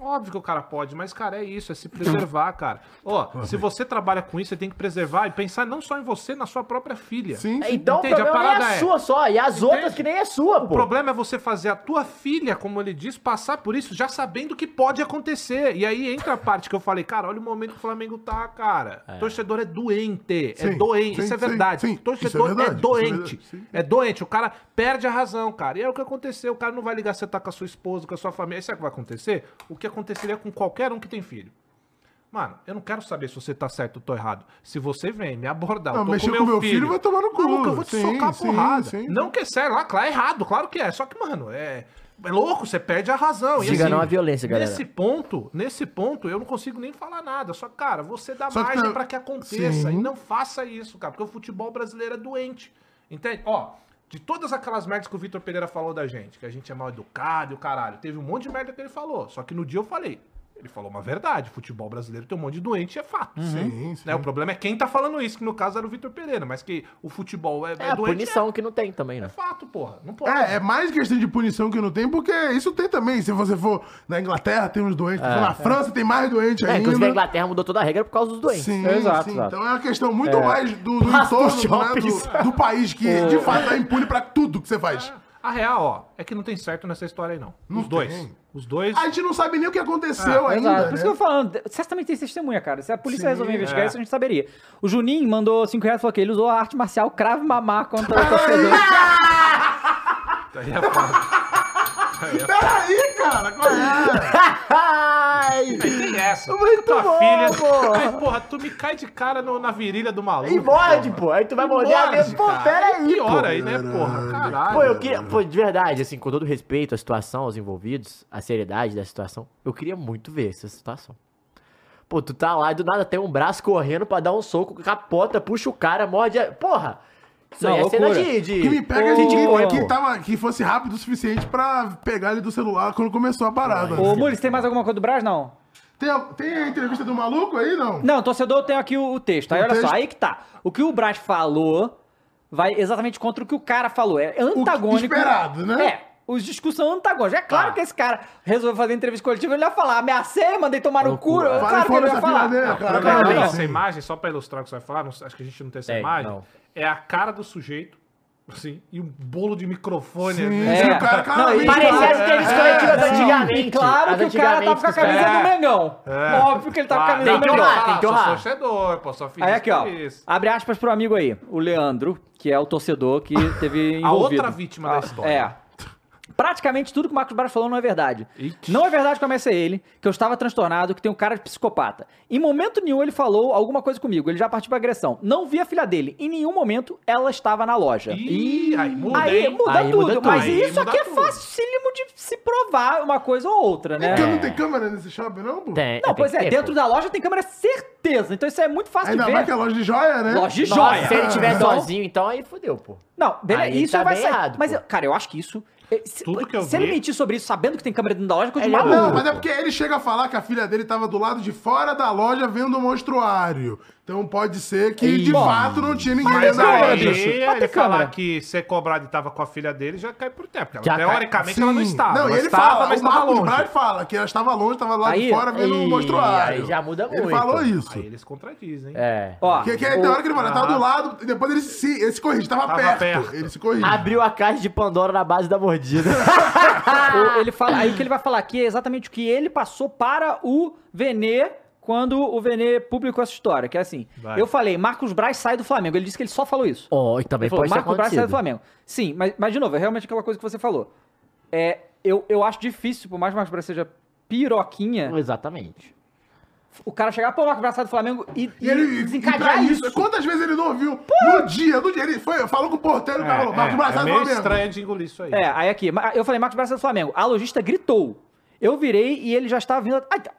Óbvio que o cara pode, mas, cara, é isso, é se preservar, cara. Ó,
Uhum.
se você trabalha com isso, você tem que preservar e pensar não só em você, na sua própria filha.
Sim, sim.
Então
Entende?
o
A
problema nem
parada
é
é-
a sua só. E as outras que nem é sua, pô.
O problema é você fazer a tua filha, como ele diz, passar por isso já sabendo que pode acontecer. E aí entra a parte que eu falei, cara, olha o momento que o Flamengo tá, cara. Torcedor é doente, é
Sim,
doente,
sim,
isso é
sim,
verdade.
sim.
Torcedor
Isso é
é,
verdade, isso é
doente.
verdade, sim.
É doente, o cara perde a razão, cara. E é o que aconteceu, o cara não vai ligar se você tá com a sua esposa, com a sua família. Isso é o que vai acontecer? O que aconteceria com qualquer um que tem filho. Mano, eu não quero saber se você tá certo ou tô errado. Se você vem me abordar,
Não,
eu tô
mexer
com meu,
com meu filho, vai tomar no cu.
Maluco, eu vou te
Sim,
socar a
sim,
porrada.
sim.
Não que é sério, lá, claro, é errado, claro que é. Só que, mano, é, é louco, você perde a razão. E, assim,
Diga não à violência, galera.
Nesse ponto, nesse ponto, eu não consigo nem falar nada. Só que, cara, você dá
Só que
margem
tá-
pra que aconteça.
Sim.
E não faça isso, cara, porque o futebol brasileiro é doente. Entende? Ó, de todas aquelas merdas que o Vitor Pereira falou da gente, que a gente é mal educado e o caralho, teve um monte de merda que ele falou. Só que no dia eu falei, Ele falou uma verdade. Futebol brasileiro tem um monte de doente, é fato.
Uhum. Sim,
Né? O problema é quem tá falando isso, que no caso era o Vitor Pereira, mas que o futebol é,
É, a
doente.
punição que não tem também, né? É
fato, porra. Não pode.
É, é mais questão de punição que não tem, porque isso tem também. Se você for na Inglaterra, tem uns doentes.
É.
na França, tem mais doente
É,
ainda.
inclusive a Inglaterra mudou toda a regra por causa dos doentes.
né? Sim,
exato,
sim.
exato.
Então é uma questão muito
É.
mais do, do
Passa os
entorno, né,
shoppings.
do, do país que,
É.
de fato, é impune pra tudo que você faz.
A real, ó, é que não tem certo nessa história aí, não. Os dois. Os dois.
A gente não sabe nem o que aconteceu
Ah,
ainda,
É. exato.
né?
Por É, isso que eu tô falando, certamente tem testemunha, cara. Se a polícia
Sim,
resolver investigar
é.
isso, a gente saberia. O Juninho mandou 5 reais e falou que ele usou a arte marcial cravo mamá contra
Ah,
o torcedor.
Aí é foda. Aí é foda.
Peraí, cara, qual é?
Aí tem essa.
Muito
tua
bom,
filha.
pô.
Aí, porra, tu me cai de cara no- na virilha do maluco.
E morde, pô. Aí tu vai morder a mesma. Pô, pera aí, pô.
Pior aí, né, porra? Caralho.
Pô, eu queria. Pô, de verdade, assim, com todo o respeito à situação, aos envolvidos, à seriedade da situação, eu queria muito ver essa situação. Pô, tu tá lá e do nada tem um braço correndo pra dar um soco, capota, puxa o cara, morde. A... Porra! Isso aí
Não,
é cena
loucura.
de. de...
Que me pega
Ô,
de
ô,
que, que,
ô.
tava, que fosse rápido o suficiente pra pegar ele do celular quando começou a parada.
Ô, Mules, tem mais alguma coisa do Brás? Não.
Tem a, tem a entrevista do maluco aí, não?
Não, torcedor, eu tenho aqui o, o texto. Aí
O
olha
texto?
só, aí que tá. O que o Brás falou vai exatamente contra o que o cara falou. É antagônico.
esperado, né?
É. Os discursos são antagônicos. É claro que esse cara resolveu fazer entrevista coletiva, ele ia falar, ameacei, mandei tomar no cu.
Loucura.
É
Fala
Claro que
fora
ele ia
dessa
falar.
né?
filha dele, cara.
claro
Tem
não.
essa imagem, só pra ilustrar o que você vai falar, não- acho que a gente não tem essa
Tem,
imagem.
não.
É a cara do sujeito, assim, e um bolo de microfone
Sim,
ali.
sim,
É.
o cara, cara,
e-
Parecia as
É,
entrevistas coletivas
não,
antigamente.
E claro
As
que o cara tava com a
antigamente que os
camisa
caras-
do Mengão.
É.
Óbvio que ele tá tava com a
Ah,
camisa
não,
do
tem que
Mengão.
honrar,
honrar,
tem que
Sou
honrar.
torcedor, pô, só fiz
Aí
isso
aqui, ó.
por é isso.
Abre aspas pro amigo aí, o Leandro, que é o torcedor que teve envolvido.
A outra vítima da
Ah,
história.
É. Praticamente tudo que o Marcos Braz falou não é verdade.
Ixi.
Não é verdade que eu comecei ele, que eu estava transtornado, que tem um cara de psicopata. Em momento nenhum ele falou alguma coisa comigo, ele já partiu pra agressão. Não vi a filha dele, em nenhum momento ela estava na loja.
Ih, aí muda,
Aí
hein?
muda
Aí
tudo,
muda tudo.
mas
Aí
isso
muda
aqui é
tudo.
facílimo de se provar uma coisa ou outra, né?
Porque não tem câmera nesse shopping, não, pô?
Tem,
Não,
tem
pois
que
é,
ter,
dentro
pô.
da loja tem câmera certeza, então isso é muito fácil
Ainda
de
mais
ver.
que é loja de joia, né?
Loja de
Nossa,
joia.
se ele tiver
Então-
sozinho, então aí fudeu, pô.
Não, beleza,
Aí
isso
tá
vai
bem
ser.
errado,
mas,
pô.
eu- cara, eu acho que isso. eh, Se,
Tudo que eu
se ele
vi-
mentir sobre isso sabendo que tem câmera dentro da loja, é coisa de
Ele
Ah,
é
maluco.
Não, mas é porque ele chega a falar que a filha dele tava do lado de fora da loja vendo o monstruário. Então pode ser que de
Bom,
fato não tinha ninguém
Mas
dentro da
câmera,
aí,
loja.
bicho. Bota
ele
câmera.
falar que ser cobrado e tava com a filha dele já cai por tempo. porque
Já
Ela,
cai.
teoricamente ela não
Sim.
estava.
Não,
ela
e ele
estava,
fala,
mas
o
tava
Marcos
longe.
Braz fala que ela estava longe, estava lá
Aí,
de fora vendo o
Ih,
monstruário.
Aí já muda muito.
Ele falou isso.
Aí ah. eles contradizem.
É.
Ó,
Que, que é da hora que ele fala, tava do lado, e depois ele se, ele se corrige, tava,
Tava
perto.
perto.
Ele se corrige.
Abriu a caixa de Pandora na base da mordida.
o- ele fala, aí o que ele vai falar aqui é exatamente o que ele passou para o Venê quando o Venê publicou essa história, que é assim.
Vai.
Eu falei, Marcos Braz sai do Flamengo. Ele disse que ele só falou isso.
Ó, e também
Ele falou,
pode ser
Marcos Braz sai do
acontecido.
Flamengo. Sim, mas, mas de novo, é realmente aquela coisa que você falou. É, eu, eu acho difícil, por mais que o Marcos Braz seja piroquinha,
Exatamente.
o cara chegar, pô, Marcos Braz sai do Flamengo e,
E ele e pra é
desencadear isso.
Quantas vezes ele não ouviu? No dia, no dia. Ele foi, falou com o porteiro, o cara falou, Marcos Braz,
é, é
sai do
meio
Flamengo.
estranho de engolir isso aí.
É, aí aqui, ma- eu falei, Marcos Braz é do Flamengo. A lojista gritou. Eu virei e ele já estava vindo. Ai, tá.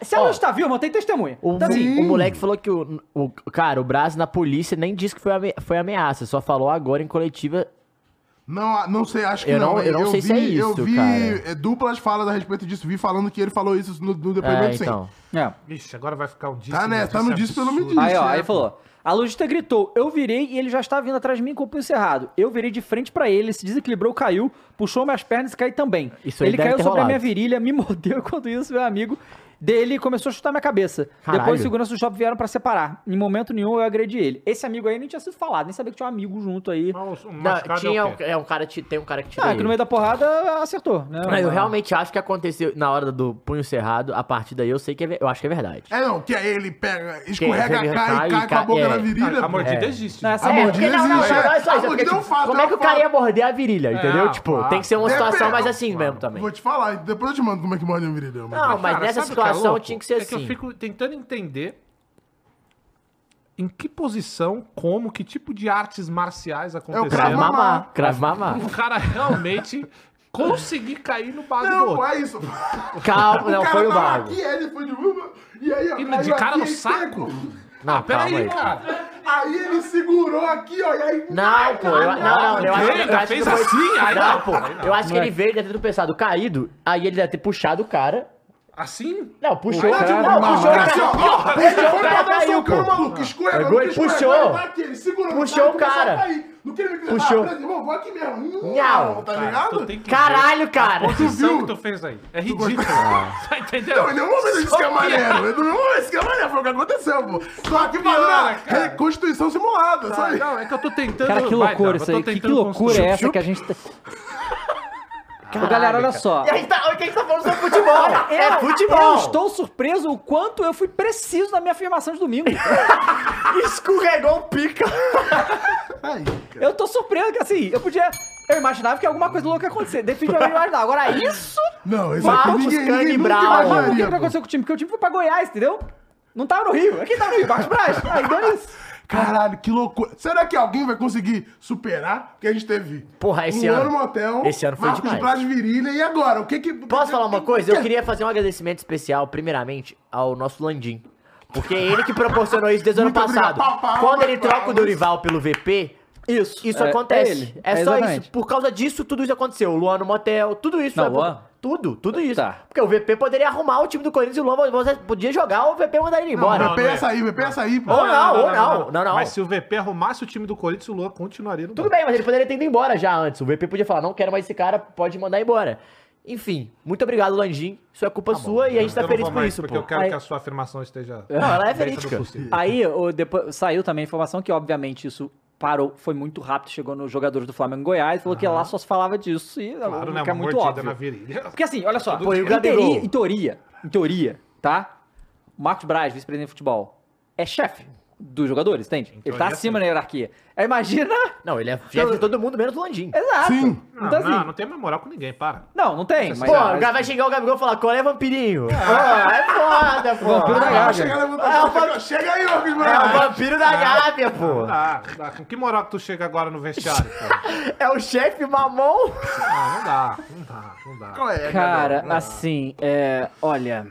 se a
Ó.
lojista tá viu, irmão, tem testemunha.
O,
Então, assim,
o moleque falou que o, o- Cara, o Braz na polícia nem disse que foi, ame- foi ameaça, só falou agora em coletiva.
Não, ah, não sei, acho que
Eu não-
não.
eu não sei
vi,
se é isso,
Eu vi
cara.
eh, duplas falas a respeito disso. Vi falando que ele falou isso no, no depoimento,
É,
sim.
então.
é.
Ixi, agora vai ficar um disco.
Tá, né? Tá no disco pelo
absurdo.
medinho.
Aí, ó,
Isso,
aí
é,
falou. A lojista gritou, eu virei e ele já estava vindo atrás de mim com o punho cerrado. Eu virei de frente pra ele, se desequilibrou, caiu, puxou minhas pernas e caí também.
Isso aí
ele
deve
caiu
ter
sobre a
rolado.
minha virilha, me mordeu, enquanto isso, meu amigo dele começou a chutar minha cabeça.
Caralho.
Depois, os seguranças do shopping vieram pra separar. Em momento nenhum, eu agredi ele. Esse amigo aí nem tinha sido falado, nem sabia que tinha um amigo junto aí.
Mas o- o
Não,
machucado
tinha
é
um,
o quê?
é um cara, que- tem um cara que tirou.
Ah, que no meio da porrada acertou, né?
Não, eu
Uma-
realmente acho que aconteceu na hora do punho cerrado, a partir daí eu sei que é, ve- eu acho que é verdade.
É, não, que aí ele pega, escorrega,
Que-
cai,
cai,
cai, com a
cai,
boca
é.
na
Ah,
virilha.
A mordida
É.
existe.
Não,
né?
essa
A
é-
mordida
porque não, não,
existe,
não, não, é só
é.
isso,
A
é porque,
mordida é um
tipo,
fato,
Como é que
é um
o cara
fato.
ia morder a virilha, entendeu?
Ah,
tipo,
claro.
tem que ser uma situação
Depende,
mais assim
claro.
mesmo também.
Vou te falar, depois eu te mando como é que morde a virilha. mas-
Não, mas
Cara,
nessa
sabe o que é
situação
louco?
tinha que ser
É que eu
assim.
fico tentando entender em que posição, como, que tipo de artes marciais
Krav
aconteceram.
Krav
Mamá,
Mamá.
Krav Mamá.
o cara realmente conseguir cair no bagulho do
Não,
outro.
pô, é isso.
Calma, não,
o cara
foi o
tava
Bago.
aqui, ele foi de uma, e aí, ó,
E
caiu
de cara
aqui,
no
ele
saco?
pegou.
Não,
Ah,
calma aí.
cara.
Aí ele segurou aqui, ó, e aí...
Não, pô, eu, não, não, eu acho,
Ele
eu acho
fez
que foi-
assim, aí
não,
não,
pô,
aí não.
eu acho que ele veio, ele deve ter pensado caído, aí ele deve ter puxado o cara,
Assim?
Não, puxou.
Aí,
Cara, é
não, puxou
mas-
o cara.
Ó,
Porra,
puxou
ele
o
foi
cara,
pra dar
caiu,
socão,
pô.
maluco. Escorregou,
Pegou e
não escorregou,
puxou.
ele bate, ele segurou no
Puxou o
cara e começou a
cara.
cair. No que ele gritou,
Puxou.
ah, Brasil, irmão, vou aqui mesmo. Hum,
Nhau.
Tá ligado?
Caralho, cara.
A posição
viu?
que tu fez aí. É ridículo. Tá entendendo?
Não, em nenhum momento ele disse que é maneiro. Em nenhum momento ele disse que é maneiro. Foi o que aconteceu, pô. Só que mano,
piora,
era reconstituição simulada, só isso.
Não, é que eu tô tentando...
Cara, que
Vai,
loucura
Dava,
isso
eu tô
aí. Que, que
tentando
loucura
construir.
é
um
essa que a gente tá... Ô, galera, olha só.
E a gente tá, olha o que a gente tá falando sobre futebol. é futebol.
Eu estou surpreso o quanto eu fui preciso na minha afirmação de domingo.
Escorregou um pica.
Aí, cara.
Eu tô surpreso que assim, eu podia. Eu imaginava que alguma coisa louca ia acontecer. Definitivamente eu imaginava. Agora isso.
Não, isso
Marcos
aqui ninguém, ninguém nunca
Canibrau.
Mas o que,
imaginaria.
que
pô.
aconteceu com o time? Porque o time foi pra Goiás, entendeu? Não tava no Rio. Aqui tava no Rio, Marcos Braz. Aí deu isso.
Caralho, que loucura. Será que alguém vai conseguir superar o que a gente teve?
Porra, esse ano-
Motel,
esse ano foi
Marcos
demais.
Braz Virilha, e agora? O que que...
Posso falar uma coisa? Eu queria fazer um agradecimento especial, primeiramente, ao nosso Landim. Porque é ele que proporcionou isso desde o ano
Muito obrigado.
passado.
Palmas,
Quando ele
palmas.
troca o Dorival pelo VP, isso, isso
é- é
acontece.
ele.
É,
É
só
exatamente.
isso. Por causa disso, tudo isso aconteceu. O Luan no motel, tudo isso.
Não,
é por-
Luan?
Tudo, tudo isso.
Tá.
Porque o VP poderia arrumar o time do Corinthians e o Luan você podia jogar, o VP mandar ele embora.
VP é sair, VP é sair, pô.
Ou não, ou não, não, não.
Mas se o VP arrumasse o time do Corinthians, o Luan continuaria no
Tudo bem, mas ele poderia ter ido embora já antes. O VP podia falar, não quero mais esse cara, pode mandar embora. Enfim, muito obrigado, Landim. Isso é culpa sua e a gente tá
Eu não
feliz
vou
por
mais,
isso,
porque
pô. É,
eu quero
Aí-
que a sua afirmação esteja...
Não, ela é
dentro do
verídica.
possível.
Aí o- depois, saiu também a informação que, obviamente, isso parou, foi muito rápido, chegou nos jogadores do Flamengo em Goiás, falou que lá só se falava disso e
Claro, né?
que é
Uma
muito
mordida
óbvio.
na virilha.
Porque assim, olha só,
Pô, e o
em,
Gabigol?
teoria, em teoria, em teoria, tá? O Marcos Braz, vice-presidente de futebol, é chefe dos jogadores, entende? ele
teoria,
tá acima na hierarquia. Aí imagina...
Não, É, ele é chefe de todo mundo, menos o Landim.
Exato.
Sim.
Não,
Então assim...
não,
Não,
não tem mais moral com ninguém, para.
não, tem.
é
Mas,
Pô, o
mas-
cara vai chegar o Gabigol e falar, qual é vampirinho? Pô, é foda,
Vampiro da
pô.
Ah,
Gávea.
chega, levanta,
Ah,
chega,
fala-
chega aí, Marcos
É
Ah,
o
Braz.
vampiro da Gávea, pô.
Dá, dá. Com que moral que tu chega agora no vestiário, pô?
É o chefe mamão.
Ah, não dá, não dá, não dá.
Qual é,
Cara, assim, é, olha,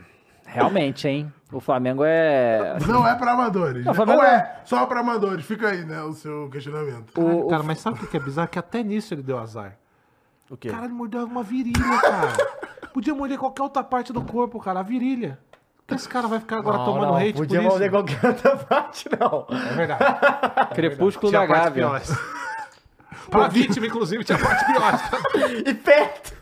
realmente, hein? O Flamengo é.
Não é pra amadores.
Não,
né?
Flamengo
Ou
é-
é só pra amadores. Fica aí, né, o seu questionamento.
O, o-
Cara, mas sabe o que que é bizarro? Que até nisso ele deu azar.
O quê?
Cara, ele mordeu uma virilha, cara. Podia morder qualquer outra parte do corpo, cara. A virilha. Que esse cara vai ficar agora tomando hate por
Podia
isso?
morder qualquer outra parte, não.
É verdade.
Crepúsculo
Tinha
da
partes
Gávea.
piores. A vítima, inclusive, tinha parte pior.
E perto.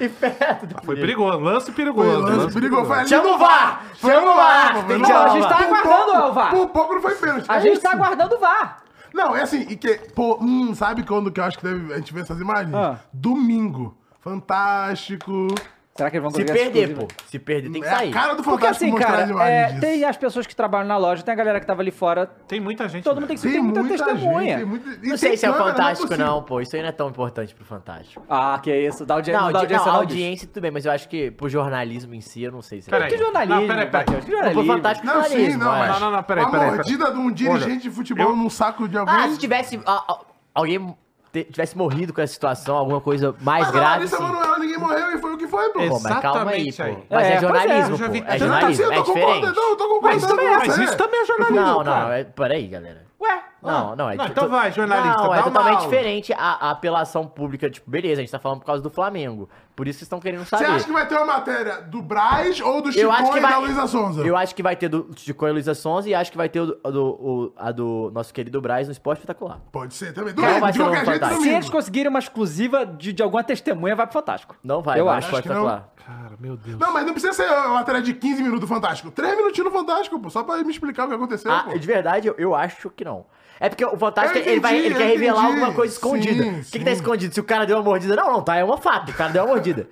E perto. do-
Foi perigoso, lance
Foi
perigoso.
lance perigoso. Foi ali
Chama o
no-
VAR!
Foi
Chama o
no VAR,
VAR!
pô,
Tem
foi
que
no
Não,
chamar
a
o
gente
VAR.
tá aguardando, ó, o VAR.
Por pouco não foi pênalti.
A
É
gente
isso.
tá aguardando o VAR.
Não, é assim, e que, pô, hum, sabe quando que eu acho que deve a gente ver essas imagens?
Ah.
Domingo. Fantástico.
Será que eles vão
Se
colocar
perder,
exclusivo?
pô. Se perder, tem que
É a
sair.
cara do
Porque
Fantástico
assim,
mostrar as
cara,
imagens
é,
disso.
tem as pessoas que trabalham na loja, tem a galera que tava ali fora.
Tem muita gente.
Todo
né?
mundo tem que
Tem
tem muita
muita
testemunha.
gente, tem muita- e
Não
tem
sei se é
câmera,
fantástico,
possível.
não, pô. Isso aí não é tão importante pro Fantástico.
Ah,
é
que isso. Dá audi...
Não,
dá
audi-
audiência,
não,
não, bicho.
audiência tudo bem, mas eu acho que pro jornalismo em si, eu não sei se
Peraí.
Que jornalismo,
Não, peraí, peraí.
Matheus, que
Não, pro
jornalismo.
Fantástico
Não,
jornalismo,
sim, não,
eu
mas
acho.
Não, não, não, peraí,
uma
peraí, peraí.
mordida de um dirigente de futebol
eu-
num saco de alguém.
Ah, se tivesse a- a- alguém te- tivesse morrido com essa situação, alguma coisa mais
Mas a
grave.
Larissa
sim.
Manoel, ninguém morreu e foi o que foi, pô. tá
Pô, mas calma aí,
Exatamente aí.
pô.
É, pois
Mas é,
é,
jornalismo,
eu já vi-
pô. É
eu já-
jornalismo,
assim, eu
é
tô concordando,
diferente.
não, eu tô concordando.
Mas, também,
com
mas
você.
isso também é jornalismo,
Não,
cara.
não, é, peraí, galera.
Ué,
Não, não, é
Não,
to-
então vai, jornalista,
Não, é
dá uma
totalmente
aula.
diferente a, a apelação pública. Tipo, beleza, a gente tá falando por causa do Flamengo. Por isso vocês estão querendo
Você
saber.
acha que vai ter uma matéria do Braz ou do
Eu acho
Chico
que
e da
vai.
Luísa Sonza?
Eu acho que vai ter do Chico e Luísa Sonza e acho que vai ter o, do- do- o- a do nosso querido Braz no Esporte Espetacular.
Pode ser também.
Cara,
Domingo,
vai
de
ser um
qualquer jeito,
fantástico.
se
domingo.
eles conseguirem uma exclusiva de, de alguma testemunha, vai pro Fantástico.
Não vai,
Eu
vai no
acho
Esporte
que não.
Espetacular.
Cara, meu Deus.
Não, mas não precisa ser uma matéria de 15 minutos fantástico. 3 minutinhos no fantástico, pô, só pra me explicar o que aconteceu,
Ah,
pô.
de verdade, eu, eu acho que não. É porque o Fantástico,
Eu
ele, vai,
entendi,
ele quer
eu
revelar
entendi.
alguma coisa escondida.
Sim,
o que, que tá
sim.
escondido? Se o cara deu uma mordida. Não, não, tá, é uma fato. O cara deu uma mordida.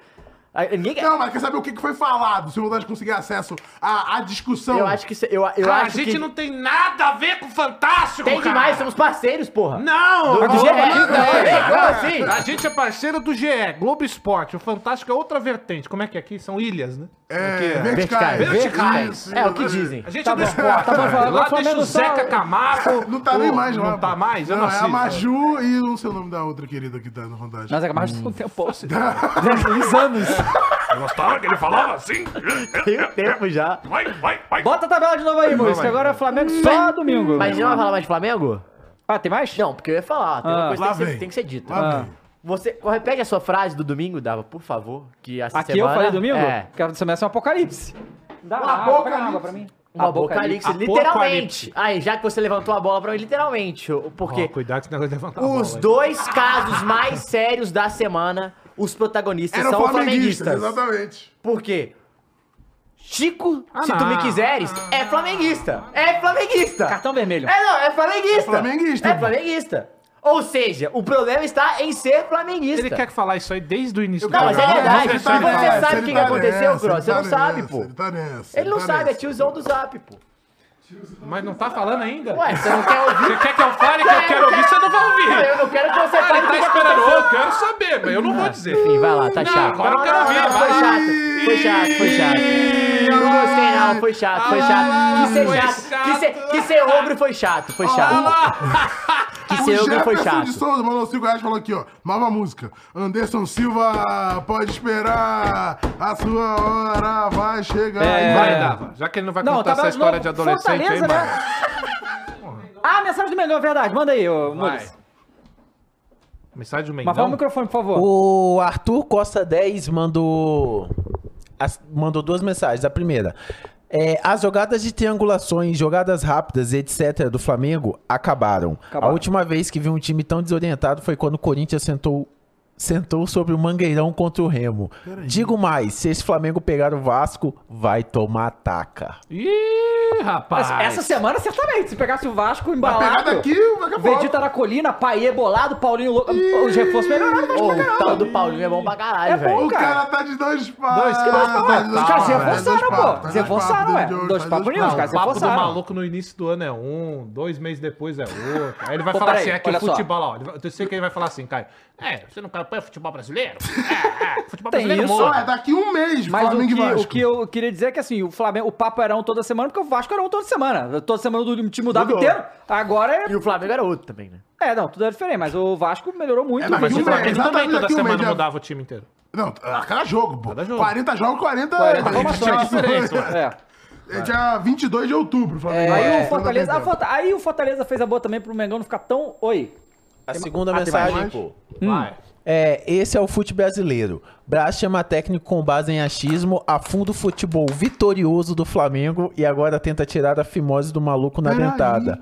Aí, Ninguém quer.
Não, mas quer saber o que que foi falado, se o Fantástico conseguir acesso à, à discussão.
Eu acho que. se- Eu, eu
Ah, a
acho
gente
que
não tem nada a ver com o Fantástico,
Tem
cara.
demais, somos parceiros, porra.
Não!
Do, do
Não,
GE.
não,
Como assim?
A gente é parceiro do GE, Globo Esporte. O Fantástico é outra vertente. Como é que é aqui? São ilhas, né?
É,
Verticais.
verticais.
Verticais.
Isso,
É o que
isso.
dizem.
A gente
Tá
é do
bom,
esporte.
tá bom,
cara.
agora
Lá
o Flamengo
deixa o
só-
Zeca Camargo.
Não tá nem
Pô,
mais,
Não
lá,
tá
pô.
mais? Eu não,
Não, é a
assisto.
Maju e não sei o nome da outra querida que tá no Fantástico.
Mas é mais um tempo. Uns anos.
Eu gostava que ele falava assim.
Tem um tempo já.
Vai, vai, vai.
Bota a tabela de novo aí, Moisés, que agora é Flamengo só domingo.
Mas a gente não vai falar mais de Flamengo?
Ah, tem mais?
Não, porque eu ia falar. Tem
Ah.
uma coisa
Lá
que tem que, ser,
vem.
tem que ser dita.
Lá vem.
Você repete a sua frase do domingo, Dava, por favor. Que essa
Aqui
semana,
eu falei domingo?
É.
Quero que semestre é um apocalipse. Dá uma água, pega uma água pra mim.
Um apocalipse, literalmente. Aí, já que você levantou a bola pra mim, literalmente. o- Porque
cuidado com esse negócio de levantar a
os
bola, hein? Ah!
dois casos mais sérios da semana, os protagonistas
Eram
são
flamenguistas,
flamenguistas.
exatamente.
Por quê? Chico,
Ah,
se tu
não.
me quiseres, é flamenguista. É flamenguista.
Cartão vermelho.
É não, é flamenguista. É
flamenguista.
É flamenguista. Ou seja, o problema está em ser flamenguista.
Ele quer falar isso aí desde o início
Não, mas é
programa. tá
verdade.
Você
Você
tá
sabe-
sabe o que que aconteceu, Gross? Você não sabe, pô.
Ele tá nessa.
Ele não
tá
sabe, é
nessa.
tiozão do zap, pô.
Mas não tá falando ainda?
Ué, você não quer ouvir?
Você quer que eu fale que eu quero ouvir, você não vai ouvir.
Eu não quero que você
Ah,
fale
ele
o
tá
que que
esperando.
aconteceu.
Eu quero saber, mas eu não vou dizer.
Enfim, vai lá, tá
Não,
chato.
agora eu quero
Não,
ouvir,
não,
vai
Foi
lá.
chato, foi chato, foi chato. Não gostei não, foi chato, foi chato. Que ser
foi
chato, que ser,
chato.
que ser ogro foi chato, foi chato.
É
Que
um
ser
O
ogro foi
Jefferson de
chato.
Souza mandou 5 reais e falou aqui, ó. Nova música. Anderson Silva, pode esperar. A sua hora vai chegar.
É.
Vai, Dava. Já que ele não vai
Não,
contar
tá
essa história de
não,
adolescente aí,
Fortaleza,
mano.
né? Ah, mensagem do Mengão, é verdade. Manda aí, ô,
Vai.
Mules.
Mensagem do
Mas fala o
Mengão.
microfone, por favor.
O Arthur Costa 10 mandou, as- mandou duas mensagens. A primeira. é, as jogadas de triangulações, jogadas rápidas, etc. do Flamengo acabaram.
Acabaram.
A última vez que vi um time tão desorientado foi quando o Corinthians sentou, sentou sobre o Mangueirão contra o Remo. Digo mais, se esse Flamengo pegar o Vasco, vai tomar taca.
Ih, rapaz.
Mas Essa semana, certamente. Se pegasse o Vasco
A
embalado,
pegada aqui, é vai
Vegeta na colina, Paê bolado, Paulinho louco, os reforços melhoraram. mas
Ô, o tal do Paulinho é bom pra caralho,
É bom,
velho.
O
cara.
cara tá de dois papos.
Dois que
tá
papos,
de
os
dois
caras se
papos,
reforçaram,
dois
pô.
papos, tá
Se
dois papos,
reforçaram,
dois
ué.
jogos,
Dois
tá
papos nenhum, os
papos.
caras
O
se
papo do
forçaram.
maluco no início do ano é um, dois meses depois é outro. Aí ele vai
Pô,
falar
peraí,
assim, é que
olha
o
só.
futebol, ó, ele vai- eu sei que ele vai falar assim, Caio. É, você não acompanha futebol brasileiro? É, é, futebol
Tem
brasileiro
isso,
morre.
Ué, daqui um mês,
Mas o
Flamengo
que,
e Vasco.
o que eu queria dizer é que assim, o Flamengo, o papo era um toda semana, porque o Vasco era um toda semana. Toda semana o time mudava
Mudou.
inteiro. Agora é.
E o Flamengo era outro também, né?
É, não, tudo é diferente, mas o Vasco melhorou muito.
É, mas
Mas
Um
o
mês,
Flamengo também
exatamente
toda
daqui um
semana
mês, já-
mudava o time inteiro.
Não, a cada jogo, pô.
Cada jogo.
40 jogos, 40...
40
um
Tinha
formações.
diferença, ué.
É.
É dia 22 de outubro, Flamengo. e Vasco,
Aí, o
segunda
Fortaleza, a
temporada.
Forta- aí o Fortaleza fez a boa também pro Mengão não ficar tão. Oi.
A segunda
Ah,
mais
mensagem,
mais?
pô.
Vai.
É, esse é o fute brasileiro. Braz chama técnico com base em achismo, afunda o futebol vitorioso do Flamengo e agora tenta tirar a fimose do maluco na
Peraí,
dentada.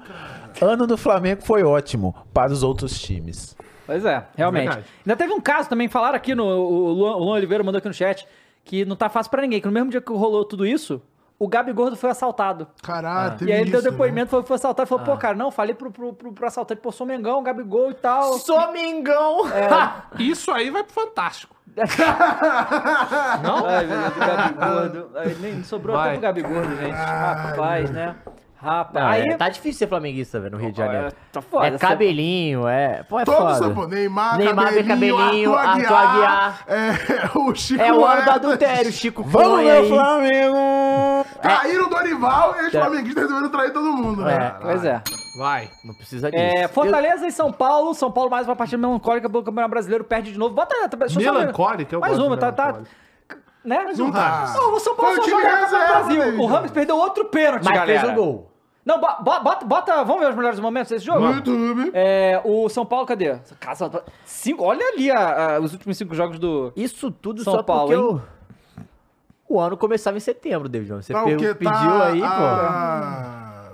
ano do Flamengo foi ótimo para os outros times.
Pois é, realmente.
Verdade.
Ainda teve um caso também, falaram aqui no. O Luan, o Luan Oliveira mandou aqui no chat que não tá fácil pra ninguém, que no mesmo dia que rolou tudo isso, o Gabi Gordo foi assaltado.
Caralho, teve
E aí ele deu
isso, né?
depoimento, falou que foi assaltado, falou, pô, cara, não, falei pro, pro, pro, pro assaltante, pô, sou Mengão, Gabigol e tal.
Somingão!
Isso aí vai pro Fantástico. Não?
Ai, meu Deus, o Gabigordo. Aí nem não sobrou
Vai.
até pro Gabigordo, gente. Rapaz, né? Rapaz.
Ah,
aí,
é, tá difícil ser flamenguista, velho, no Rio de Janeiro.
É, tá foda,
É cabelinho, é. Pô, é
Todos
foda.
são, pô. Neymar,
Neymar
Cabelinho,
cabelinho,
Arthur
Arthur Aguiar.
Aguiar. É, o Chico
É o ano do
Moedas.
adultério, Chico
Vamos,
Cohen
meu
aí.
Flamengo!
Traíram o Dorival e os flamenguistas resolveram trair todo mundo, né?
É.
Pois é.
Vai.
Não precisa disso.
É, Fortaleza e São Paulo. São Paulo mais uma partida melancólica pelo Campeonato Brasileiro, perde de novo. Bota deixa eu só ver.
Melancólica? Eu
Mais
gosto
uma,
de
tá, tá.
melancólica.
Né?
um tá.
Não, o São Paulo
Foi o
só
time
joga Copa do
reserva,
Brasil.
David.
O Ramos perdeu outro pênalti,
Mas
galera.
fez um gol.
Não, bo- bo- bota, bota, vamos ver os melhores momentos desse jogo?
No YouTube.
É, o São Paulo, cadê? Casa, cinco, olha ali a- a- os últimos cinco jogos do.
Isso tudo
São
só
Paulo,
porque
hein?
o... o ano começava em setembro, David Jones. Você
Tá
pe-
o quê?
pediu
Tá
aí, pô.
a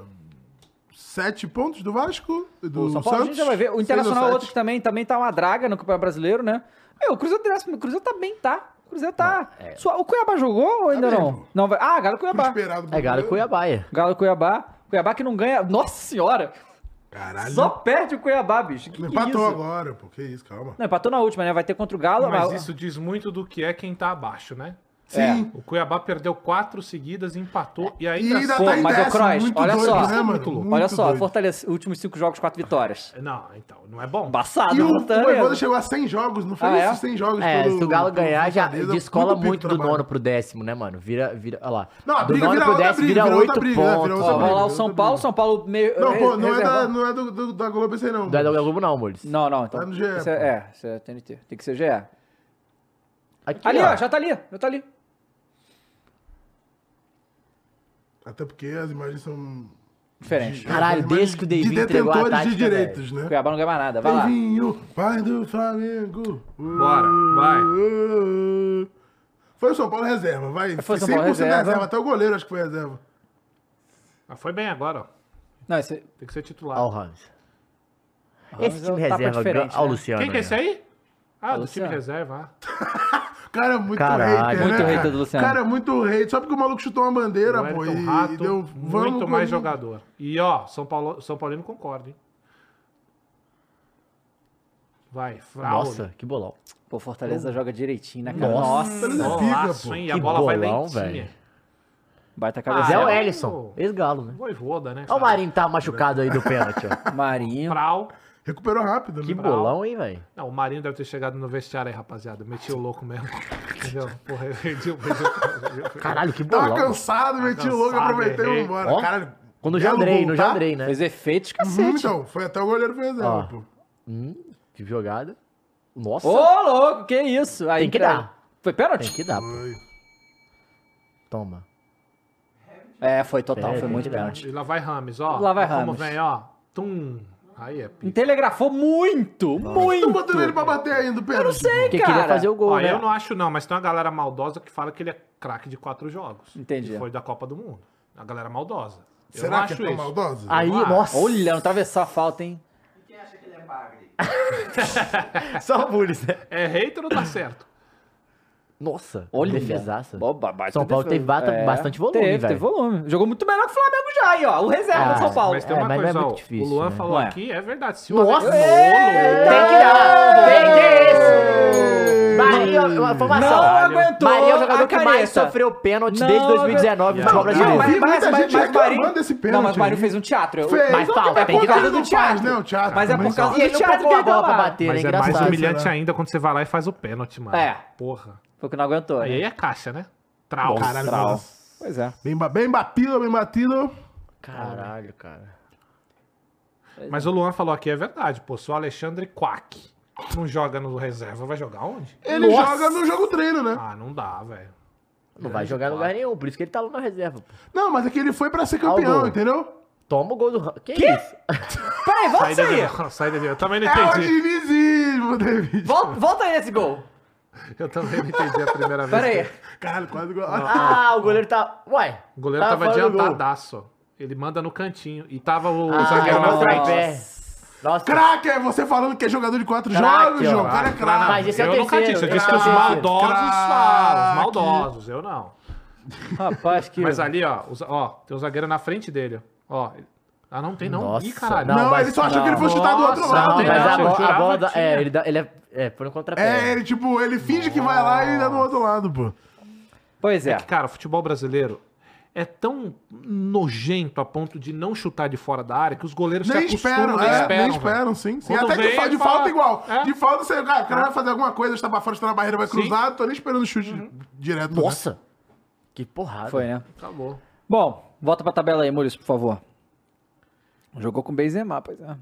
Sete pontos do Vasco, e do
É. O São Paulo, a
Santos.
gente já vai ver. O
Seis
Internacional,
ou
outro que
sete.
também, também tá uma draga no Campeonato Brasileiro, né? Meu, o Cruzeiro, tem essa- o Cruzeiro tá bem, tá? O Cruzeiro tá.
é.
Sua- o Cuiabá jogou ou ainda não?
mesmo.
não? vai- Ah, Galo
Fui
Cuiabá.
esperado
É
por
Galo e
Deus.
Cuiabá. é.
Galo e Cuiabá. Cuiabá que não ganha. Nossa senhora!
Caralho.
Só perde o Cuiabá, bicho. Que que
Empatou
isso?
agora, pô. Que isso, calma.
Não, empatou na última, né? Vai ter contra o Galo.
Mas
mas-
isso diz muito do que é quem tá abaixo, né?
é.
Sim.
O Cuiabá perdeu quatro seguidas, empatou e
E
ainda, assim-
ainda
Pô,
tá em
mas, ô,
décimo.
Kroos,
muito
olha
doido,
só.
né, mano?
Olha
Muito
Olha só,
doido.
Fortalece, últimos cinco jogos, quatro vitórias.
Não, então, não é bom.
Ah,
Embaçado,
E o, o
Fortaleza.
Voivoda chegou a 100 jogos, não foi
Ah, é?
isso? 100 jogos
É, se o Galo
pelo
ganhar, já
Fortaleza,
descola
pico
muito do
trabalho.
nono pro décimo, né, mano? Vira, vira, olha lá.
Não, a
do
briga
nono
vira
pro
outra
décimo,
briga,
vira
vira outra
oito
briga, né? Vira
pontos.
outra
Ó, vai
briga.
lá o São Paulo, São Paulo meio.
Não, pô, não é,
reservou.
da, não é do, do- da Globo esse não.
Não é da Globo não, Mules.
Não, não, então.
Tá no GE,
esse é,
pô.
é, esse é TNT. Tem que ser GE.
Aqui,
Ali,
ó.
ó, já tá ali, já tá ali.
Até porque as imagens são
Diferente.
É, Caralho, desde que o Davi
de
entregou a
detentores
tática,
de direitos, né?
Cuiabá não ganha mais nada, vai lá.
Davinho, pai do Flamengo.
Bora, vai.
Foi o São Paulo reserva, vai.
Foi o São
100%
Paulo reserva.
reserva, até o goleiro acho que foi reserva.
Mas foi bem agora, ó.
Não, esse,
Tem que ser titular.
Olha o Rams.
Rams
Esse
é um
time
tapa
reserva.
diferente,
Olha o
né?
Luciano.
Quem que é
aí,
esse
ó.
aí? Ah, do
assim,
time
Luciano.
reserva. ah.
Cara, é muito
Caralho,
hater,
muito
né? cara?
hater do Luciano.
Cara, é muito hater. Só porque o maluco chutou uma bandeira,
O
pô,
Wellington
e,
Rato,
e deu...
muito
com-
mais jogador. E ó, São, Paulo, São Paulino concorda, hein? Vai, Fraule.
Nossa, que bolão.
Pô, Fortaleza joga direitinho, né, cara? Nossa.
Nossa.
Fortaleza é
Golaço,
pica, pô.
hein? E a
Que
bola vai
bolão,
lentinha.
velho.
Baita
Zé
cabeça.
Ah, é.
Wellison. Ex-galo, né?
Voivoda, né?
Olha o Marinho tá machucado aí do pênalti, ó.
Marinho.
Frau.
Recuperou rápido,
Que
né?
bolão, hein, velho?
Não, o Marinho deve ter chegado no vestiário aí, rapaziada. Meti o louco mesmo. Entendeu? Porra, eu perdi o
Tá
Caralho, que
Tava
bolão.
cansado, meti o louco,
cansado,
aproveitei e
errei.
vambora.
Ó,
Caralho,
Quando o
belo
Jandrei,
gol,
no
tá?
Jandrei, né?
Fez efeitos,
Uhum,
cacete.
então, foi até o goleiro foi reserva,
Ó.
pô.
Hum, que jogada. Nossa,
Ô, louco, que isso? Aí,
Tem que
cara,
dar.
Foi pênalti?
tem que dar, pô. Toma.
É, foi total,
É,
foi
tem
muito
que dar.
pênalti.
E lá vai Rames, ó.
Lá vai
Como
Rames.
vem, ó. Tum. Aí é pica.
Telegrafou muito,
Tô
muito.
botando ele pra bater ainda, Pedro. Eu não
Sei,
Porque
cara.
queria fazer o gol,
Ó,
né?
eu não acho não, mas tem uma galera maldosa que fala que ele é craque de quatro jogos.
Entendi.
Que foi da Copa do Mundo. A galera maldosa. Eu
Será
não
que é
acho
tão
isso.
maldoso?
Aí,
Vamos lá.
nossa.
Olha, não atravessou a falta, hein?
Só o Bullies, né?
É hater ou tá certo?
Nossa,
Olha.
defesaça.
Boba, baita
São Paulo
defesa.
teve bata- bastante volume,
teve,
velho.
Teve volume. Jogou muito melhor que o Flamengo já, aí, ó. O reserva
Ah,
do São Paulo.
Mas tem
É,
uma
mas não é
coisa, ó,
muito difícil,
o Luan
né?
falou
Não é.
aqui, é verdade. Se o
Nossa!
Alex- Ô,
Tem que dar! Tem que isso! Marinho, uma informação.
Não
Caralho.
aguentou
Marinho é o
a
jogador que
careta.
mais sofreu pênalti
Não,
desde 2019 no
não,
futebol
não,
Eu
brasileiro.
mas-
vi
mas-
muita
mas-
gente
mas
reclamando
Marinho-
desse pênalti.
Não, mas o Marinho
aí.
fez um teatro. Eu-
Fez, é
Mas
só
falta,
que
tem que
por causa
dar.
do Paz, né? O teatro.
Mas é por
também
causa-
só.
E ele não
Teatro
pegou a
que
bola pra
reclamar.
bater, né?
Mas é mais
Engraçado.
humilhante ainda quando você vai lá e faz o pênalti, mano.
É.
Porra.
Foi que não aguentou,
Aí
né?
é caixa, né? Trau.
Caralho,
Trau.
mano.
Pois é.
Bem, ba- bem batido, bem batido.
Caralho, cara.
Mas o Luan falou aqui, é verdade, pô. Se o Alexandre Quack não joga no reserva, vai jogar onde?
Ele joga no jogo treino, né?
Ah, não dá, velho.
Não vai jogar em lugar nenhum, por isso que ele tá lá na reserva. pô.
Não, mas é que ele foi pra ser campeão,
Aldo.
entendeu?
Toma o gol do... Ra- Que, isso?
Peraí, volta isso aí.
Saída de... Saída de... Eu também não
É o
entendi.
dinizismo, David.
Volta, volta aí nesse gol.
Eu também não entendi a primeira vez.
Pera aí.
Caralho, quase igual.
Ah, o goleiro tá... Ué.
O goleiro tava
fora do gol.
adiantadaço. Ele manda no cantinho. E tava o
Ah,
zagueiro na
gol pra
frente.
pé. Nossa.
Craque, é você falando que é jogador de quatro
Craque,
jogos, João.
ó.
O cara é
Não,
craque.
Mas esse é o
eu nunca
terceiro.
disse, eu
Esse
disse
é
que
o
os
terceiro.
maldosos
Craque.
falam, os maldosos, eu não.
Rapaz, que...
Mas ali, ó, os- ó, tem um zagueiro na frente dele, ó. Ah, não tem não? Ih,
Nossa,
caralho.
não,
Não,
mas-
ele só achou que ele foi chutar do outro
Nossa,
Não,
lado. tá
tem
mas
nada,
a
eu
bola, a
jurava
bola da-
que
é,
tinha.
ele, dá, ele é, é, foi no contrapé.
É, ele, tipo, ele finge que vai lá e dá do outro lado, pô.
Pois é.
É que, cara, o futebol brasileiro é tão nojento a ponto de não chutar de fora da área que os goleiros
Nem
se acostumam,
esperam,
nem
é,
esperam.
nem
velho.
esperam, sim. sim.
Quando
Até
vem,
que fa- de
fala-
falta igual.
É.
De falta, você, cara, o cara vai fazer alguma coisa, está pra fora, está na barreira, vai
Sim. Uhum.
cruzar, tô nem esperando o chute direto. né?
Nossa. Que porrada.
Foi, né?
Acabou.
Bom, volta pra tabela aí, Muris, por favor. Jogou com Benzema, pois é.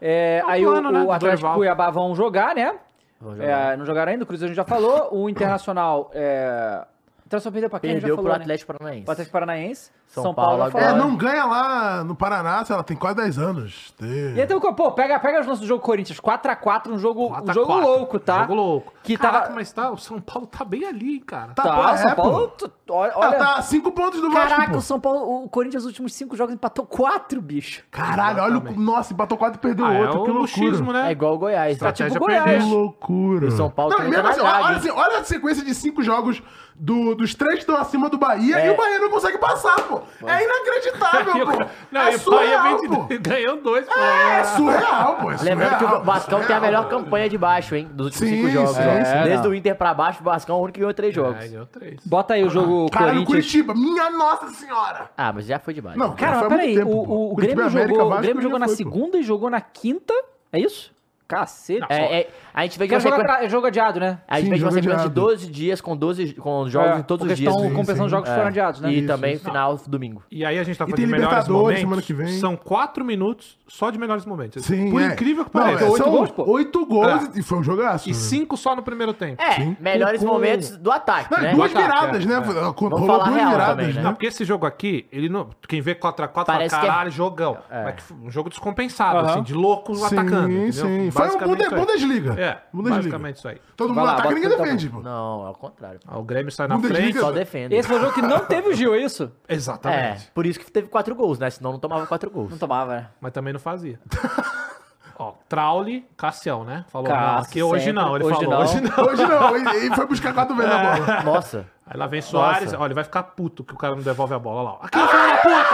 É, aí
plano,
o,
né,
o
do
Atlético e
Dorival.
o Cuiabá vão jogar, né?
Vamos jogar.
É, não jogaram ainda, o Cruzeiro a gente já falou. O Internacional. É... O Internacional perdeu pra quem? já
Perdeu
falou,
pro
né?
Atlético
Pro Atlético
Paranaense.
Paranaense. São,
São
Paulo,
Paulo
já
agora.
É,
falou. né?
não ganha lá no Paraná, sei lá, tem quase 10 anos. Tem-
E até o pô, pega, pega os lances do jogo Corinthians, 4x4, um jogo, um
4 a
jogo
4.
louco, tá?
Jogo louco.
Que
Caraca,
tava-
mas tá, o São Paulo tá bem ali, hein, cara.
Tá,
pô, é,
São
pô.
Paulo. tu- Olha.
Ah,
olha-
tá a 5 pontos do Vasco,
Caraca,
pô.
o São Paulo, o Corinthians, nos últimos 5 jogos empatou 4, bicho.
Caralho, olha o... Nossa, empatou 4 e perdeu
Ah, é
outro,
o
que loucura.
luxismo, né?
É igual o Goiás. né?
Estratégia
tipo
perder.
Que
Goiás.
loucura.
O São Paulo
Não,
também
mesmo
tá
assim,
na
olha,
draga,
olha assim, olha a sequência de cinco jogos do- dos três que estão acima do Bahia e o Bahia não consegue passar, pô. É inacreditável, pô.
Não,
é
e o Bahia
surreal,
vem
pô.
de... ganhou dois, pô.
É surreal, pô. É surreal,
Lembrando que o Vascão
surreal.
tem a melhor campanha de baixo, hein? Dos últimos
Sim,
cinco jogos.
sim,
ó.
sim.
Desde o Inter pra baixo, o Vascão é o único que ganhou três jogos.
É, ganhou três.
Bota aí o jogo
Caralho,
Corinthians.
Curitiba, minha nossa senhora.
Ah, mas já foi de baixo.
Não,
Cara,
foi
mas
há muito
peraí,
tempo,
o,
pô.
o, o
Curitiba,
Grêmio
América,
jogou, o
Vasco,
Grêmio
já
jogou na
foi, pô.
segunda e jogou na quinta, é isso? Cacete.
É, é, a gente vê
Porque
que
é
uma
jogo,
sequência-
atra- é jogo adiado, né?
a gente
Sim,
vê que uma
jogo
sequência de
adiado.
12 dias com 12 com jogos
É,
em todos
porque
os dias.
estão
Sim,
compensando
sim.
jogos que
É.
foram adiados, né?
E
Isso,
também
isso.
final domingo.
E aí a gente tá
E
falando
tem
de melhores momentos.
Libertadores semana que vem.
São quatro minutos só de melhores momentos.
Sim,
Por
é.
incrível que
Não,
pareça.
é,
Oito
são
gols, pô.
Oito gols
É.
e foi um jogaço.
E cinco só no primeiro tempo.
É,
Sim.
melhores
Com-
momentos do ataque,
Não,
né?
duas
Do ataque,
viradas,
é,
né?
é.
Rolou
falar
duas
real
viradas,
também, né?
né?
Não, porque esse jogo aqui, ele não, quem vê 4x4 fala,
Parece que é-
caralho, jogão. Mas que foi um jogo descompensado, assim, de louco
Sim,
atacando. entendeu?
sim. Foi um
Basicamente isso aí.
Bundesliga.
É,
Bundesliga.
basicamente isso aí.
Todo
Vai
mundo
lá,
ataca e ninguém
bota-
defende, pô.
Não, ao contrário.
Ah, O Grêmio sai na
Bundesliga-
frente.
Só defende.
Esse foi o jogo que não teve o Gil, é isso?
É,
Exatamente.
por isso que teve quatro gols, né? Senão não tomava quatro gols.
Não tomava, né?
Mas também não fazia. Ó, Traule, Cassião, né? Falou, não,
Cássio,
aqui hoje
sempre,
não. Ele
hoje
falou,
não.
hoje não.
Hoje não, e, e foi buscar quatro vezes a
É.
bola.
Nossa.
Aí lá vem Soares, olha, ele vai ficar puto que o cara não devolve a bola, olha lá. ó. Aqui, filho da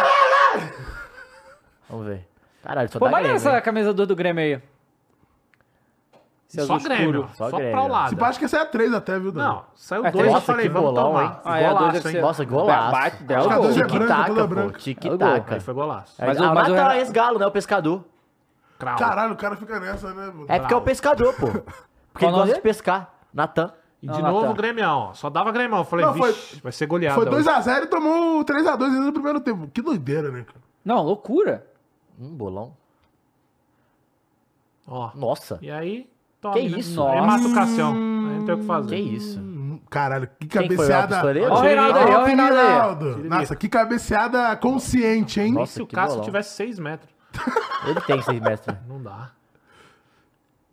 puta!
Vamos ver. Caralho, só
Pô,
dá
maneiro
Grêmio,
essa
hein?
camisa do, do Grêmio aí. Esse
Só
azul
Grêmio,
escuro.
só
só,
Grêmio.
pra lá.
Se pá, acho que essa é a três até, viu, Daniel?
Não, saiu
É,
dois, eu
nossa,
falei,
que
vamos
bolão,
tomar.
hein?
Ah, é, a dois
Golaço,
deve
hein?
ser-
Nossa, golaço.
Bate, belo
Cada
gol.
dois é branco, tudo é
Tic-taca, pô.
branco.
É
Aí
Tic-taca.
foi golaço.
Mas
Mas
o-
o
mas o
Mata
Renato-
é esse galo, né? O pescador.
Crau.
Caralho, o cara fica nessa, né, mano?
É porque é o pescador, pô. Porque
Qual
ele
o nome
gosta de
dele?
pescar. Natan.
E
Não,
de
não,
novo
tá.
o Grêmio, só dava Grêmio. Eu falei,
Não, foi-
vixe, vai ser goleada.
Foi
hoje.
2x0 e tomou 3x2 ainda no primeiro tempo. Que doideira, né, cara?
Não, loucura.
Hum, bolão.
Ó,
Nossa.
e aí... toma,
Que
né?
isso?
Aí
Nossa.
mata o Cassião. Aí não tem o que fazer.
Que isso.
Hum, Caralho, que
foi o
cabeceada.
pistoleiro?
Ó o Reinaldo aí, ó o
Ó,
Reinaldo aí.
Reinaldo. Nossa, que cabeceada consciente, hein?
Nossa,
Se o
que
Cássio
bolão.
tivesse 6 metros,
Ele tem seis mestres.
não dá.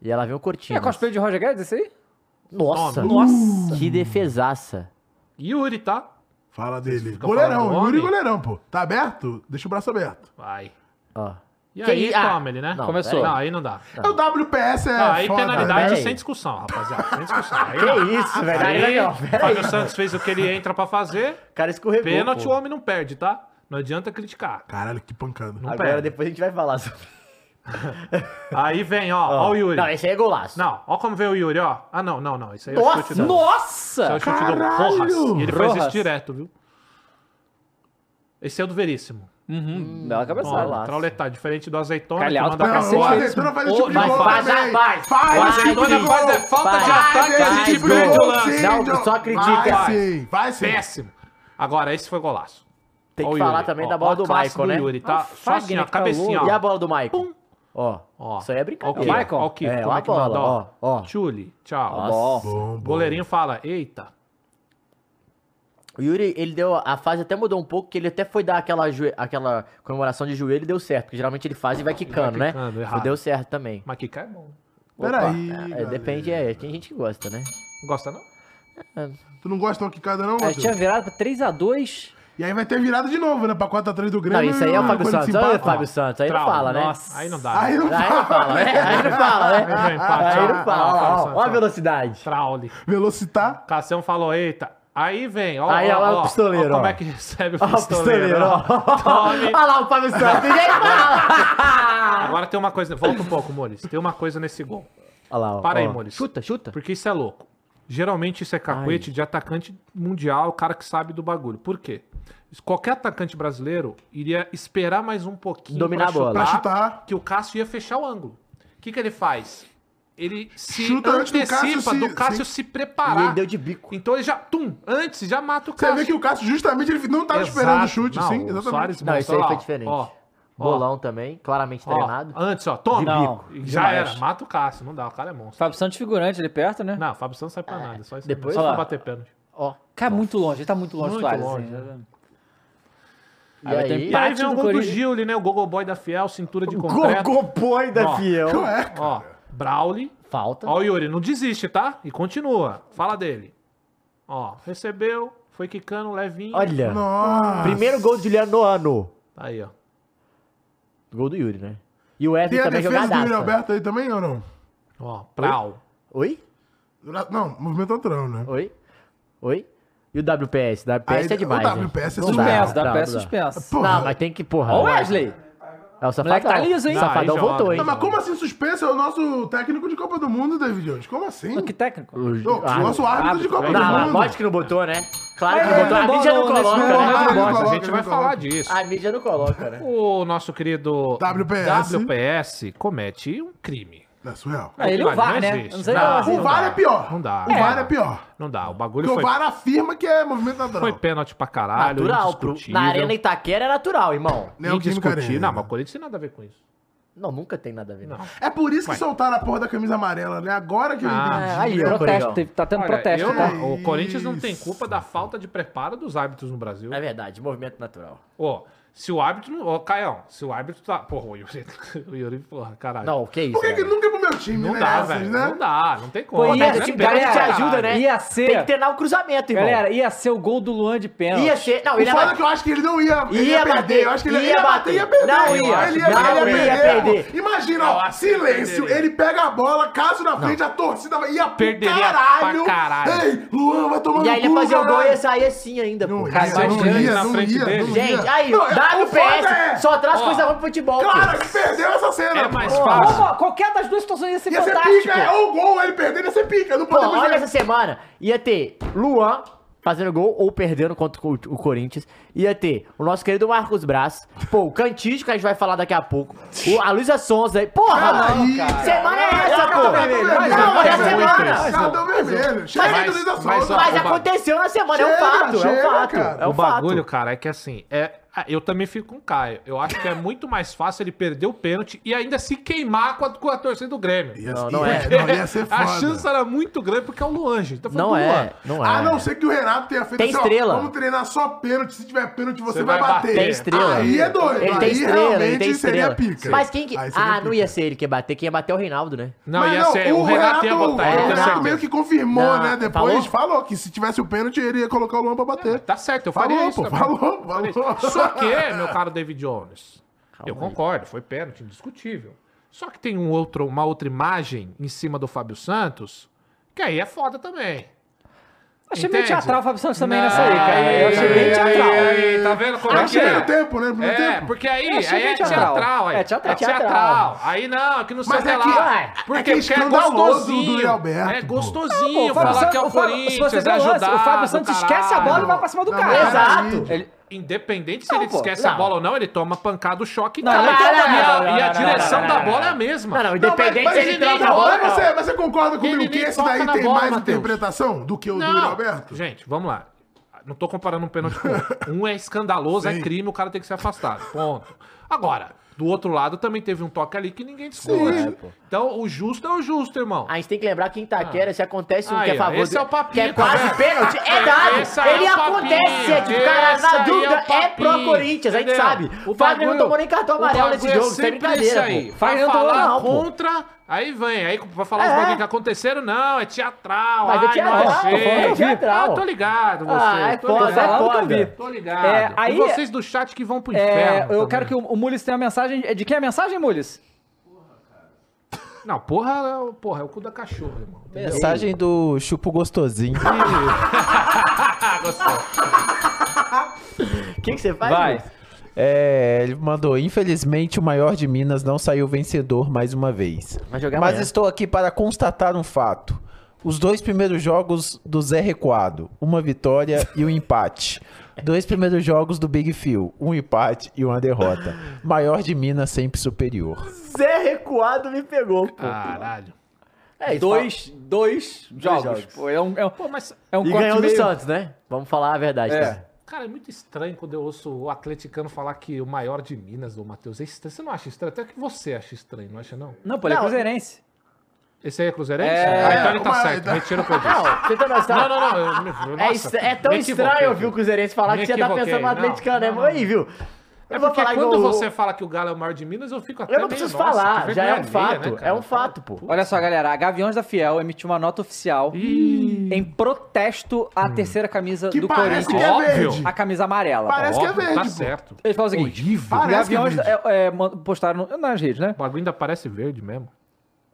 E ela um vem o
É
Cortina.
cosplay de Roger Guedes esse aí?
Nossa.
Nossa.
Que defesaça.
Yuri, tá?
Fala dele.
ficam
Goleirão,
falando
Yuri
homem?
goleirão, pô. Tá aberto? Deixa o braço aberto.
Vai.
Ó.
E
Que
aí,
i- ah,
toma ele, né?
não, Tá.
Começou.
Não, aí não dá.
É o WPS, é.
Não, aí
foda,
penalidade
velho.
sem discussão, rapaziada. Sem discussão. Aí,
Que isso, velho. Aí,
aí,
ó,
o Fábio Santos fez o que ele entra pra fazer.
O cara escorregou.
Pênalti, o
pô.
homem não perde, tá? Não adianta criticar.
Caralho, que pancada.
Não
Agora
perde.
depois a gente vai falar sobre.
Aí vem, ó, ó o Yuri.
Não, esse aí é golaço.
Não, ó como veio o Yuri, ó. Ah, não, não, não. Isso aí é o chute
Nossa!
do. Isso
Nossa!
aí é o chute do
Caralho!
Rojas. E ele faz
Rojas.
isso direto, viu? Esse é o do Veríssimo.
Uhum, bela cabeçada.
Golaço.
Ó, trauletar, diferente do azeitona. que
Calhau
manda
pra
pra
Não, o
cacete.
Azeitona faz esse tipo de
Vai,
gol
vai,
também.
vai, vai.
Faz esse
Vai,
tipo de
Azeitona
gol.
faz é falta de
Vai,
ataque e a
vai,
gente
gol.
perde o
Gol,
lance.
sim. Não,
Diogo.
só é assim. acredita.
Vai sim, vai sim.
Péssimo. Agora, esse foi golaço.
Tem
Ó
que
o
falar
Yuri,
também
ó,
da bola
ó a
do
classe
Michael, né?
Yuri, tá? Só assim,
Fagner
ó,
que tá
cabecinha,
louco.
E
ó.
a bola do Michael?
Pum.
Ó,
Ó.
Isso aí é
Ó o
É
Kiko,
o
brincadeira.
Michael?
Ó o Kiko,
É,
como
ó
é
a
que manda,
bola,
ó.
ó, tá ó.
Chuli, tchau.
Nossa.
Bom, bom.
Goleirinho fala, eita.
O Yuri, ele deu. A fase até mudou um pouco, que ele até foi dar aquela, joe- aquela comemoração de joelho e deu certo. Porque geralmente ele faz e vai quicando, né?
quicando, errado.
Mas deu certo também.
Mas Kika é bom. né?
Opa,
Peraí,
é,
galera.
depende, é. Tem gente que gosta, né?
Gosta não?
Tu não gosta de uma quicada,
É,
não,
A
Matheus?
gente tinha virado pra 3x2.
E aí vai ter virada de novo, né? Pra 4x3 do
Não,
Grêmio.
isso aí é o Fábio
quando se
Santos. Olha o
empata.
Fábio Santos. Aí não
Trau,
fala, né?
nossa.
Aí não dá.
Aí não
Aí não
fala.
fala, né? Aí não fala, né?
Aí não empate,
Aí não fala.
ó. Ó,
ó,
Fábio
Ó a
Santos.
velocidade.
Traule.
Velocitar.
Cassião falou, eita. Aí vem, ó.
Aí,
ó,
ó lá o
ó,
pistoleiro,
ó. Como
ó.
é que recebe o
Ó o
pistoleiro?
pistoleiro, ó.
ó. Tome.
Olha lá o Fábio Santos. Ninguém fala.
Agora tem uma coisa, volta um pouco, Mores. Tem uma coisa nesse gol.
Olha lá, ó.
Para aí,
ó.
Maurício.
Chuta, chuta.
Porque isso é louco. Geralmente isso é cacuete de atacante mundial, o cara que sabe do bagulho. Por quê? Qualquer atacante brasileiro iria esperar mais um pouquinho
Dominar a bola.
Pra chutar.
que o Cássio ia fechar o ângulo. O que, que ele faz? Ele se
Chuta antes do
antecipa do
Cássio
Cássio,
se-
se,
E
preparar.
ele deu de bico.
Então ele já, tum, antes, já mata o
Você
Cássio.
vê que o Cássio justamente ele não tava esperando o chute,
Não,
sim.
o Soares
Não, isso aí
mostrou
foi
lá, ó,
diferente. Tá
ó, ó,
Bolão também, claramente
ó,
treinado.
Antes, ó, toma.
Não,
E já
demais.
era, mata o Cássio. Não dá, o cara é monstro.
Fábio Santos figurante ali perto, né?
Não, o Fábio Santos sai pra nada. é Só isso
Ah, Depois-
mesmo, só
Ó.
pra bater pênalti.
Ó.
Cara, muito longe. Ele tá muito longe do
Muito
Soares.
longe,
assim.
E
Aí vai ter
aí-
E aí
empate
vem o
do
gol do
Corinthians.
Gil, né? O Gogo Boy da Fiel, cintura de concreto.
Gogoboy da
Ó.
Fiel.
Ué,
Ó, Brauli.
Falta.
Ó, o Yuri, não desiste, tá? E continua. Fala dele. Ó, recebeu, foi quicando, levinho.
Olha.
nossa.
Primeiro gol do Juliano no ano.
Aí, ó.
Gol do Yuri, né? E o Wesley
Tem a
também
defesa do Yuri
jogadaça.
Alberto aí também ou não?
Ó, Brau.
Oi?
Não, movimento antrão, né?
Oi? Oi? E o WPS? WPS é
Aí,
demais,
O
hein?
WPS é
Não dá.
Suspenso,
Não,
dá pé
não dá.
suspenso.
Porra.
Não, mas tem que, porra.
Ó o Wesley.
É o
Moleque
Safadão.
tá liso, hein?
O Safadão
Não, aí
voltou,
joga.
hein?
Não, mas como assim suspenso? É o nosso técnico de Copa do Mundo, David Jones. Como assim?
Que técnico.
O-
Ô,
ah,
o nosso árbitro de Copa
Não,
do
mas
Mundo.
lógico que não botou, né? Claro que
Mas
não botou. A
ele
mídia não
não botou
coloca,
nesse
né?
momento,
Não
ele
gosta.
A
coloca,
gente
ele
vai
coloca.
falar disso.
A mídia não coloca, né?
O nosso querido
WPS.
WPS comete um crime.
É surreal.
Ah, ele é o VAR, né? Não sei lá, assim,
O VAR é pior.
Não dá.
O VAR é pior.
Não dá. O bagulho
Porque o
foi,
VAR afirma que é movimento natural.
foi pênalti pra caralho.
É Natural. Pro,
indiscutível.
na Arena Itaquera é natural, irmão.
Neoquímica
Indiscutível.
Arena.
Não, mas o Corinthians tem nada a ver com isso.
Não, nunca tem nada a ver. Não.
É por isso que soltaram a porra da camisa amarela, né? Agora que eu
é,
entendi.
Aí, ó,
Protesto,
Coringão.
teve- tá tendo
Olha,
protesto,
eu-
tá?
tá?
O Corinthians não tem culpa da falta de preparo dos árbitros no Brasil.
É verdade, movimento natural.
Ó, se o árbitro. não- Ô, Caião, se o árbitro tá. Porra, o Yuri. O Yuri, porra, caralho.
Não, que isso.
Por que, que
velho?
nunca é pro meu time,
Não
né?
dá,
Essas,
velho.
né?
Não dá, não tem como.
Pô, ia-
Mas é
tipo,
se-
pênalti,
galera, te
caralho.
ajuda, né?
Ia ser.
Tem que treinar o cruzamento, irmão.
Galera, ia ser o gol do Luan de pênalti.
ia ser. Não,
O
ele
foda
ia-
é que eu acho que ele não ia, ele ia,
Ia
perder.
bater,
Eu acho que ele ia,
ia
bater e ia
bater.
perder.
Não
Eu
ia,
acho que ele ia,
não
ele ia
ia
perder.
perder.
pô. Imagina,
Eu
ó,
acho que ele
silêncio.
perderia.
Ele pega a bola, caso na frente, a torcida vai- ia pro
Perderia pra
caralho.
caralho.
Ei, Luan, vai tomar
E
no
aí ele
cu,
ia fazer o gol e ia
caralho.
sair assim ainda, pô.
Não ia,
Cara,
não
imagina
ia,
na
não
frente
ia,
dele.
não ia.
Gente, aí,
Não, é-
dá
o
no
foda
PS,
é-
só traz
Ó.
coisa ruim pro futebol,
Claro
pô.
que perdeu essa cena.
É
pô.
mais
Pô,
fácil.
Opa, qualquer das duas situações ia ser
Ia ser
fantástico.
pica, é ou gol, ele perdendo, ia ser pica. Não
Pô,
podemos
olha
ver.
essa semana, ia ter Luan fazendo gol ou perdendo contra o o Corinthians. Ia ter o nosso querido Marcos Braz. Pô, o Cantígio, que a gente vai falar daqui a pouco. O, a Luísa Sonza aí. Porra, mano, semana é essa, pô. Não, mas é semana.
Cartão vermelho. Chega de
Mas-
Luiz
mas, ó,
Mas
o ba-
aconteceu na semana, é um
Chega,
fato, é um
chega,
fato.
cara.
É um
o bagulho,
fato.
cara, é que assim, é, ah, eu também fico com o Caio. Eu acho que é muito mais fácil ele perder o pênalti e ainda se queimar com a, com a torcida do Grêmio.
Não,
não é.
Não, ia ser
a
foda.
chance era muito grande porque é o Luan, gente. Tá falando
Não
do Luan.
é, não é.
A não ser que o Renato tenha feito
Tem
ó,
estrela.
vamos treinar só pênalti, se tiver pênalti você,
Você
vai
vai
bater.
bater.
Tem estrela.
Aí é doido.
Ele
aí
tem estrela,
realmente
ele tem
seria
estrela.
pica.
Mas quem que.
Aí seria
Ah, não
pica.
ia ser ele que ia bater, quem ia bater é o Reinaldo, né?
Não,
Mas
ia ser. O, Renato, ia botar. eu
O
tenho
Renato
certeza.
meio que confirmou,
Não,
né? Depois falou?
falou?
que se tivesse o pênalti, ele ia colocar o Luan pra bater.
Tá certo, eu faria
falou,
isso.
pô.
também.
Falou,
Faria isso.
falou.
Só que, meu caro David Jones, eu concordo, foi pênalti, indiscutível. Só que tem um outro, uma outra imagem em cima do Fábio Santos, que aí é foda também.
Achei meio
Entende?
teatral o Fábio Santos também nessa aí, cara. Eu achei
Aí,
bem teatral.
aí, aí, tá vendo como
Mas
é que
primeiro
é?
tempo, né? Primeiro
É,
tempo.
porque aí,
Eu achei
aí é
bem teatral.
teatral. aí.
É teatral.
É teatral. Aí não, que não sei
Mas
o
é
que
que-
lá.
é que
Porque porque é
escandaloso do Yuri
gostosinho.
Alberto,
É
pô.
Pô,
gostosinho
o Fábio
falar que
Santos-
é o
o Fábio- se você
Corinthians,
ver o lance,
ajudar.
o Fábio Santos esquece a bola e vai pra cima do
Não, é
cara.
peraí.
Exato.
Ele-
Independente se ele
pô,
esquece a
não.
bola ou não, ele toma pancada, o choque e
Não,
cai.
não,
E a-
não, não,
E
não,
a
não,
direção
não,
da
não,
bola é a
Não,
mesma.
não,
Não, mas-
independente
mas
se ele
ele tá
entra
trata
tá
na
a bola,
bola.
mas você, mas você concorda comigo
Ele
que
nem
esse
toca
daí
na
tem
bola,
mais
Matheus.
interpretação do que o do Yuri Alberto?
Gente, vamos lá. Não tô comparando um pênalti com outro. Um é escandaloso, é crime, o cara tem que ser afastado. Ponto. Agora, do outro lado também teve um toque ali que ninguém discute.
Sim.
então, o justo é o justo, irmão.
A gente tem que lembrar que em Itaquera, se acontece um
Ah. Aí,
que é
ó,
favor.
esse é o papinho,
que é
tá
quase
vendo?
pênalti, é dado.
Esse aí é
Ele
o papinho,
acontece, gente. O cara,
esse aí
na
é o
dúvida, é,
papinho,
pro Corinthians, a gente
entendeu?
sabe.
O
O Fagner não
bagulho-
tomou nem cartão
o
amarelo nesse
bagulho é
jogo, sem
sempre
brincadeira.
esse aí.
pô.
Vai
Fagner não
falar
tomou não, pô.
contra, aí vem. Aí pra falar os
É.
bagulho que aconteceram, não, é teatral.
Mas é
ai,
teatral,
não achei.
tô falando que é teatral.
Ah, tô ligado, você.
Ah, é
tô
foda,
ligado.
é
Tô falando que eu vi.
foda.
Tô ligado.
É, aí-
e vocês do chat que vão pro
É,
inferno.
eu
também.
quero que o, o Mules tenha uma mensagem. É de quem é a mensagem, Mules?
Não, porra, é o- porra, é o cu da cachorra, irmão.
Mensagem do Chupo Gostosinho.
O que, que você faz? Luiz?
É, ele mandou, infelizmente o maior de Minas não saiu vencedor mais uma vez.
Vai jogar
Mas
amanhã.
estou aqui para constatar um fato. Os dois primeiros jogos do Zé Recuado, uma vitória e um empate. Dois primeiros jogos do Big Phil, um empate e uma derrota. Maior de Minas sempre superior.
Zé recuado me pegou, pô.
Ah, Caralho.
É,
Dois, dois jogos.
jogos.
Pô, é um, é um,
Pô, mas,
é um
E
corte
ganhou do
meio-
Santos, né? Vamos falar a verdade.
É.
né?
cara, é muito estranho quando eu ouço o atleticano falar que o maior de Minas, do Matheus, é estranho. Você não acha estranho? Até que você acha estranho, não acha, não?
Não, pô, ele é
Não.
cruzeirense.
Esse aí é Cruzeirense? É, ah, então ele tá
mas-
certo. Retira o que eu disse.
Não, você tá
Não,
noção?
não, não. eu me- nossa,
É, est- é tão
me equivoquei,
estranho ouvir o Cruzeirense falar
Me
que você tá
equivoquei,
pensando no
não,
atleticano, né?
não, não.
Aí, viu?
É
Eu vou
porque
falar
quando
igual-
você fala que o Galo é o maior de Minas, eu fico até
Eu não
meio,
preciso
nossa, que
falar, já é um
vergonha alheia,
fato.
né, cara?
é um fato, pô.
Olha só, galera. A Gaviões da Fiel emitiu uma nota oficial em protesto à terceira camisa
Que
do
parece que é
Corinthians,
Óbvio.
verde.
a camisa amarela.
Parece que é
Óbvio,
verde,
Tá
pô.
certo.
Eles falam o seguinte:
Horrível. né?
Parece
Gaviões
que é verde.
é, é, man- postaram no- nas redes, né?
O bagulho ainda parece verde mesmo.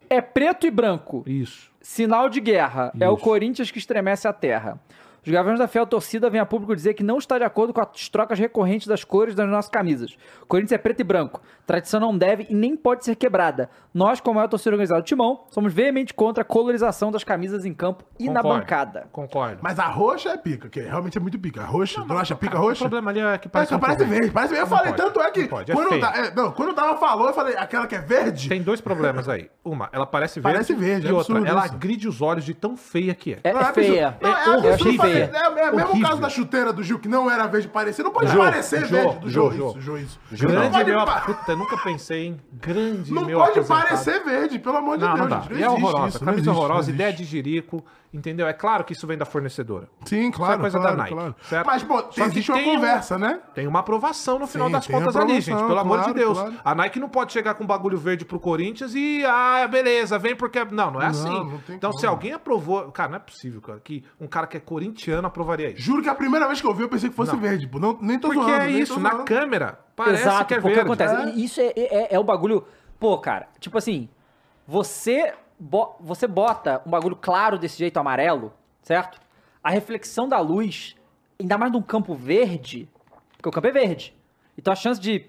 É preto e branco.
Isso.
Sinal de guerra. É o
Isso.
Corinthians que estremece a terra. Os Gaviões da Fiel Torcida vêm a público dizer que não está de acordo com as trocas recorrentes das cores das nossas camisas. Corinthians é preto e branco. Tradição não deve e nem pode ser quebrada. Nós, como é a torcida organizada do Timão, somos veemente contra a colorização das camisas em campo e na
Concordo.
bancada.
Concordo.
Mas a roxa é pica, que realmente é muito pica. A roxa, brocha, pica
Cara, o
roxa.
problema ali é que
Parece,
parece.
é,
um
parece
problema.
verde, parece verde. Eu
Não
falei,
pode,
tanto é que.
Não pode, é
quando,
feio.
o Ta- é, não, quando o Tava falou, eu falei, aquela que é verde?
Tem dois problemas aí. Uma, ela parece verde.
Parece verde,
E
é
outra,
absurdo
ela
isso.
agride os olhos de tão feia que é.
É, é
absurdo.
feia.
Não,
é
é, absurdo
horrível.
fazer- É, é, mesmo o
Horrível.
caso da chuteira do Gil, que não era verde, parecia. Não pode
Jô,
parecer
Jô,
verde do
Jô,
Jô,
Jô.
isso, Jô, isso. não
Grande
pode,
meu.
pa-
Puta, nunca pensei, hein? Grande
não
meu.
pode
aposentado.
parecer verde, pelo amor de
Não, não
Deus.
dá.
gente,
E é
existe
horrorosa.
isso, não
Camisa
existe, não
horrorosa,
existe.
ideia de jirico, entendeu? É claro que isso vem da fornecedora.
Sim, claro.
Isso é coisa
claro,
da Nike,
claro.
certo?
Mas, pô,
Só que
existe uma
tem um-
conversa, né?
Tem uma aprovação no final
Sim,
das
tem
contas ali, gente.
aprovação,
Pelo amor de
claro,
Deus.
claro.
A Nike não pode chegar com bagulho verde pro Corinthians e. Ah, beleza, vem porque. é-" Não, não é assim.
não tem
então, se
como.
alguém aprovou. Cara, não é possível, cara, que um cara que é corintiano aprovaria isso.
Juro que a primeira vez que eu vi, eu pensei que fosse verde. pô. Não, nem tô
Porque
zoando,
é
nem tô
isso, na
zoando.
câmera. Parece
Exato,
que é
porque
verde.
acontece. E Isso é, é, é o bagulho. Pô, cara, tipo assim, você, bo- você bota um bagulho claro desse jeito amarelo, certo? A reflexão da luz, ainda mais num campo verde, porque o campo é verde. Então a chance de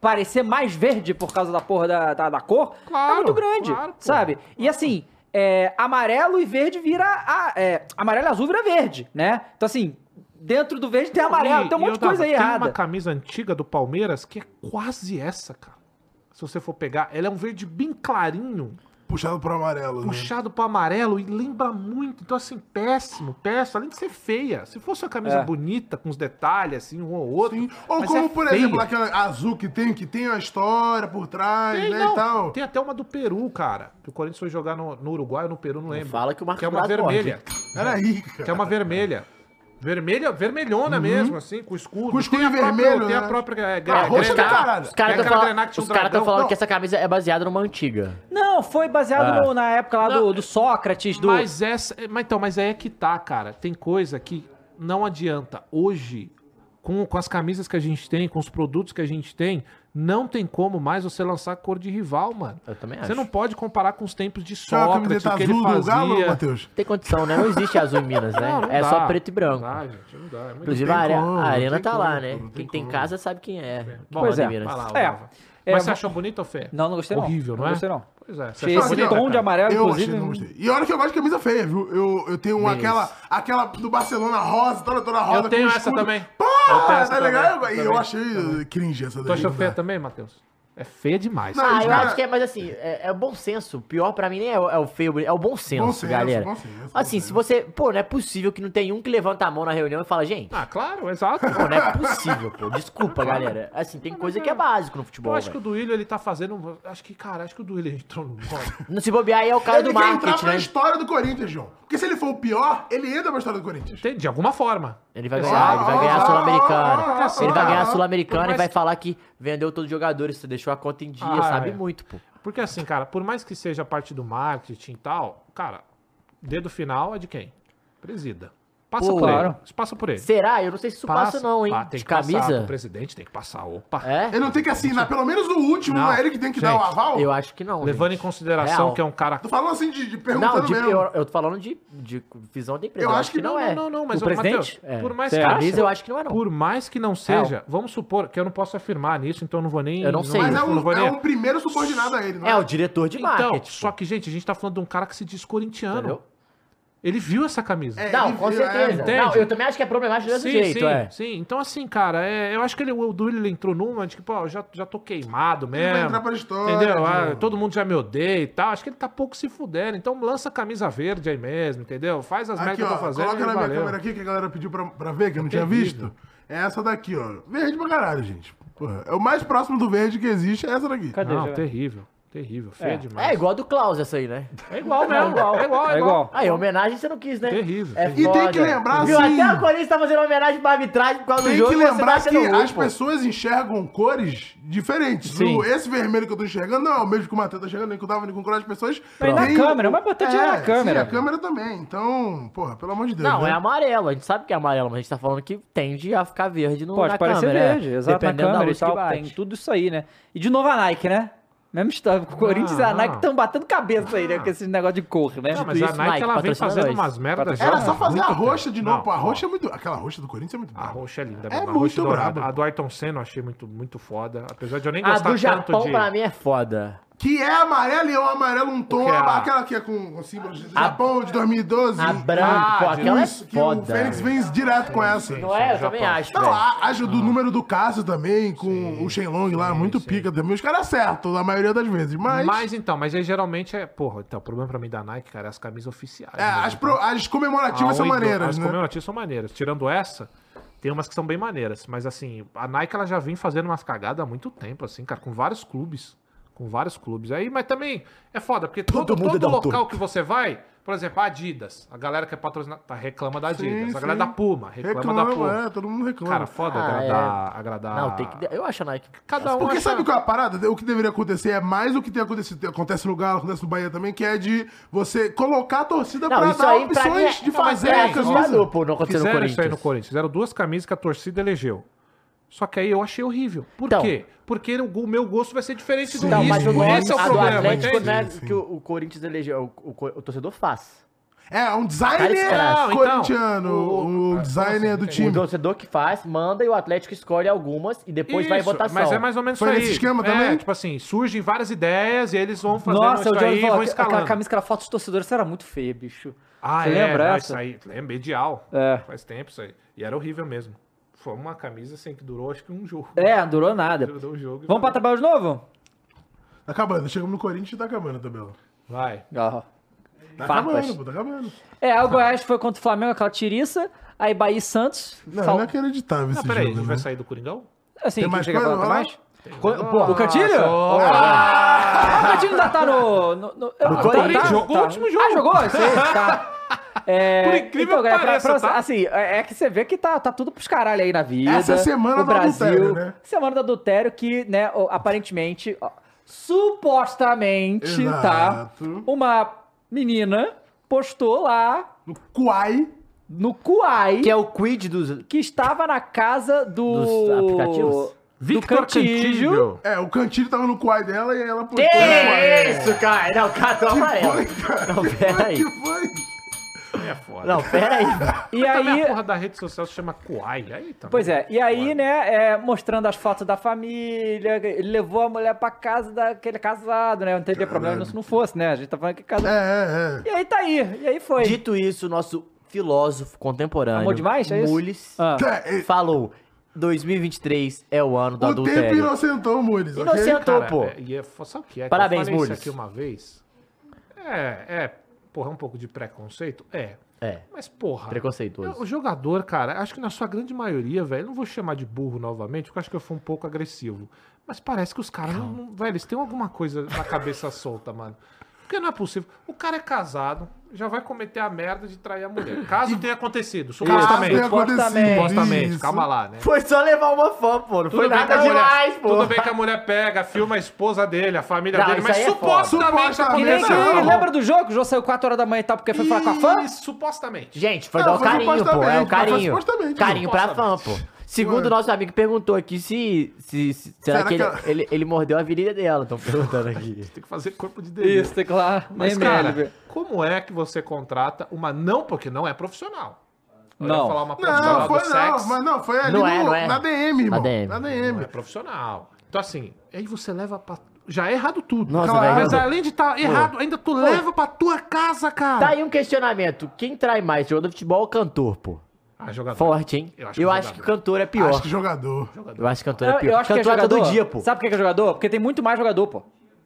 parecer mais verde por causa da porra da, da, da cor é
Claro,
muito grande,
claro, pô.
sabe? E assim, é, amarelo e verde vira. a- é, amarelo e azul vira verde, né? Então assim, dentro do verde tem amarelo,
E-
tem um
e
monte de
eu dava-
coisa aí
tem
errada.
uma camisa antiga do Palmeiras que é quase essa, cara. Se você for pegar, ela é um verde bem clarinho,
Puxado pro amarelo. né?
puxado pro amarelo e lembra muito. Então, assim, péssimo, péssimo. Além de ser feia. Se fosse uma camisa
É.
bonita, com uns detalhes, assim, um ou outro.
Sim. Ou
mas
como,
é
por
feia.
exemplo, aquela azul que tem, que tem uma história por trás,
Tem,
né,
não.
e tal.
Tem até uma do Peru, cara. Que o Corinthians foi jogar no, no Uruguai ou no Peru, não lembro.
fala que o Marcos
Que é uma
tá
Braz morre.
vermelha.
Peraí, cara.
Que é uma vermelha. Vermelha, vermelhona mesmo, assim, com escudo.
Uhum. Com escudo
Tem a própria-
vermelho,
Tem a
né?
própria... É,
A roxa
Grená-
do caralho.
Os caras
Tem
estão
aquela Grená que
falando,
tinha um
os caras tão
dragão.
falando
Não,
que essa camisa é baseada numa antiga.
Não, foi baseado
Ah.
no- na época lá do, do Sócrates, do.
Mas essa. Mas então, mas aí é que tá, cara. Tem coisa que não adianta. Hoje, com, com as camisas que a gente tem, com os produtos que a gente tem, não tem como mais você lançar cor de rival, mano.
Eu também
Você
acho.
não pode comparar com os tempos de
Tem uma
Sócrates,
camiseta
o que ele
azul do Galo,
fazia.
Matheus?
Não tem condição, né? Não existe azul em Minas, né?
Não, não
é
dá.
só preto e branco.
Não dá, gente, não dá. É muito
Inclusive,
tem
a, are-
como,
a
não
Arena
tem
tá
como,
lá, né?
não tem
Quem tem
como.
casa sabe quem é. Bom,
Pois
Ana
é.
Minas.
Vai lá,
É.
Olavo.
É,
Ah, Mas você
vou-
achou bonito, Fê?
Não, não gostei não.
Horrível, não,
não
é?
gostei não.
Pois é. você
Achei
achou
esse
bonita,
tom
um
de
cara?
amarelo,
assim, Eu achei,
inclusive.
não gostei. E olha que eu gosto de camisa feia, viu? Eu, eu tenho uma, aquela, aquela do Barcelona rosa, toda, toda rosa.
Eu tenho
com
essa
escudo.
também.
Pá,
Eu tenho essa
tá legal?
também,
E eu
também,
achei cringe essa daí. né?
Tu achou
não
feia
dá.
também, Matheus? É feia demais.
Não,
Ah, eu
Cara-
acho que é, mas assim, é, é o bom senso. O pior pra mim nem é, o- é o feio, é o bom senso,
Bom senso,
galera.
bom senso,
assim,
bom
se você. Pô, não é possível que não tem um que levanta a mão na reunião e fala, gente.
Ah, claro, exato.
Pô, não é possível, pô. Desculpa, galera. Assim, tem coisa que é básico no
Eu
futebol.
acho que o
velho.
Duílio, ele tá fazendo. Acho que, cara, acho que o Duílio entrou no modo.
Não se bobear aí é o cara
Ele
do
quer entrar
marketing,
pra
né?
história do Corinthians, João. Porque se ele for o pior, ele entra pra história do Corinthians.
Tem- De alguma forma.
Ele vai
Exato.
ganhar, ele vai ganhar a
Ah,
Sul-Americana.
ah,
Ele vai
ah,
ganhar
ah,
a Sul-Americana
por
e vai
mais-
falar que vendeu todos os jogadores, você deixou a conta em dia,
Ah,
sabe
é.
muito, pô.
Porque assim, cara, por mais que seja parte do marketing e tal, cara, dedo final é de quem? Presida. Passa
Pô,
por
claro.
ele. Isso passa por ele.
Será? Eu não sei se isso passa, não, hein?
Ah, tem
de
que Passar, pro
camisa.
presidente tem que passar. Opa.
É?
Ele não tem que assinar, pelo menos o último,
Não.
não é ele que tem que dar o
Gente,
aval?
Eu acho que não.
Levando em
gente.
consideração
Real.
que é um cara.
Tô falando assim de, de perguntando
Não, de-
mesmo.
eu, eu tô falando de, de visão da empresa.
Eu acho que
não, é.
Não, não, mas
O
ô, Matheus,
presidente? É.
por mais
Você
que.
acha?
Camisa eu acho que não é, não.
Por mais que não seja, vamos supor, que eu não posso afirmar nisso, então eu não vou nem.
Eu não sei.
Mas é
não
um,
vou nem-
é um primeiro subordinado a ele, não
É o diretor de
Então,
marketing.
só que, gente, a gente tá falando de um cara que se diz corintiano.
Entendeu?
Ele viu essa camisa.
É,
Não,
ele
com
viu,
certeza.
é,
não,
entende?
eu também acho que é problemático desse jeito,
sim,
é.
sim. Então, assim, cara, é, eu acho que ele, o Duílio ele entrou numa, de que, pô, eu já, já tô queimado mesmo.
vai entrar pra história,
É, Entendeu? Ah,
Diogo.
todo mundo já me odeia e tal. Acho que ele tá pouco se fudendo. Então, lança a camisa verde aí mesmo, entendeu? Faz as merdas
Aqui,
que eu
ó,
tô fazendo.
coloca
e
na minha
valeu.
câmera aqui que a galera pediu pra, pra ver, que eu não tinha
Terrível.
visto. É essa daqui, ó. Verde pra caralho, gente. Porra, é o mais próximo do verde que existe, é essa daqui.
Cadê?
Não,
João?
terrível. Terrível. Feio demais.
É igual a do Klaus essa aí, né?
É igual mesmo. É igual, é igual.
É igual.
Aí, homenagem você não quis, né?
Terrível.
É
E tem que
foda.
lembrar,
Viu?
assim-
Até a Corinthians tá fazendo homenagem pra arbitragem por causa do
Tem
jogo.
que
e você
lembrar
bate
que
no gol,
as
pô.
pessoas enxergam cores diferentes.
Sim.
O- esse vermelho que eu tô enxergando não é o mesmo que o Matheus tá enxergando, nem que eu tava, nem que o Cross. As pessoas...
Mas na
têm-
câmera, o mais importante é na câmera.
Sim, a câmera também. Então, porra, pelo amor de Deus,
Não,
né?
é amarelo. A gente sabe que é amarelo, mas a gente tá falando que tende a ficar verde no,
Pode
na
parecer
câmera. é.
verde, exato, na
Dependendo da
câmera e
luz que
tal, tem
bate.
tudo isso aí, né? E de novo a Nike, né? Mesmo história. O Corinthians e a
Ah.
Nike estão batendo cabeça aí, né? Com esses negócio de cor,
É
né?
tipo
Não, mas a Nike, ela vem fazendo umas merdas já.
Era só fazer a
Muito
roxa de novo.
Não,
a roxa é muito. Aquela roxa do Corinthians é muito
A
braba.
roxa é linda.
É
mesmo. a
muito
roxa dourada.
braba.
A do Ayrton Senna eu achei muito, muito foda. Apesar de eu nem
A
gostar
do
tanto
Japão,
de...
pra mim, é foda.
Que é amarelo e é um amarelo, um tom.
que é a-
Aquela que é com o símbolo de Japão de 2012.
A branca, pô, aquela é
Isso, Ah, que o
foda.
Fênix vem direto com essa.
Não é? Eu também
Japão.
acho,
Não, ah,
velho.
Tá a, acho
Ah.
do número do Cássio também, com o Shenlong lá, muito pica também. Os caras acertam, na maioria das vezes, mas...
Mas... então, mas aí geralmente é. Porra, então, o problema pra mim da Nike, cara, é as camisas oficiais.
é,
né?
as, pro- as
A
comemorativas são
Ah, oito-
maneiras,
As
né?
comemorativas são maneiras. Tirando essa, tem umas que são bem maneiras. Mas assim, a Nike ela já vem fazendo umas cagadas há muito tempo, assim, cara, com vários clubes. Com vários clubes. Aí, mas também é foda, porque todo,
Todo mundo
todo
dá um
local que você vai, por exemplo, a Adidas, a galera que é patrocinada, tá, reclama da Adidas.
Sim,
a galera
sim.
da Puma, reclama, da Puma.
é, todo mundo reclama.
Cara, foda
Ah,
agradar, agradar.
Não, tem que. Eu acho a Nike.
Cada um.
Porque
acha-
sabe qual é a parada? O que deveria acontecer é mais o que tem acontecido. Acontece no Galo, acontece no Bahia também, que é de você colocar a torcida
Não,
pra
isso
dar
aí pra mim
opções
é-
de
não, mas
fazer
é
a camisa.
assustador, pô, não aconteceu no
Fizeram isso aí no
Corinthians.
Corinthians. Fizeram duas camisas que a torcida elegeu. Só que aí eu achei horrível. Por
Então.
quê? Porque o o meu gosto vai ser diferente do
Não, mas
Isso,
eu gosto
Esse é o
a do
problema, é
Atlético,
entende?
né? Que o, o Corinthians elegeu. O, o, o torcedor faz.
É, um
Cara,
designer
escravo.
corintiano,
Então,
o, designer do
O
time.
torcedor que faz, manda e o Atlético escolhe algumas e depois vai em
Isso,
votação.
Mas é mais ou menos
Foi
isso aí.
nesse esquema
É,
também?
Tipo assim, surgem várias ideias e eles vão fazendo
Nossa,
isso
o Johnny
aí e
falou
vão
que aquela
escalando.
camisa que era foto dos torcedores isso era muito feia, bicho.
Ah,
Você
é,
lembra
não,
essa?
Isso aí, é medial.
É.
Faz tempo isso aí. E era horrível mesmo. Foi uma camisa assim que durou acho que um jogo.
É, não durou nada.
Durou um jogo. e
Vamos pra trabalho de novo?
Tá acabando, chegamos no Corinthians e tá acabando a tabela.
Vai.
Ó.
Tá
Farpas.
acabando, pô, tá acabando.
Ah. É, aí o Goiás foi contra o Flamengo, aquela tiriça. Aí Bahia e Santos.
Não,
fal-
não é inacreditável
Não,
esse
Ah, peraí, a
jogo,
gente
né?
vai sair do Coringão?
Assim,
Tem
quem
mais
chega pra
coisa,
falar
não?
mais? Pô, o Cantilho? O Cantilho ainda tá no. no, no, tá-
Corinthians.
tá-
Jogou
tá.
o último jogo.
Ah, jogou? Isso aí, tá. É,
Por incrível que
galera, pra-
pareça,
pra você-
tá?
assim, é é que você vê que tá, tá tudo pros caralho aí na vida.
Essa é a semana
no
do
Brasil,
adultério, né?
Semana tá do adultério que, né, ó, aparentemente, ó, supostamente,
Exato.
tá? Uma menina postou lá
No Kuai.
no Kuai
Que é o quid dos.
que estava na casa do.
Dos aplicativos?
Victor Cantillo.
É, o Cantilho tava no Kuai dela e ela postou
Que
no Kuai.
isso, cara? Não, cartão amarelo.
Foi, cara.
Não, peraí.
Que foi?
É foda.
Não, peraí.
E
Também a
aí.
porra da rede social se chama Kuai. Aí, também.
Pois é, e aí, né, é, mostrando as fotos da família, ele levou a mulher pra casa daquele casado, né? Não teria problema se não fosse, né? A gente tá falando que
É,
casado.
é, é.
E aí tá aí, e aí foi.
Dito isso, o nosso filósofo contemporâneo.
Amor demais, é isso?
Mules
Ah.
Tá, é,
falou: 2023 é o ano do
o tempo
adultério.
inocentou o Muniz, ok?
Inocentou,
Cara,
pô.
é- e é, fo- sabe o que é? que
Parabéns,
eu falei
Mules.
isso aqui uma vez. É, é, porra, é um pouco de preconceito? É.
É,
Mas, porra. eu-
preconceituoso.
O jogador, cara, acho que na sua grande maioria, velho, não vou chamar de burro novamente, porque eu acho que eu fui um pouco agressivo. Mas parece que os caras não, não- Velho, eles têm alguma coisa na cabeça solta, mano. Porque não é possível. O cara é casado, já vai cometer a merda de trair a mulher. Caso tenha acontecido, supostamente.
Caso tenha acontecido,
Supostamente,
isso.
calma lá, né?
Foi só levar uma fã, pô. Não
Tudo
foi
bem
nada
que a mulher-
demais, pô.
Tudo bem que a mulher pega, filma a esposa dele, a família
Não,
dele,
isso
mas
aí é
supostamente
foda.
E nem que
Não.
ele lembra do jogo, o jogo saiu 4 horas da manhã e tal, porque foi falar com a fã.
Ih, supostamente.
Gente, foi
Não,
dar o
foi
carinho, pô.
supostamente,
É o
mas foi
carinho.
supostamente,
Carinho pra fã, pô. Segundo o nosso amigo perguntou aqui se. se, se- será,
Será
que,
que
ele,
ela-
ele, ele mordeu a virilha dela? Estão perguntando aqui.
Tem que fazer corpo de delírio.
Isso, é tem que lá.
Mas,
nem
cara,
MLB.
como é que você contrata uma não, porque não é profissional. Eu ia
Não.
falar uma profissional
Não,
do
foi não,
sexo,
mas não, foi ali
Não é,
no-
não é.
na DM, irmão.
Na DM.
Na
não é
DM.
profissional. Então, assim, aí você leva pra... Já é errado tudo.
Nossa,
Claro.
velho.
Mas além de estar errado, ainda tu leva pra tua casa, cara.
Tá aí um questionamento. Quem trai mais, jogador de futebol ou cantor, pô?
Ah, jogador.
Forte, hein? Eu
Eu
acho
acho
que,
que jogador.
o cantor é pior.
Acho que jogador.
Eu acho que cantor é
Eu,
pior.
eu acho que é
cantor
jogador.
todo dia, pô.
Sabe por que que é jogador? Porque tem muito mais jogador, pô.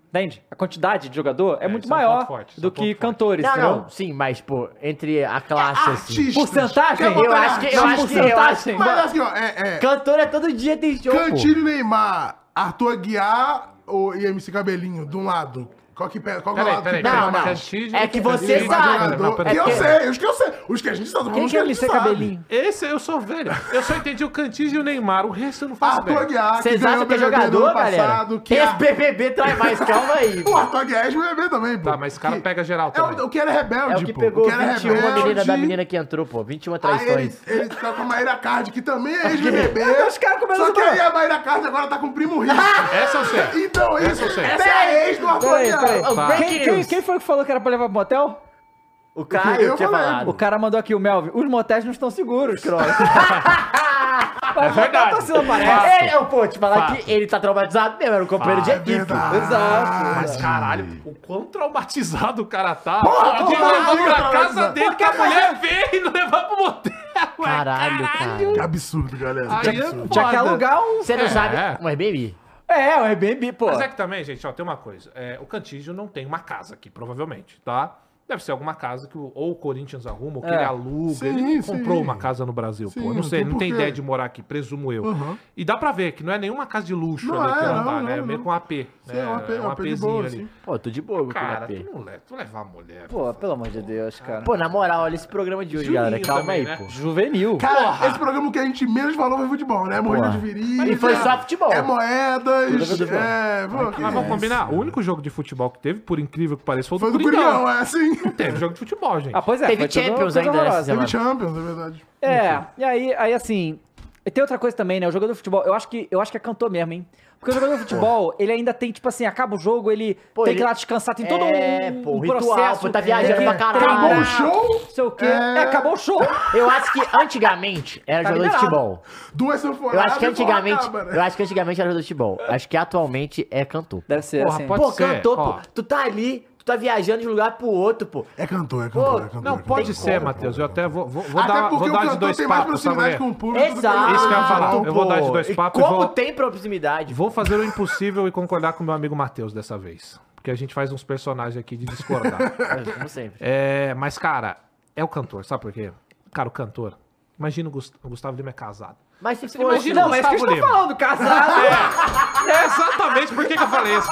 Entende? A quantidade de jogador é, muito
isso é um
maior
ponto forte, isso
do
é um
que
ponto forte.
cantores,
Não,
entendeu?
não, sim, mas, pô, entre a classe, assim.
Artistas.
Porcentagem?
Quer botar
Eu
na
acho que, eu acho que, eu acho
porcentagem.
que,
Mas assim, ó, é, é.
Cantor é todo dia tem show, pô.
Cantilho e Neymar, Arthur Aguiar ou e MC Cabelinho, de um lado. Qual que pega? Qual que é o
Peraí,
lado
peraí,
que
pera
pega?
Não, não.
mas cantígeno
É
tem
que
cantígeno,
você
mas
sabe.
jogador-
É
Que eu
que-
sei, os que eu sei. Os que a gente tá falando,
Quem
os
que
que
é
a gente
Liceu
sabe.
Cabelinho?
Esse eu sou velho. Eu só entendi o Cantígio e o Neymar. O resto eu não faço
Arthur
ideia.
Aguiar, que
Vocês
ganhou
acham
o
que é
BBB do
jogador,
ano
galera?
passado. Que
Esse
a-
BBB traz mais, calma aí.
O Arthur Aguiar é de BBB também, pô.
Tá, mas esse cara
Que-
pega geral
É
também.
o, o que era rebelde,
É o que
pô.
pegou
o que era
21 a
rebelde.
menina da menina que entrou, pô. 21
Aí ele,
traições.
ele tá com a Maíra Card, que também é ex-BBB.
Os caras começaram
Só que
a
aí a Maíra Card agora tá com o primo Rico.
Essa eu sei.
Então,
Essa
isso.
eu sei.
Essa é a ex do Arthur
Peraí, peraí.
Aguiar.
Tá.
Quem, quem- quem foi que falou que era pra levar pro motel?
O
Eu
Caio tinha
falei.
falado.
O cara mandou aqui o Melvin. Os motéis não estão seguros, tá Cross.
É verdade.
torcida aparece.
Ele, eu, pô, te falar que ele tá traumatizado mesmo, era o
É.
companheiro
Ah, é
de equipe.
Exato.
Mas caralho, o quão traumatizado o cara tá.
Porra,
de
porra,
levar
porra,
pra casa
porra.
dele que a mulher veio e não levar pro motel. ué.
Caralho,
Que
cara.
absurdo, galera.
Aí
Que
é
absurdo.
Tinha que
foda.
alugar um.
Você não
É.
sabe. Um Airbnb.
É, um Airbnb, pô.
Mas é que também, gente, ó, tem uma coisa. É, o Cantígio não tem uma casa aqui, provavelmente, tá? Deve ser alguma casa que o- ou o Corinthians arruma, ou que
É.
ele aluga. ele
Sim,
não comprou
sim.
uma casa no Brasil,
Sim,
pô. Eu não
não tem
sei, ele não tem
porquê.
ideia de morar aqui, presumo eu.
Aham.
E dá pra ver que não é nenhuma casa de luxo
Não
ali que
é,
ela tá,
não,
né?
não,
meio
não.
com AP.
Sim,
né?
é um AP,
É um
um AP de
APzinho
boa,
ali.
assim.
Pô, tô de boa com
Cara,
o
tu
IP.
não le- tu levar a mulher.
Pô, pelo amor de Deus, cara.
Pô, na moral, olha esse programa de hoje,
Juninho
galera. Calma
também,
aí,
né?
pô.
Juvenil.
Cara, esse programa que a gente menos falou foi futebol, né? Morrida
Porra.
de virilha.
E foi só futebol.
É moedas.
Tudo futebol.
É, pô, que-
Mas Ah, vamos combinar, o único jogo de futebol que teve, por incrível que pareça, foi o
Foi
do
do Coringão,
Coringão.
é assim.
Teve jogo de futebol, gente.
Ah, pois é.
Teve
foi tudo
Champions
coisa
ainda nessa
horrorosa.
Teve Champions, é verdade.
É, e aí, aí assim. e Tem outra coisa também, né? O jogador de futebol, eu acho que, eu acho que é cantor mesmo, hein? Porque o jogador de futebol, ele ainda tem, tipo assim, acaba o jogo, ele
Pô,
tem
ele-
que ir lá descansar, tem todo um,
É, pô,
um
ritual,
processo.
pô, tá viajando
tem que
pra caralho.
treinar,
Acabou o show?
Não sei o quê.
É.
É, acabou o show.
Eu acho que antigamente era
Tá
jogador de
liberado.
futebol.
Duas sanfonadas.
Eu acho que
e fora a
antigamente.
câmera.
Eu acho que antigamente era jogador de futebol. Acho que atualmente é cantor.
Deve ser,
Porra,
assim.
né? pode
pô,
ser,
cantor,
ó.
pô. Tu tá ali, tu tá viajando de um lugar pro outro, pô.
É cantor, é cantor, é cantor.
Não,
é cantor,
pode
é
ser,
cantor,
Matheus.
é
Eu
cantor.
até vou, vou, vou
Até
dar,
porque
vou
o
dar de
cantor
dois
tem mais
papos, sabe? é?
proximidade com o público do que
Exato.
Isso que eu ia falar. Eu vou
pô.
dar de dois
E
papos e
Como
vou-
tem proximidade?
Vou fazer o impossível e concordar com o meu amigo Matheus dessa vez. Porque a gente faz uns personagens aqui de discordar.
Como sempre.
É, mas, cara, é o cantor, sabe por quê? Cara, o cantor. Imagina o Gus- o Gustavo Lima é casado.
Mas tá se for.
imagina
não, mas é isso que eu
Gustavo
estou falando,
Lima.
casado.
É exatamente por que, que eu falei isso.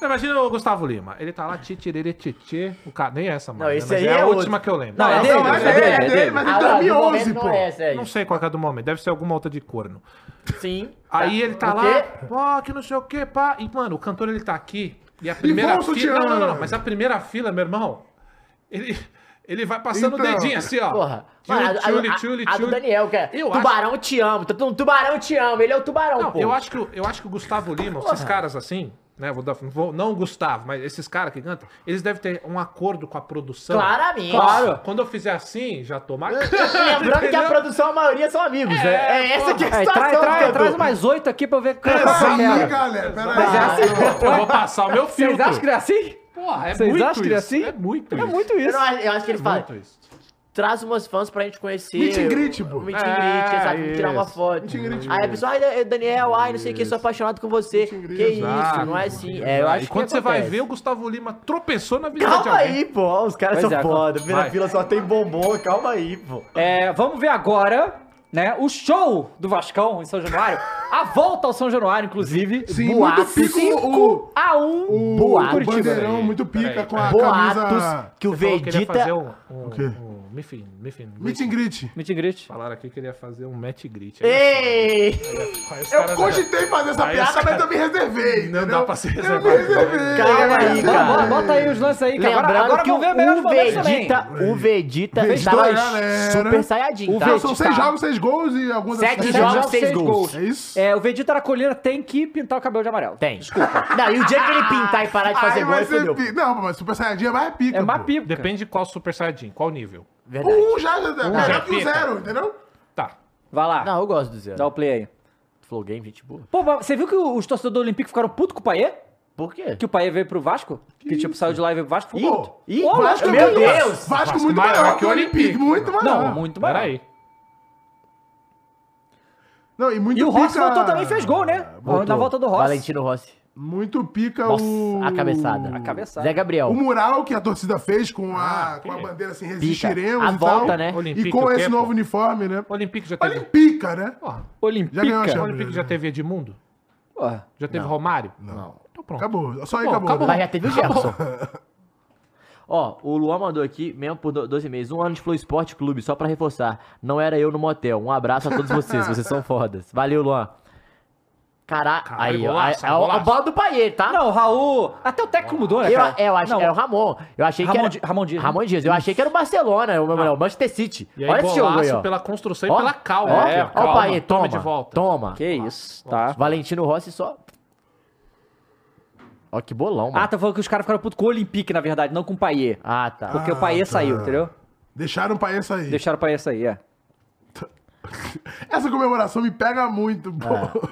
Não, Imagina o Gustavo Lima. Ele tá lá, titirere, titê. O cara, nem essa, mano.
Não,
né?
esse
Mas
aí
é,
é
a
outro.
última que eu lembro.
Não, é dele,
Mas
é dele, é dele.
mas
Ah,
é
lá,
de
no momento
2011, pô.
Não é essa, é
Não
isso.
sei qual que é do momento. Deve ser alguma outra de corno.
Sim.
Aí ele tá
O
lá,
quê?
pô, que não sei o que, pá. E, mano, o cantor ele tá aqui. E a primeira
bom
fila.
sutiã!
Não, não, não, não, Mas a primeira fila, meu irmão, ele, ele vai passando o
Então.
dedinho assim, ó.
Porra.
Tchule,
Mano, a,
tchule,
a, a-
tchule,
a do
tchule.
Daniel, cara.
Eu
tubarão te amo. Tá todo- Tubarão te amo. Ele é o tubarão,
Não,
pô.
eu acho que, o- eu acho que o Gustavo Lima, esses caras assim, né? Vou dar, vou- não o Gustavo, mas esses caras que cantam, eles devem ter um acordo com a produção.
Claramente.
Claro. Quando eu fizer assim, já tô marcando.
Lembrando que a
Entendeu?
produção, a maioria são amigos, né? É essa que é a
É,
situação,
traz, traz,
Pedro.
traz mais oito aqui pra eu ver o que eu
Essa
faço.
aí, galera,
Mas é
peraí.
assim,
Eu vou passar o meu filtro.
vocês acham que ele é assim?
Porra, é
Vocês
muito
acham que ele é
isso.
assim?
É muito
É
isso.
muito
Eu,
isso.
não acho- eu acho que eles
É
falam,
muito isso.
traz umas fãs pra gente conhecer.
Meet and greet, pô.
Meet
É,
and greet, exato, vamos tirar
É,
uma
isso.
foto. Aí a pessoa, ai, Daniel, ai, não sei o que, sou apaixonado com você. Que isso,
exato.
não é assim. É, eu
Ah,
acho
e quando
que
você vai
acontece.
ver, o Gustavo Lima tropeçou na vida de
Calma
alguém.
aí, pô. Os caras
Pois
são
é,
foda. Primeira
vai.
fila só tem bombom. Calma aí, pô.
É, vamos ver agora, né, o show do Vascão em São Januário. A volta ao São Januário, inclusive.
Sim,
Boato.
muito pico o,
A um.
o,
Boato.
o bandeirão, muito pica
Peraí,
com a
Boatos
camisa...
que o
Você falou que ele ia
Vegeta...
fazer um, um,
quê?
um Mifin, Mifin,
Meet and greet.
Meet and greet.
Falaram aqui que ele ia fazer um match é grit.
Ei!
né?
Eu cogitei fazer essa
Aí os
piada,
cara-
mas eu me reservei.
Não dá
entendeu?
pra se
Eu me
reservar.
reservei.
Calma aí,
Bora,
cara.
bora, bota aí os lances aí, cara.
Lembrando
Então, Agora, agora
que
vamos ver a melhor
o
momento também.
Vegeta, o Vegeta
Fez
estava
dois, galera.
super saiyajin,
O
tá?
Vegeta- São seis jogos, seis gols e algumas
Sete
assistências.
jogos, seis gols.
É isso?
É, o Vegeta Aracolina tem que pintar o cabelo de amarelo.
Tem. Não, e o dia que ele pintar e parar de fazer
Aí
gol,
vai
ele
ser
fodeu.
pica. Não, mas Super Saiyajin é mais pica.
É uma
Uhum.
pô.
pipa.
Depende de qual Super Saiyajin, qual nível.
Verdade.
O um já, já é
já é
melhor que o
pica.
zero, entendeu?
Tá.
Vai lá,
Não, eu gosto do Zero.
dá o play aí.
Flow Game, gente boa.
Pô, mas você viu que os torcedores do Olímpico ficaram putos com o Paê?
Por quê?
Que o Paê veio pro Vasco? Que, tipo, saiu de lá e veio pro Vasco?
Pô,
Ih,
Ô,
Vasco é
meu
muito
Deus!
maior- Vasco é
Vasco é
muito
maior
maior
que
que
o
o Olympique,
Olympique.
muito maior.
Não, muito maior.
Peraí.
Não, e muito
E o Rossi
pica-
voltou também fez gol, né? Na
Voltou.
volta do Rossi.
Valentino Rossi.
Muito pica
Nossa,
o...
a cabeçada.
A cabeçada.
Zé Gabriel.
O mural que a torcida fez com a, com a
que-
bandeira assim,
A
resistiremos e
volta,
tal.
né?
E
Olympique, o
com
quê,
esse
pô?
novo uniforme, né?
O Olympique já teve.
Olimpica, né? Já
Porra,
ganhou a
Olímpica.
o
chave.
Olympique já teve Edmundo?
Porra.
Já teve Romário? Não. Então pronto.
Acabou. Só aí
Acabou,
acabou.
acabou.
né?
Mas já teve o Gerson. Ó, o Luan mandou aqui, mesmo por do- 12 meses, um ano de Flow Esporte Clube, só pra reforçar. Não era eu no motel. Um abraço a todos vocês, vocês são fodas. Valeu, Luan. Caraca,
Caralho,
aí, ó. aí-
golaço,
É o-
golaço.
a bola do Paier, tá?
Não, o Raul. Até o técnico mudou, né?
Eu,
cara?
eu acho
Não,
que era o Ramon. Eu achei
Ramon
que
Di-
era.
Ramon Dias, né?
Ramon Dias. Eu achei que era o Barcelona, o meu melhor, o Manchester City.
E aí,
Olha esse jogo aí,
golaço
ó.
pela construção e
Ó,
pela calma.
Ó,
É,
ó
calma.
o Paier, toma.
de volta.
Toma.
Que isso, tá?
Valentino Rossi só. Ó, que bolão,
Ah,
mano.
tá falando que os caras ficaram putos com o Olympique, na verdade, não com o Paier.
Ah, tá.
Porque o Paier
tá.
saiu, entendeu?
Deixaram pra essa aí.
Deixaram o Paier sair, é.
Essa comemoração me pega muito, pô.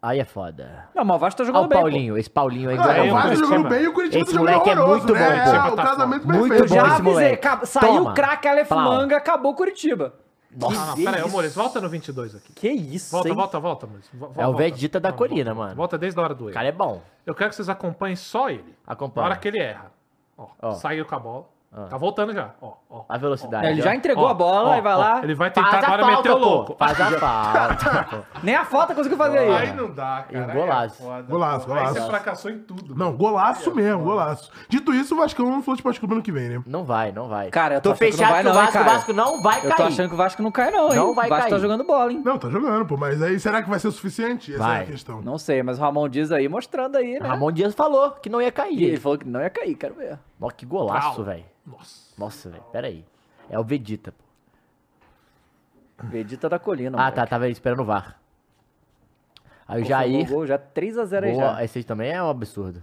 Aí é foda.
Não, mas o Vasco tá
Olha
jogando
o
bem. pô.
Paulinho, esse Paulinho aí.
Ah,
ganhou.
é,
o Vasco
Curitiba.
jogando bem e o Curitiba
um Esse
tá jogando
moleque é
horroroso,
muito
né?
bom,
É,
pô.
o casamento
Muito
perfeito.
bom.
Já
esse
avisei,
moleque.
acaba- saiu
Toma.
o craque Aleph
Plau.
Manga, acabou Curitiba.
Ah, não, pera aí, ô, Mores, volta no 22 aqui.
Que isso,
Volta,
hein?
volta, volta, Mores. Vo- vo-
É o
volta.
Vegeta da
Não,
colina,
volta,
mano.
Volta desde a hora do
O
erro.
cara é bom.
Eu quero que vocês acompanhem só ele. Na
Acompanha.
hora que ele erra. Ó,
Ó.
saiu com a bola. Tá voltando já. Ó, ó.
A velocidade.
É, ele já
ó.
entregou a bola,
ó,
aí vai
ó.
lá.
Ele vai tentar
Faz a
agora meter
falta,
o
pô.
louco.
Faz a falta.
Nem a falta conseguiu fazer aí.
Aí não dá, cara.
E um
Aí é
golaço.
foda.
Golaço,
Aí você
golaço.
fracassou em tudo.
Não, golaço mesmo, golaço. Dito isso, o Vascão não falou de Esporte Clube ano que vem, né?
Não vai, não vai.
Cara, eu tô
tô
achando que
fechado
não vai
que o
não, hein,
Vasco, o
cara.
Vasco não vai
Eu
cair.
tô achando que o Vasco não cai, não, hein?
Não vai
o Vasco tá
cair.
jogando bola, hein?
Não, tá jogando, pô. Mas aí, será que vai ser o suficiente? Essa é
Vai.
a questão.
Não sei, mas o Ramon diz aí, mostrando aí, né?
Ramon Dias falou que não
E
ia
ele
cair.
falou que não ia cair, quero ver.
Ó, que golaço,
Pau.
velho.
Nossa.
Nossa, velho, pera aí. É o Vegeta. pô.
Vegeta da colina.
ah,
moleque.
tá, tava esperando o VAR. Aí o
Pô,
Jair.
foi um gol já 3x0 aí já.
Boa, esse aí também é um absurdo.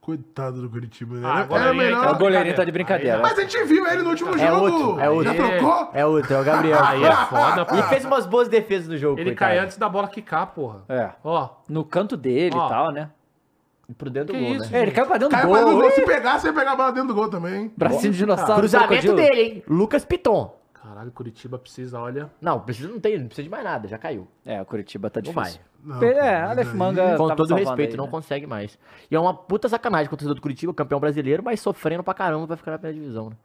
Coitado do Curitiba, né?
Ah,
Era-
agora
Era
aí, aí
É,
tá
O
melhor.
goleirinho tá de brincadeira.
Mas a gente viu ele no último
É
jogo.
outro, é outro.
Já trocou?
É outro, é o Gabriel.
Aí é foda, pô.
E fez umas boas defesas no jogo,
Ele
coitado.
cai antes da bola quicar, porra.
É.
Ó,
No canto dele e
Ó.
tal, né?
E Pro dentro do
Que
gol,
isso,
né?
É, ele caiu pra dentro do
Caiu pra dentro do
gol.
gol.
hein?
Se pegar, você ia pegar a bola dentro do gol também.
Bracinho um de dinossauro.
Cruzamento
crocodilo.
dele, hein? Lucas Piton.
caralho, Curitiba precisa, olha.
Não, precisa, não tem, não precisa de mais nada, já caiu.
É, o Curitiba tá
Não
difícil.
Não,
Pe- é,
mas
Aleph
aí-
Manga.
Com
tava
todo
salvando
respeito,
aí,
não
né?
consegue mais. E é uma puta sacanagem com o torcedor do Curitiba, campeão brasileiro, mas sofrendo pra caramba pra ficar na primeira divisão, né?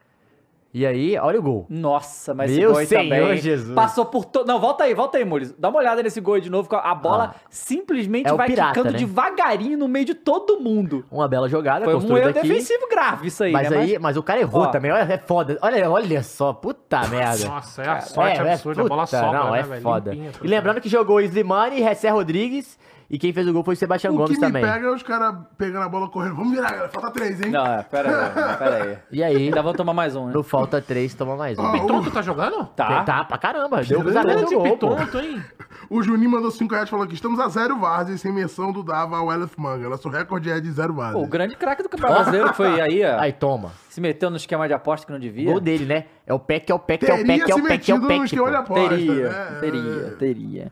E aí, olha o gol.
Nossa, mas esse
Meu
gol aí
Senhor
também.
Jesus.
Passou por todo. Não, volta aí, volta aí, Mules. Dá uma olhada nesse gol aí de novo. que A bola simplesmente
É o
vai
pirata,
quicando
né?
devagarinho no meio de todo mundo.
Uma bela jogada,
Foi um
construída
erro
aqui.
defensivo grave isso aí,
mas
né?
aí, mas... o cara errou
Ó.
também. Olha, é foda. Olha, olha só, puta merda.
Nossa, é a sorte absurda. a bola
puta,
sobra,
não,
né,
é
velho?
foda.
Limpinha,
e lembrando que jogou Slimani, Ressé Rodrigues e quem fez o gol foi o Sebastião
O que
Gomes
me
também.
pega é os caras pegando a bola correndo. Vamos virar, galera. Falta três, hein?
Não, é, pera aí, pera aí.
E aí,
Ainda vão tomar mais um, né?
no falta 3, toma mais um.
Ó,
Pitonto tá jogando?
Tá.
Tá pra caramba. Deu os
Grande
aranhas no gol, pô.
Pitonto, hein?
O Juninho mandou 5 reais e falou que estamos a zero Várzea sem menção do Dava ao Aleph Manga. Nosso recorde é de zero
Pô, o
Várzea.
grande craque do Campeonato Brasileiro que foi aí, ó,
Aí, toma.
se meteu no esquema de aposta que não devia.
Gol dele, né? É o PEC, é o PEC, é o PEC,
Teria
é
se
o PEC,
metido
é o
no
PEC. pô.
esquema de aposta,
Teria,
né?
teria, teria.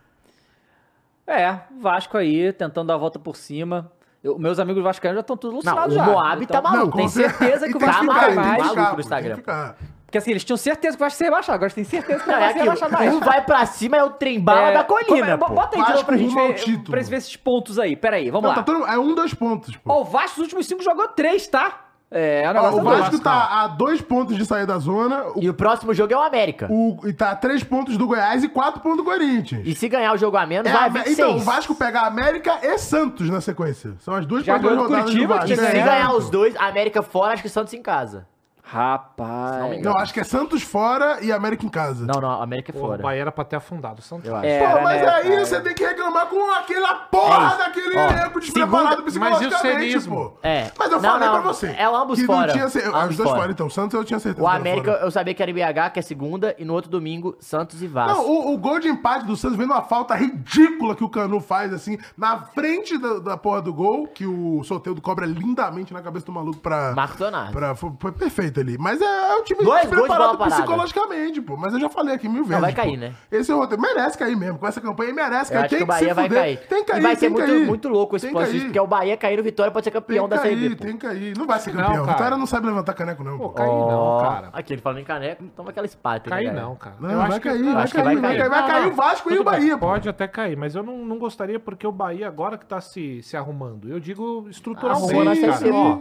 É, Vasco aí, tentando dar a volta por cima. Eu- meus amigos vascaínos já estão todos
Não,
alucinados
o
já.
Moab
Então,
tá maluco.
Tem certeza
E
que o
tem
Vasco não
ficar,
vai
e tem
mais.
que ficar,
Maluco no
pô, tem que
Instagram.
ficar.
Porque assim, eles tinham certeza que o Vasco ia rebaixar. Agora eles têm certeza que o
Não, é
Vasco ia
aquilo.
rebaixar mais.
Um vai pra cima, é o trem bala
É,
da
como é?
colina,
Bo-
pô.
Bota aí de
Vasco
novo pra gente
rumo ao
ver,
título.
pra gente ver esses pontos aí. Pera aí, vamos
Não,
lá.
tá todo... É um, dois pontos, pô.
Ó, o Vasco nos últimos cinco jogou três, tá? É, é um
Ó,
negócio
o
doido.
Vasco tá a dois pontos de sair da zona. O,
E o próximo jogo é o América.
o- e tá a três pontos do Goiás e quatro pontos do Corinthians.
E se ganhar o jogo a menos,
É,
vai a
a-
26.
então, o Vasco pega a América e Santos na sequência. São as duas
Já
primeiras
ganhou do Curitiba,
E se
É.
que ganhar-
ganhar os dois, a América fora, acho que o Santos em casa.
Rapaz.
Não, acho que é Santos fora e América em casa.
Não, não, a América é
Pô, o
fora.
Bahia era pra ter afundado o Santos.
Eu acho.
É,
Pô, mas
né,
aí
cara?
você tem que reclamar com aquela porra
É isso.
daquele
Ó,
elenco despreparado
segunda- mas e o
psicologicamente,
serismo?
pô.
É.
Mas eu
Não,
falei
não,
pra você.
é ambos
que
fora.
Não tinha cer- ah,
Ambos
os dois fora.
fora,
então. Santos eu tinha certeza.
O
que era
América,
fora.
eu sabia que era em BH, que é segunda, e no outro domingo, Santos e Vasco.
Não, o, o gol de empate do Santos vem numa falta ridícula que o Canu faz, assim, na frente da, da porra do gol, que o Soteudo cobra lindamente na cabeça do maluco pra.
Marcos Leonardo.
pra- foi, foi perfeito ali. Mas é, é um time
Dois gols de bola
despreparado
parada.
psicologicamente, pô. Mas eu já falei aqui mil vezes.
vai cair,
pô.
né?
Esse é o roteiro. Merece cair mesmo. Com essa campanha, merece
Eu
cair.
acho que
Tem
o
se
Bahia vai
fuder.
cair.
Tem que cair,
e vai ser
tem que
muito,
cair.
muito louco esse
Tem
próximo,
cair.
porque é o Bahia cair no Vitória pode ser campeão
Tem
da
que
Série B.
cair,
pô.
tem que cair. Não vai ser campeão.
Não,
o
cara.
Vitória não sabe levantar caneco, não.
Pô,
Pô.
cair não,
Ó,
cara.
Aqui, ele falando em caneco, toma aquela espátria.
Cair
né, galera?
não, cara.
Não,
Eu
vai
acho que-
cair,
eu
vai
acho que
cair, vai cair. Vai cair o Vasco e
Tudo
o Bahia,
bem,
pô.
Pode até cair, mas eu não, não gostaria porque o Bahia agora que tá se, se arrumando. Eu digo
Ah,
Arrumou na
estruturalmente,
Série
cara.
C.
Ó,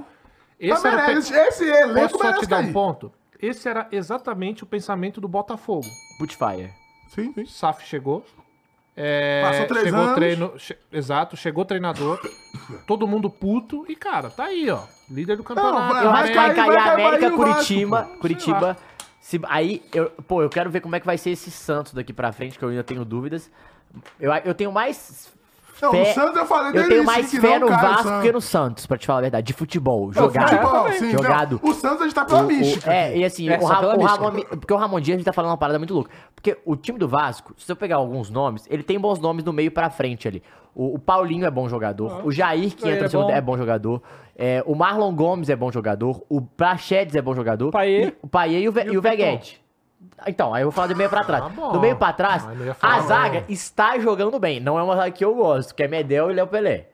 Mas
esse era o pe-
Tá merece, esse elenco
Posso só
merece
te dar um
cair.
ponto? Esse era exatamente o pensamento do Botafogo.
Putfire.
Sim, sim.
Saf chegou, É,
Passou três
chegou
anos.
Treino, che- exato, chegou o treinador. todo mundo puto. E, cara, tá aí, ó. Líder do campeonato.
Ah, vai-
Tá
Eu acho
bem.
que vai
cair,
cair
vai cair Bahia e
América,
o Vasco,
Curitiba.
pô. Sei
Curitiba. se- aí, eu, pô, eu quero ver como é que vai ser esse Santos daqui pra frente, que eu ainda tenho dúvidas. Eu, eu tenho mais.
Não,
fé-
o Santos eu falei
Eu
desde o
tenho
início
mais
é que
fé
não
no
cai o
Vasco
Santos.
que no Santos, pra te falar a verdade. De futebol,
Não,
jogado.
futebol,
É.
sim, não.
jogado.
O Santos a gente tá pela
O-
mística.
é, e assim,
É,
o,
só
Ra-
pela
o
mística.
Ramon, porque o Ramon Dias a gente tá falando uma parada muito louca. Porque o time do Vasco, se eu pegar alguns nomes, ele tem bons nomes do meio pra frente ali. O, o Paulinho é bom jogador, o Jair que
Jair é
entra no segundo
bom.
é bom jogador, é, o Marlon Gomes é bom jogador, o Prachedes é bom jogador,
Paiê.
e- o Paiê e o, Ve- e o Veguete. Então, aí eu vou falar do meio pra trás. do meio pra trás,
Ah, não ia falar,
a
não.
zaga está jogando bem. Não é uma zaga que eu gosto, que é Medel e Léo Pelé.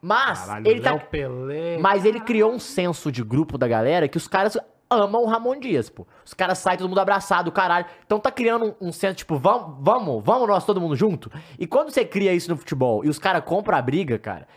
Mas
Caralho,
ele tá
Léo Pelé.
mas ele criou um senso de grupo da galera que os caras amam o Ramon Dias, pô. Os caras saem todo mundo abraçado, caralho. Então tá criando um, um senso, tipo, vamos, vamos, vamos nós todo mundo junto. E quando você cria isso no futebol e os caras compram a briga, cara,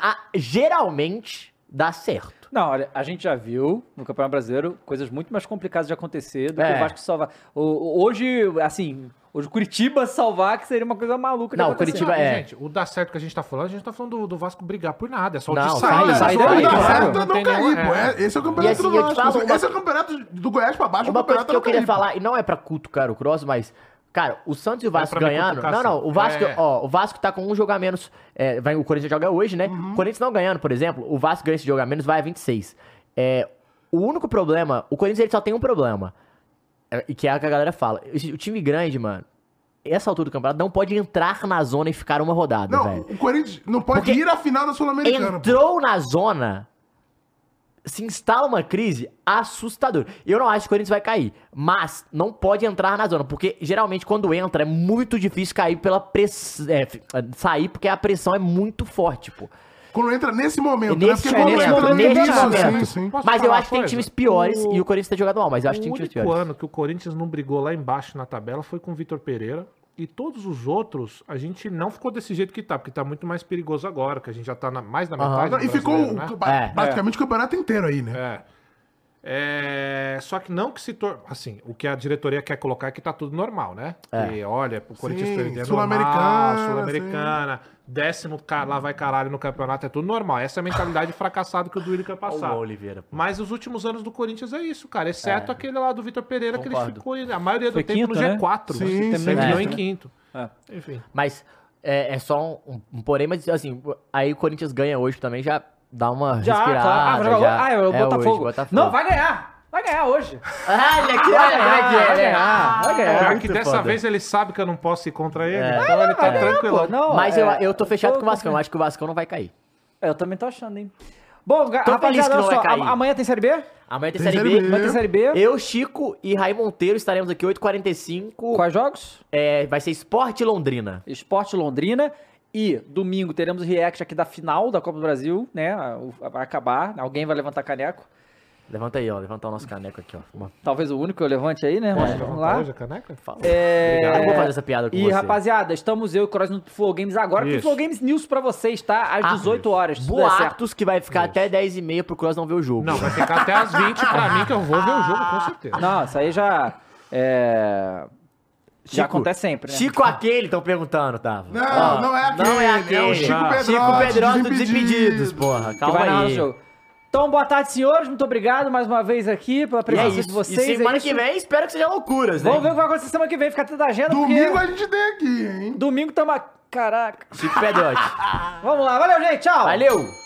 a- geralmente dá certo.
Não, olha, a gente já viu no Campeonato Brasileiro coisas muito mais complicadas de acontecer do que
É.
o Vasco salvar. O- o- hoje, assim, hoje o Curitiba salvar, que seria uma coisa maluca de
Não, o
acontecer.
Curitiba é.
Gente, o dá certo que a gente tá falando, a gente tá falando do, do Vasco brigar por nada. É só o
Não,
de
sai,
sair.
sai
só o
daí,
de dar
claro.
certo,
Certo, não
tem nenhum-
cair, pô.
é.
É, esse é o campeonato
assim,
do
eu te
Vasco.
falo uma-
Esse é o campeonato do Goiás pra baixo. é o
Uma coisa
campeonato
que eu
do
queria
Caípo.
falar, e não é pra cutucar o Cross, mas. Cara, o Santos e o Vasco
pra me
ganhando.
cutucar,
Não, não.
sim.
O Vasco,
É.
ó, o Vasco tá com um jogo a menos. é, vai, o Corinthians joga hoje, né?
Uhum.
O Corinthians não ganhando, por exemplo, o Vasco ganha esse jogo a menos, vai a 26. É, o único problema. O Corinthians ele só tem um problema. é, E que é o que a galera fala. Esse- O time grande, mano, essa altura do campeonato não pode entrar na zona e ficar uma rodada,
Não,
velho.
o Corinthians não pode
Porque
ir à final da Sul-Americana. pô.
Entrou na zona, se instala uma crise assustadora. Eu não acho que o Corinthians vai cair, mas não pode entrar na zona, porque geralmente quando entra é muito difícil cair pela pressão, sair porque a pressão é muito forte, pô.
Quando entra nesse
É
momento, né?
nesse
quando
momento,
entra
nesse
nisso,
momento.
Sim, sim.
Posso
Mas eu
falar
acho que tem
uma coisa?
times piores
O-
e o Corinthians tá jogando mal, mas eu acho que
o
tem times
único
piores.
ano que o Corinthians não brigou lá embaixo na tabela foi com o Vitor Pereira. E todos os outros, a gente não ficou desse jeito que tá, porque tá muito mais perigoso agora, que a gente já tá na- mais da
Aham.
metade. do
E ficou
brasileiro, né?
o- ba-
É.
basicamente o campeonato inteiro aí, né?
É. É, Só que não que se tor... Assim, o que a diretoria quer colocar é que tá tudo normal, né?
É.
Que, olha, o Corinthians
Sim,
perdendo
Sul-Americana,
normal, Sul-Americana, décimo ca- lá vai caralho no campeonato, é tudo normal. Essa é a mentalidade fracassada que o Duílio quer passar.
Oliveira, pô.
Mas os últimos anos do Corinthians é isso, cara. Exceto aquele lá do Vitor Pereira, que ele
Concordo.
ficou a maioria do
Foi
tempo
quinto,
no
né?
G4.
Sim,
Ele
sim.
terminou
É.
em quinto.
É.
Enfim.
Mas é, é só um, um- um porém, mas assim, aí o Corinthians ganha hoje também já dá uma
Já,
respirada.
claro. Ah, vai jogar
já.
hoje? Ah, é o
hoje,
Botafogo. Não, vai ganhar. Vai ganhar hoje.
Olha que olha, olha, olha.
vai ganhar.
Pior
É, muito
que dessa
foda.
vez ele sabe que eu não posso ir contra ele,
É.
então ele tá tranquilo.
Pô, não,
Mas
é,
eu, eu tô fechado
eu
com o Vascão. Eu acho que o Vascão não vai cair.
Eu também tô achando, hein. Bom, ga-
Tô feliz que
rapaziada,
não
olha
vai
só,
cair.
a- amanhã tem Série B?
Amanhã
Tem
tem Série
Série
B.
Uhum.
Amanhã tem Série B.
Eu, Chico e Raí Monteiro estaremos aqui 8h45.
Quais jogos?
É, vai ser Esporte Londrina.
Esporte Londrina. E domingo teremos o react aqui da final da Copa do Brasil, né? A- o- Vai acabar, alguém vai levantar caneco.
Levanta aí, ó. Levantar o nosso caneco aqui, ó. Uma-
Talvez o único que eu levante aí, né? Mas vamos lá.
Hoje, a caneca?
é. Fala.
É...
Obrigado. Eu vou fazer essa piada com
e,
você.
rapaziada, estamos eu e o Cross no Flow Games agora, porque o
Isso.
Flow Games News pra vocês, tá? Às
Ah,
18 horas. se tudo der certo.
Boatos que vai ficar até 10h30 pro Cross não ver o jogo.
Não, vai ficar até as 20 pra mim que eu vou ver o jogo, com certeza.
Não, isso aí já. É... já
Chico,
acontece sempre, né?
Chico aquele, estão perguntando, Tava.
Não,
Ó,
não é aquele,
Não é
é o
aquele.
Chico
Ah.
Pedrotti,
Chico Pedrotti do
Desimpedidos.
Desimpedidos, porra.
que
Calma
vai narrar o
aí.
jogo. Então, boa tarde, senhores. Muito obrigado mais uma vez aqui pela
E é
presença de
isso. E
vocês. é
semana
isso.
que vem, espero que seja loucuras, né?
Vamos ver o que vai acontecer semana que vem. Fica atento da agenda,
Domingo
é-
porque
a gente tem aqui, hein?
domingo tamo... a- Caraca.
Chico Pedrotti.
Vamos lá. Valeu, gente. Tchau.
Valeu!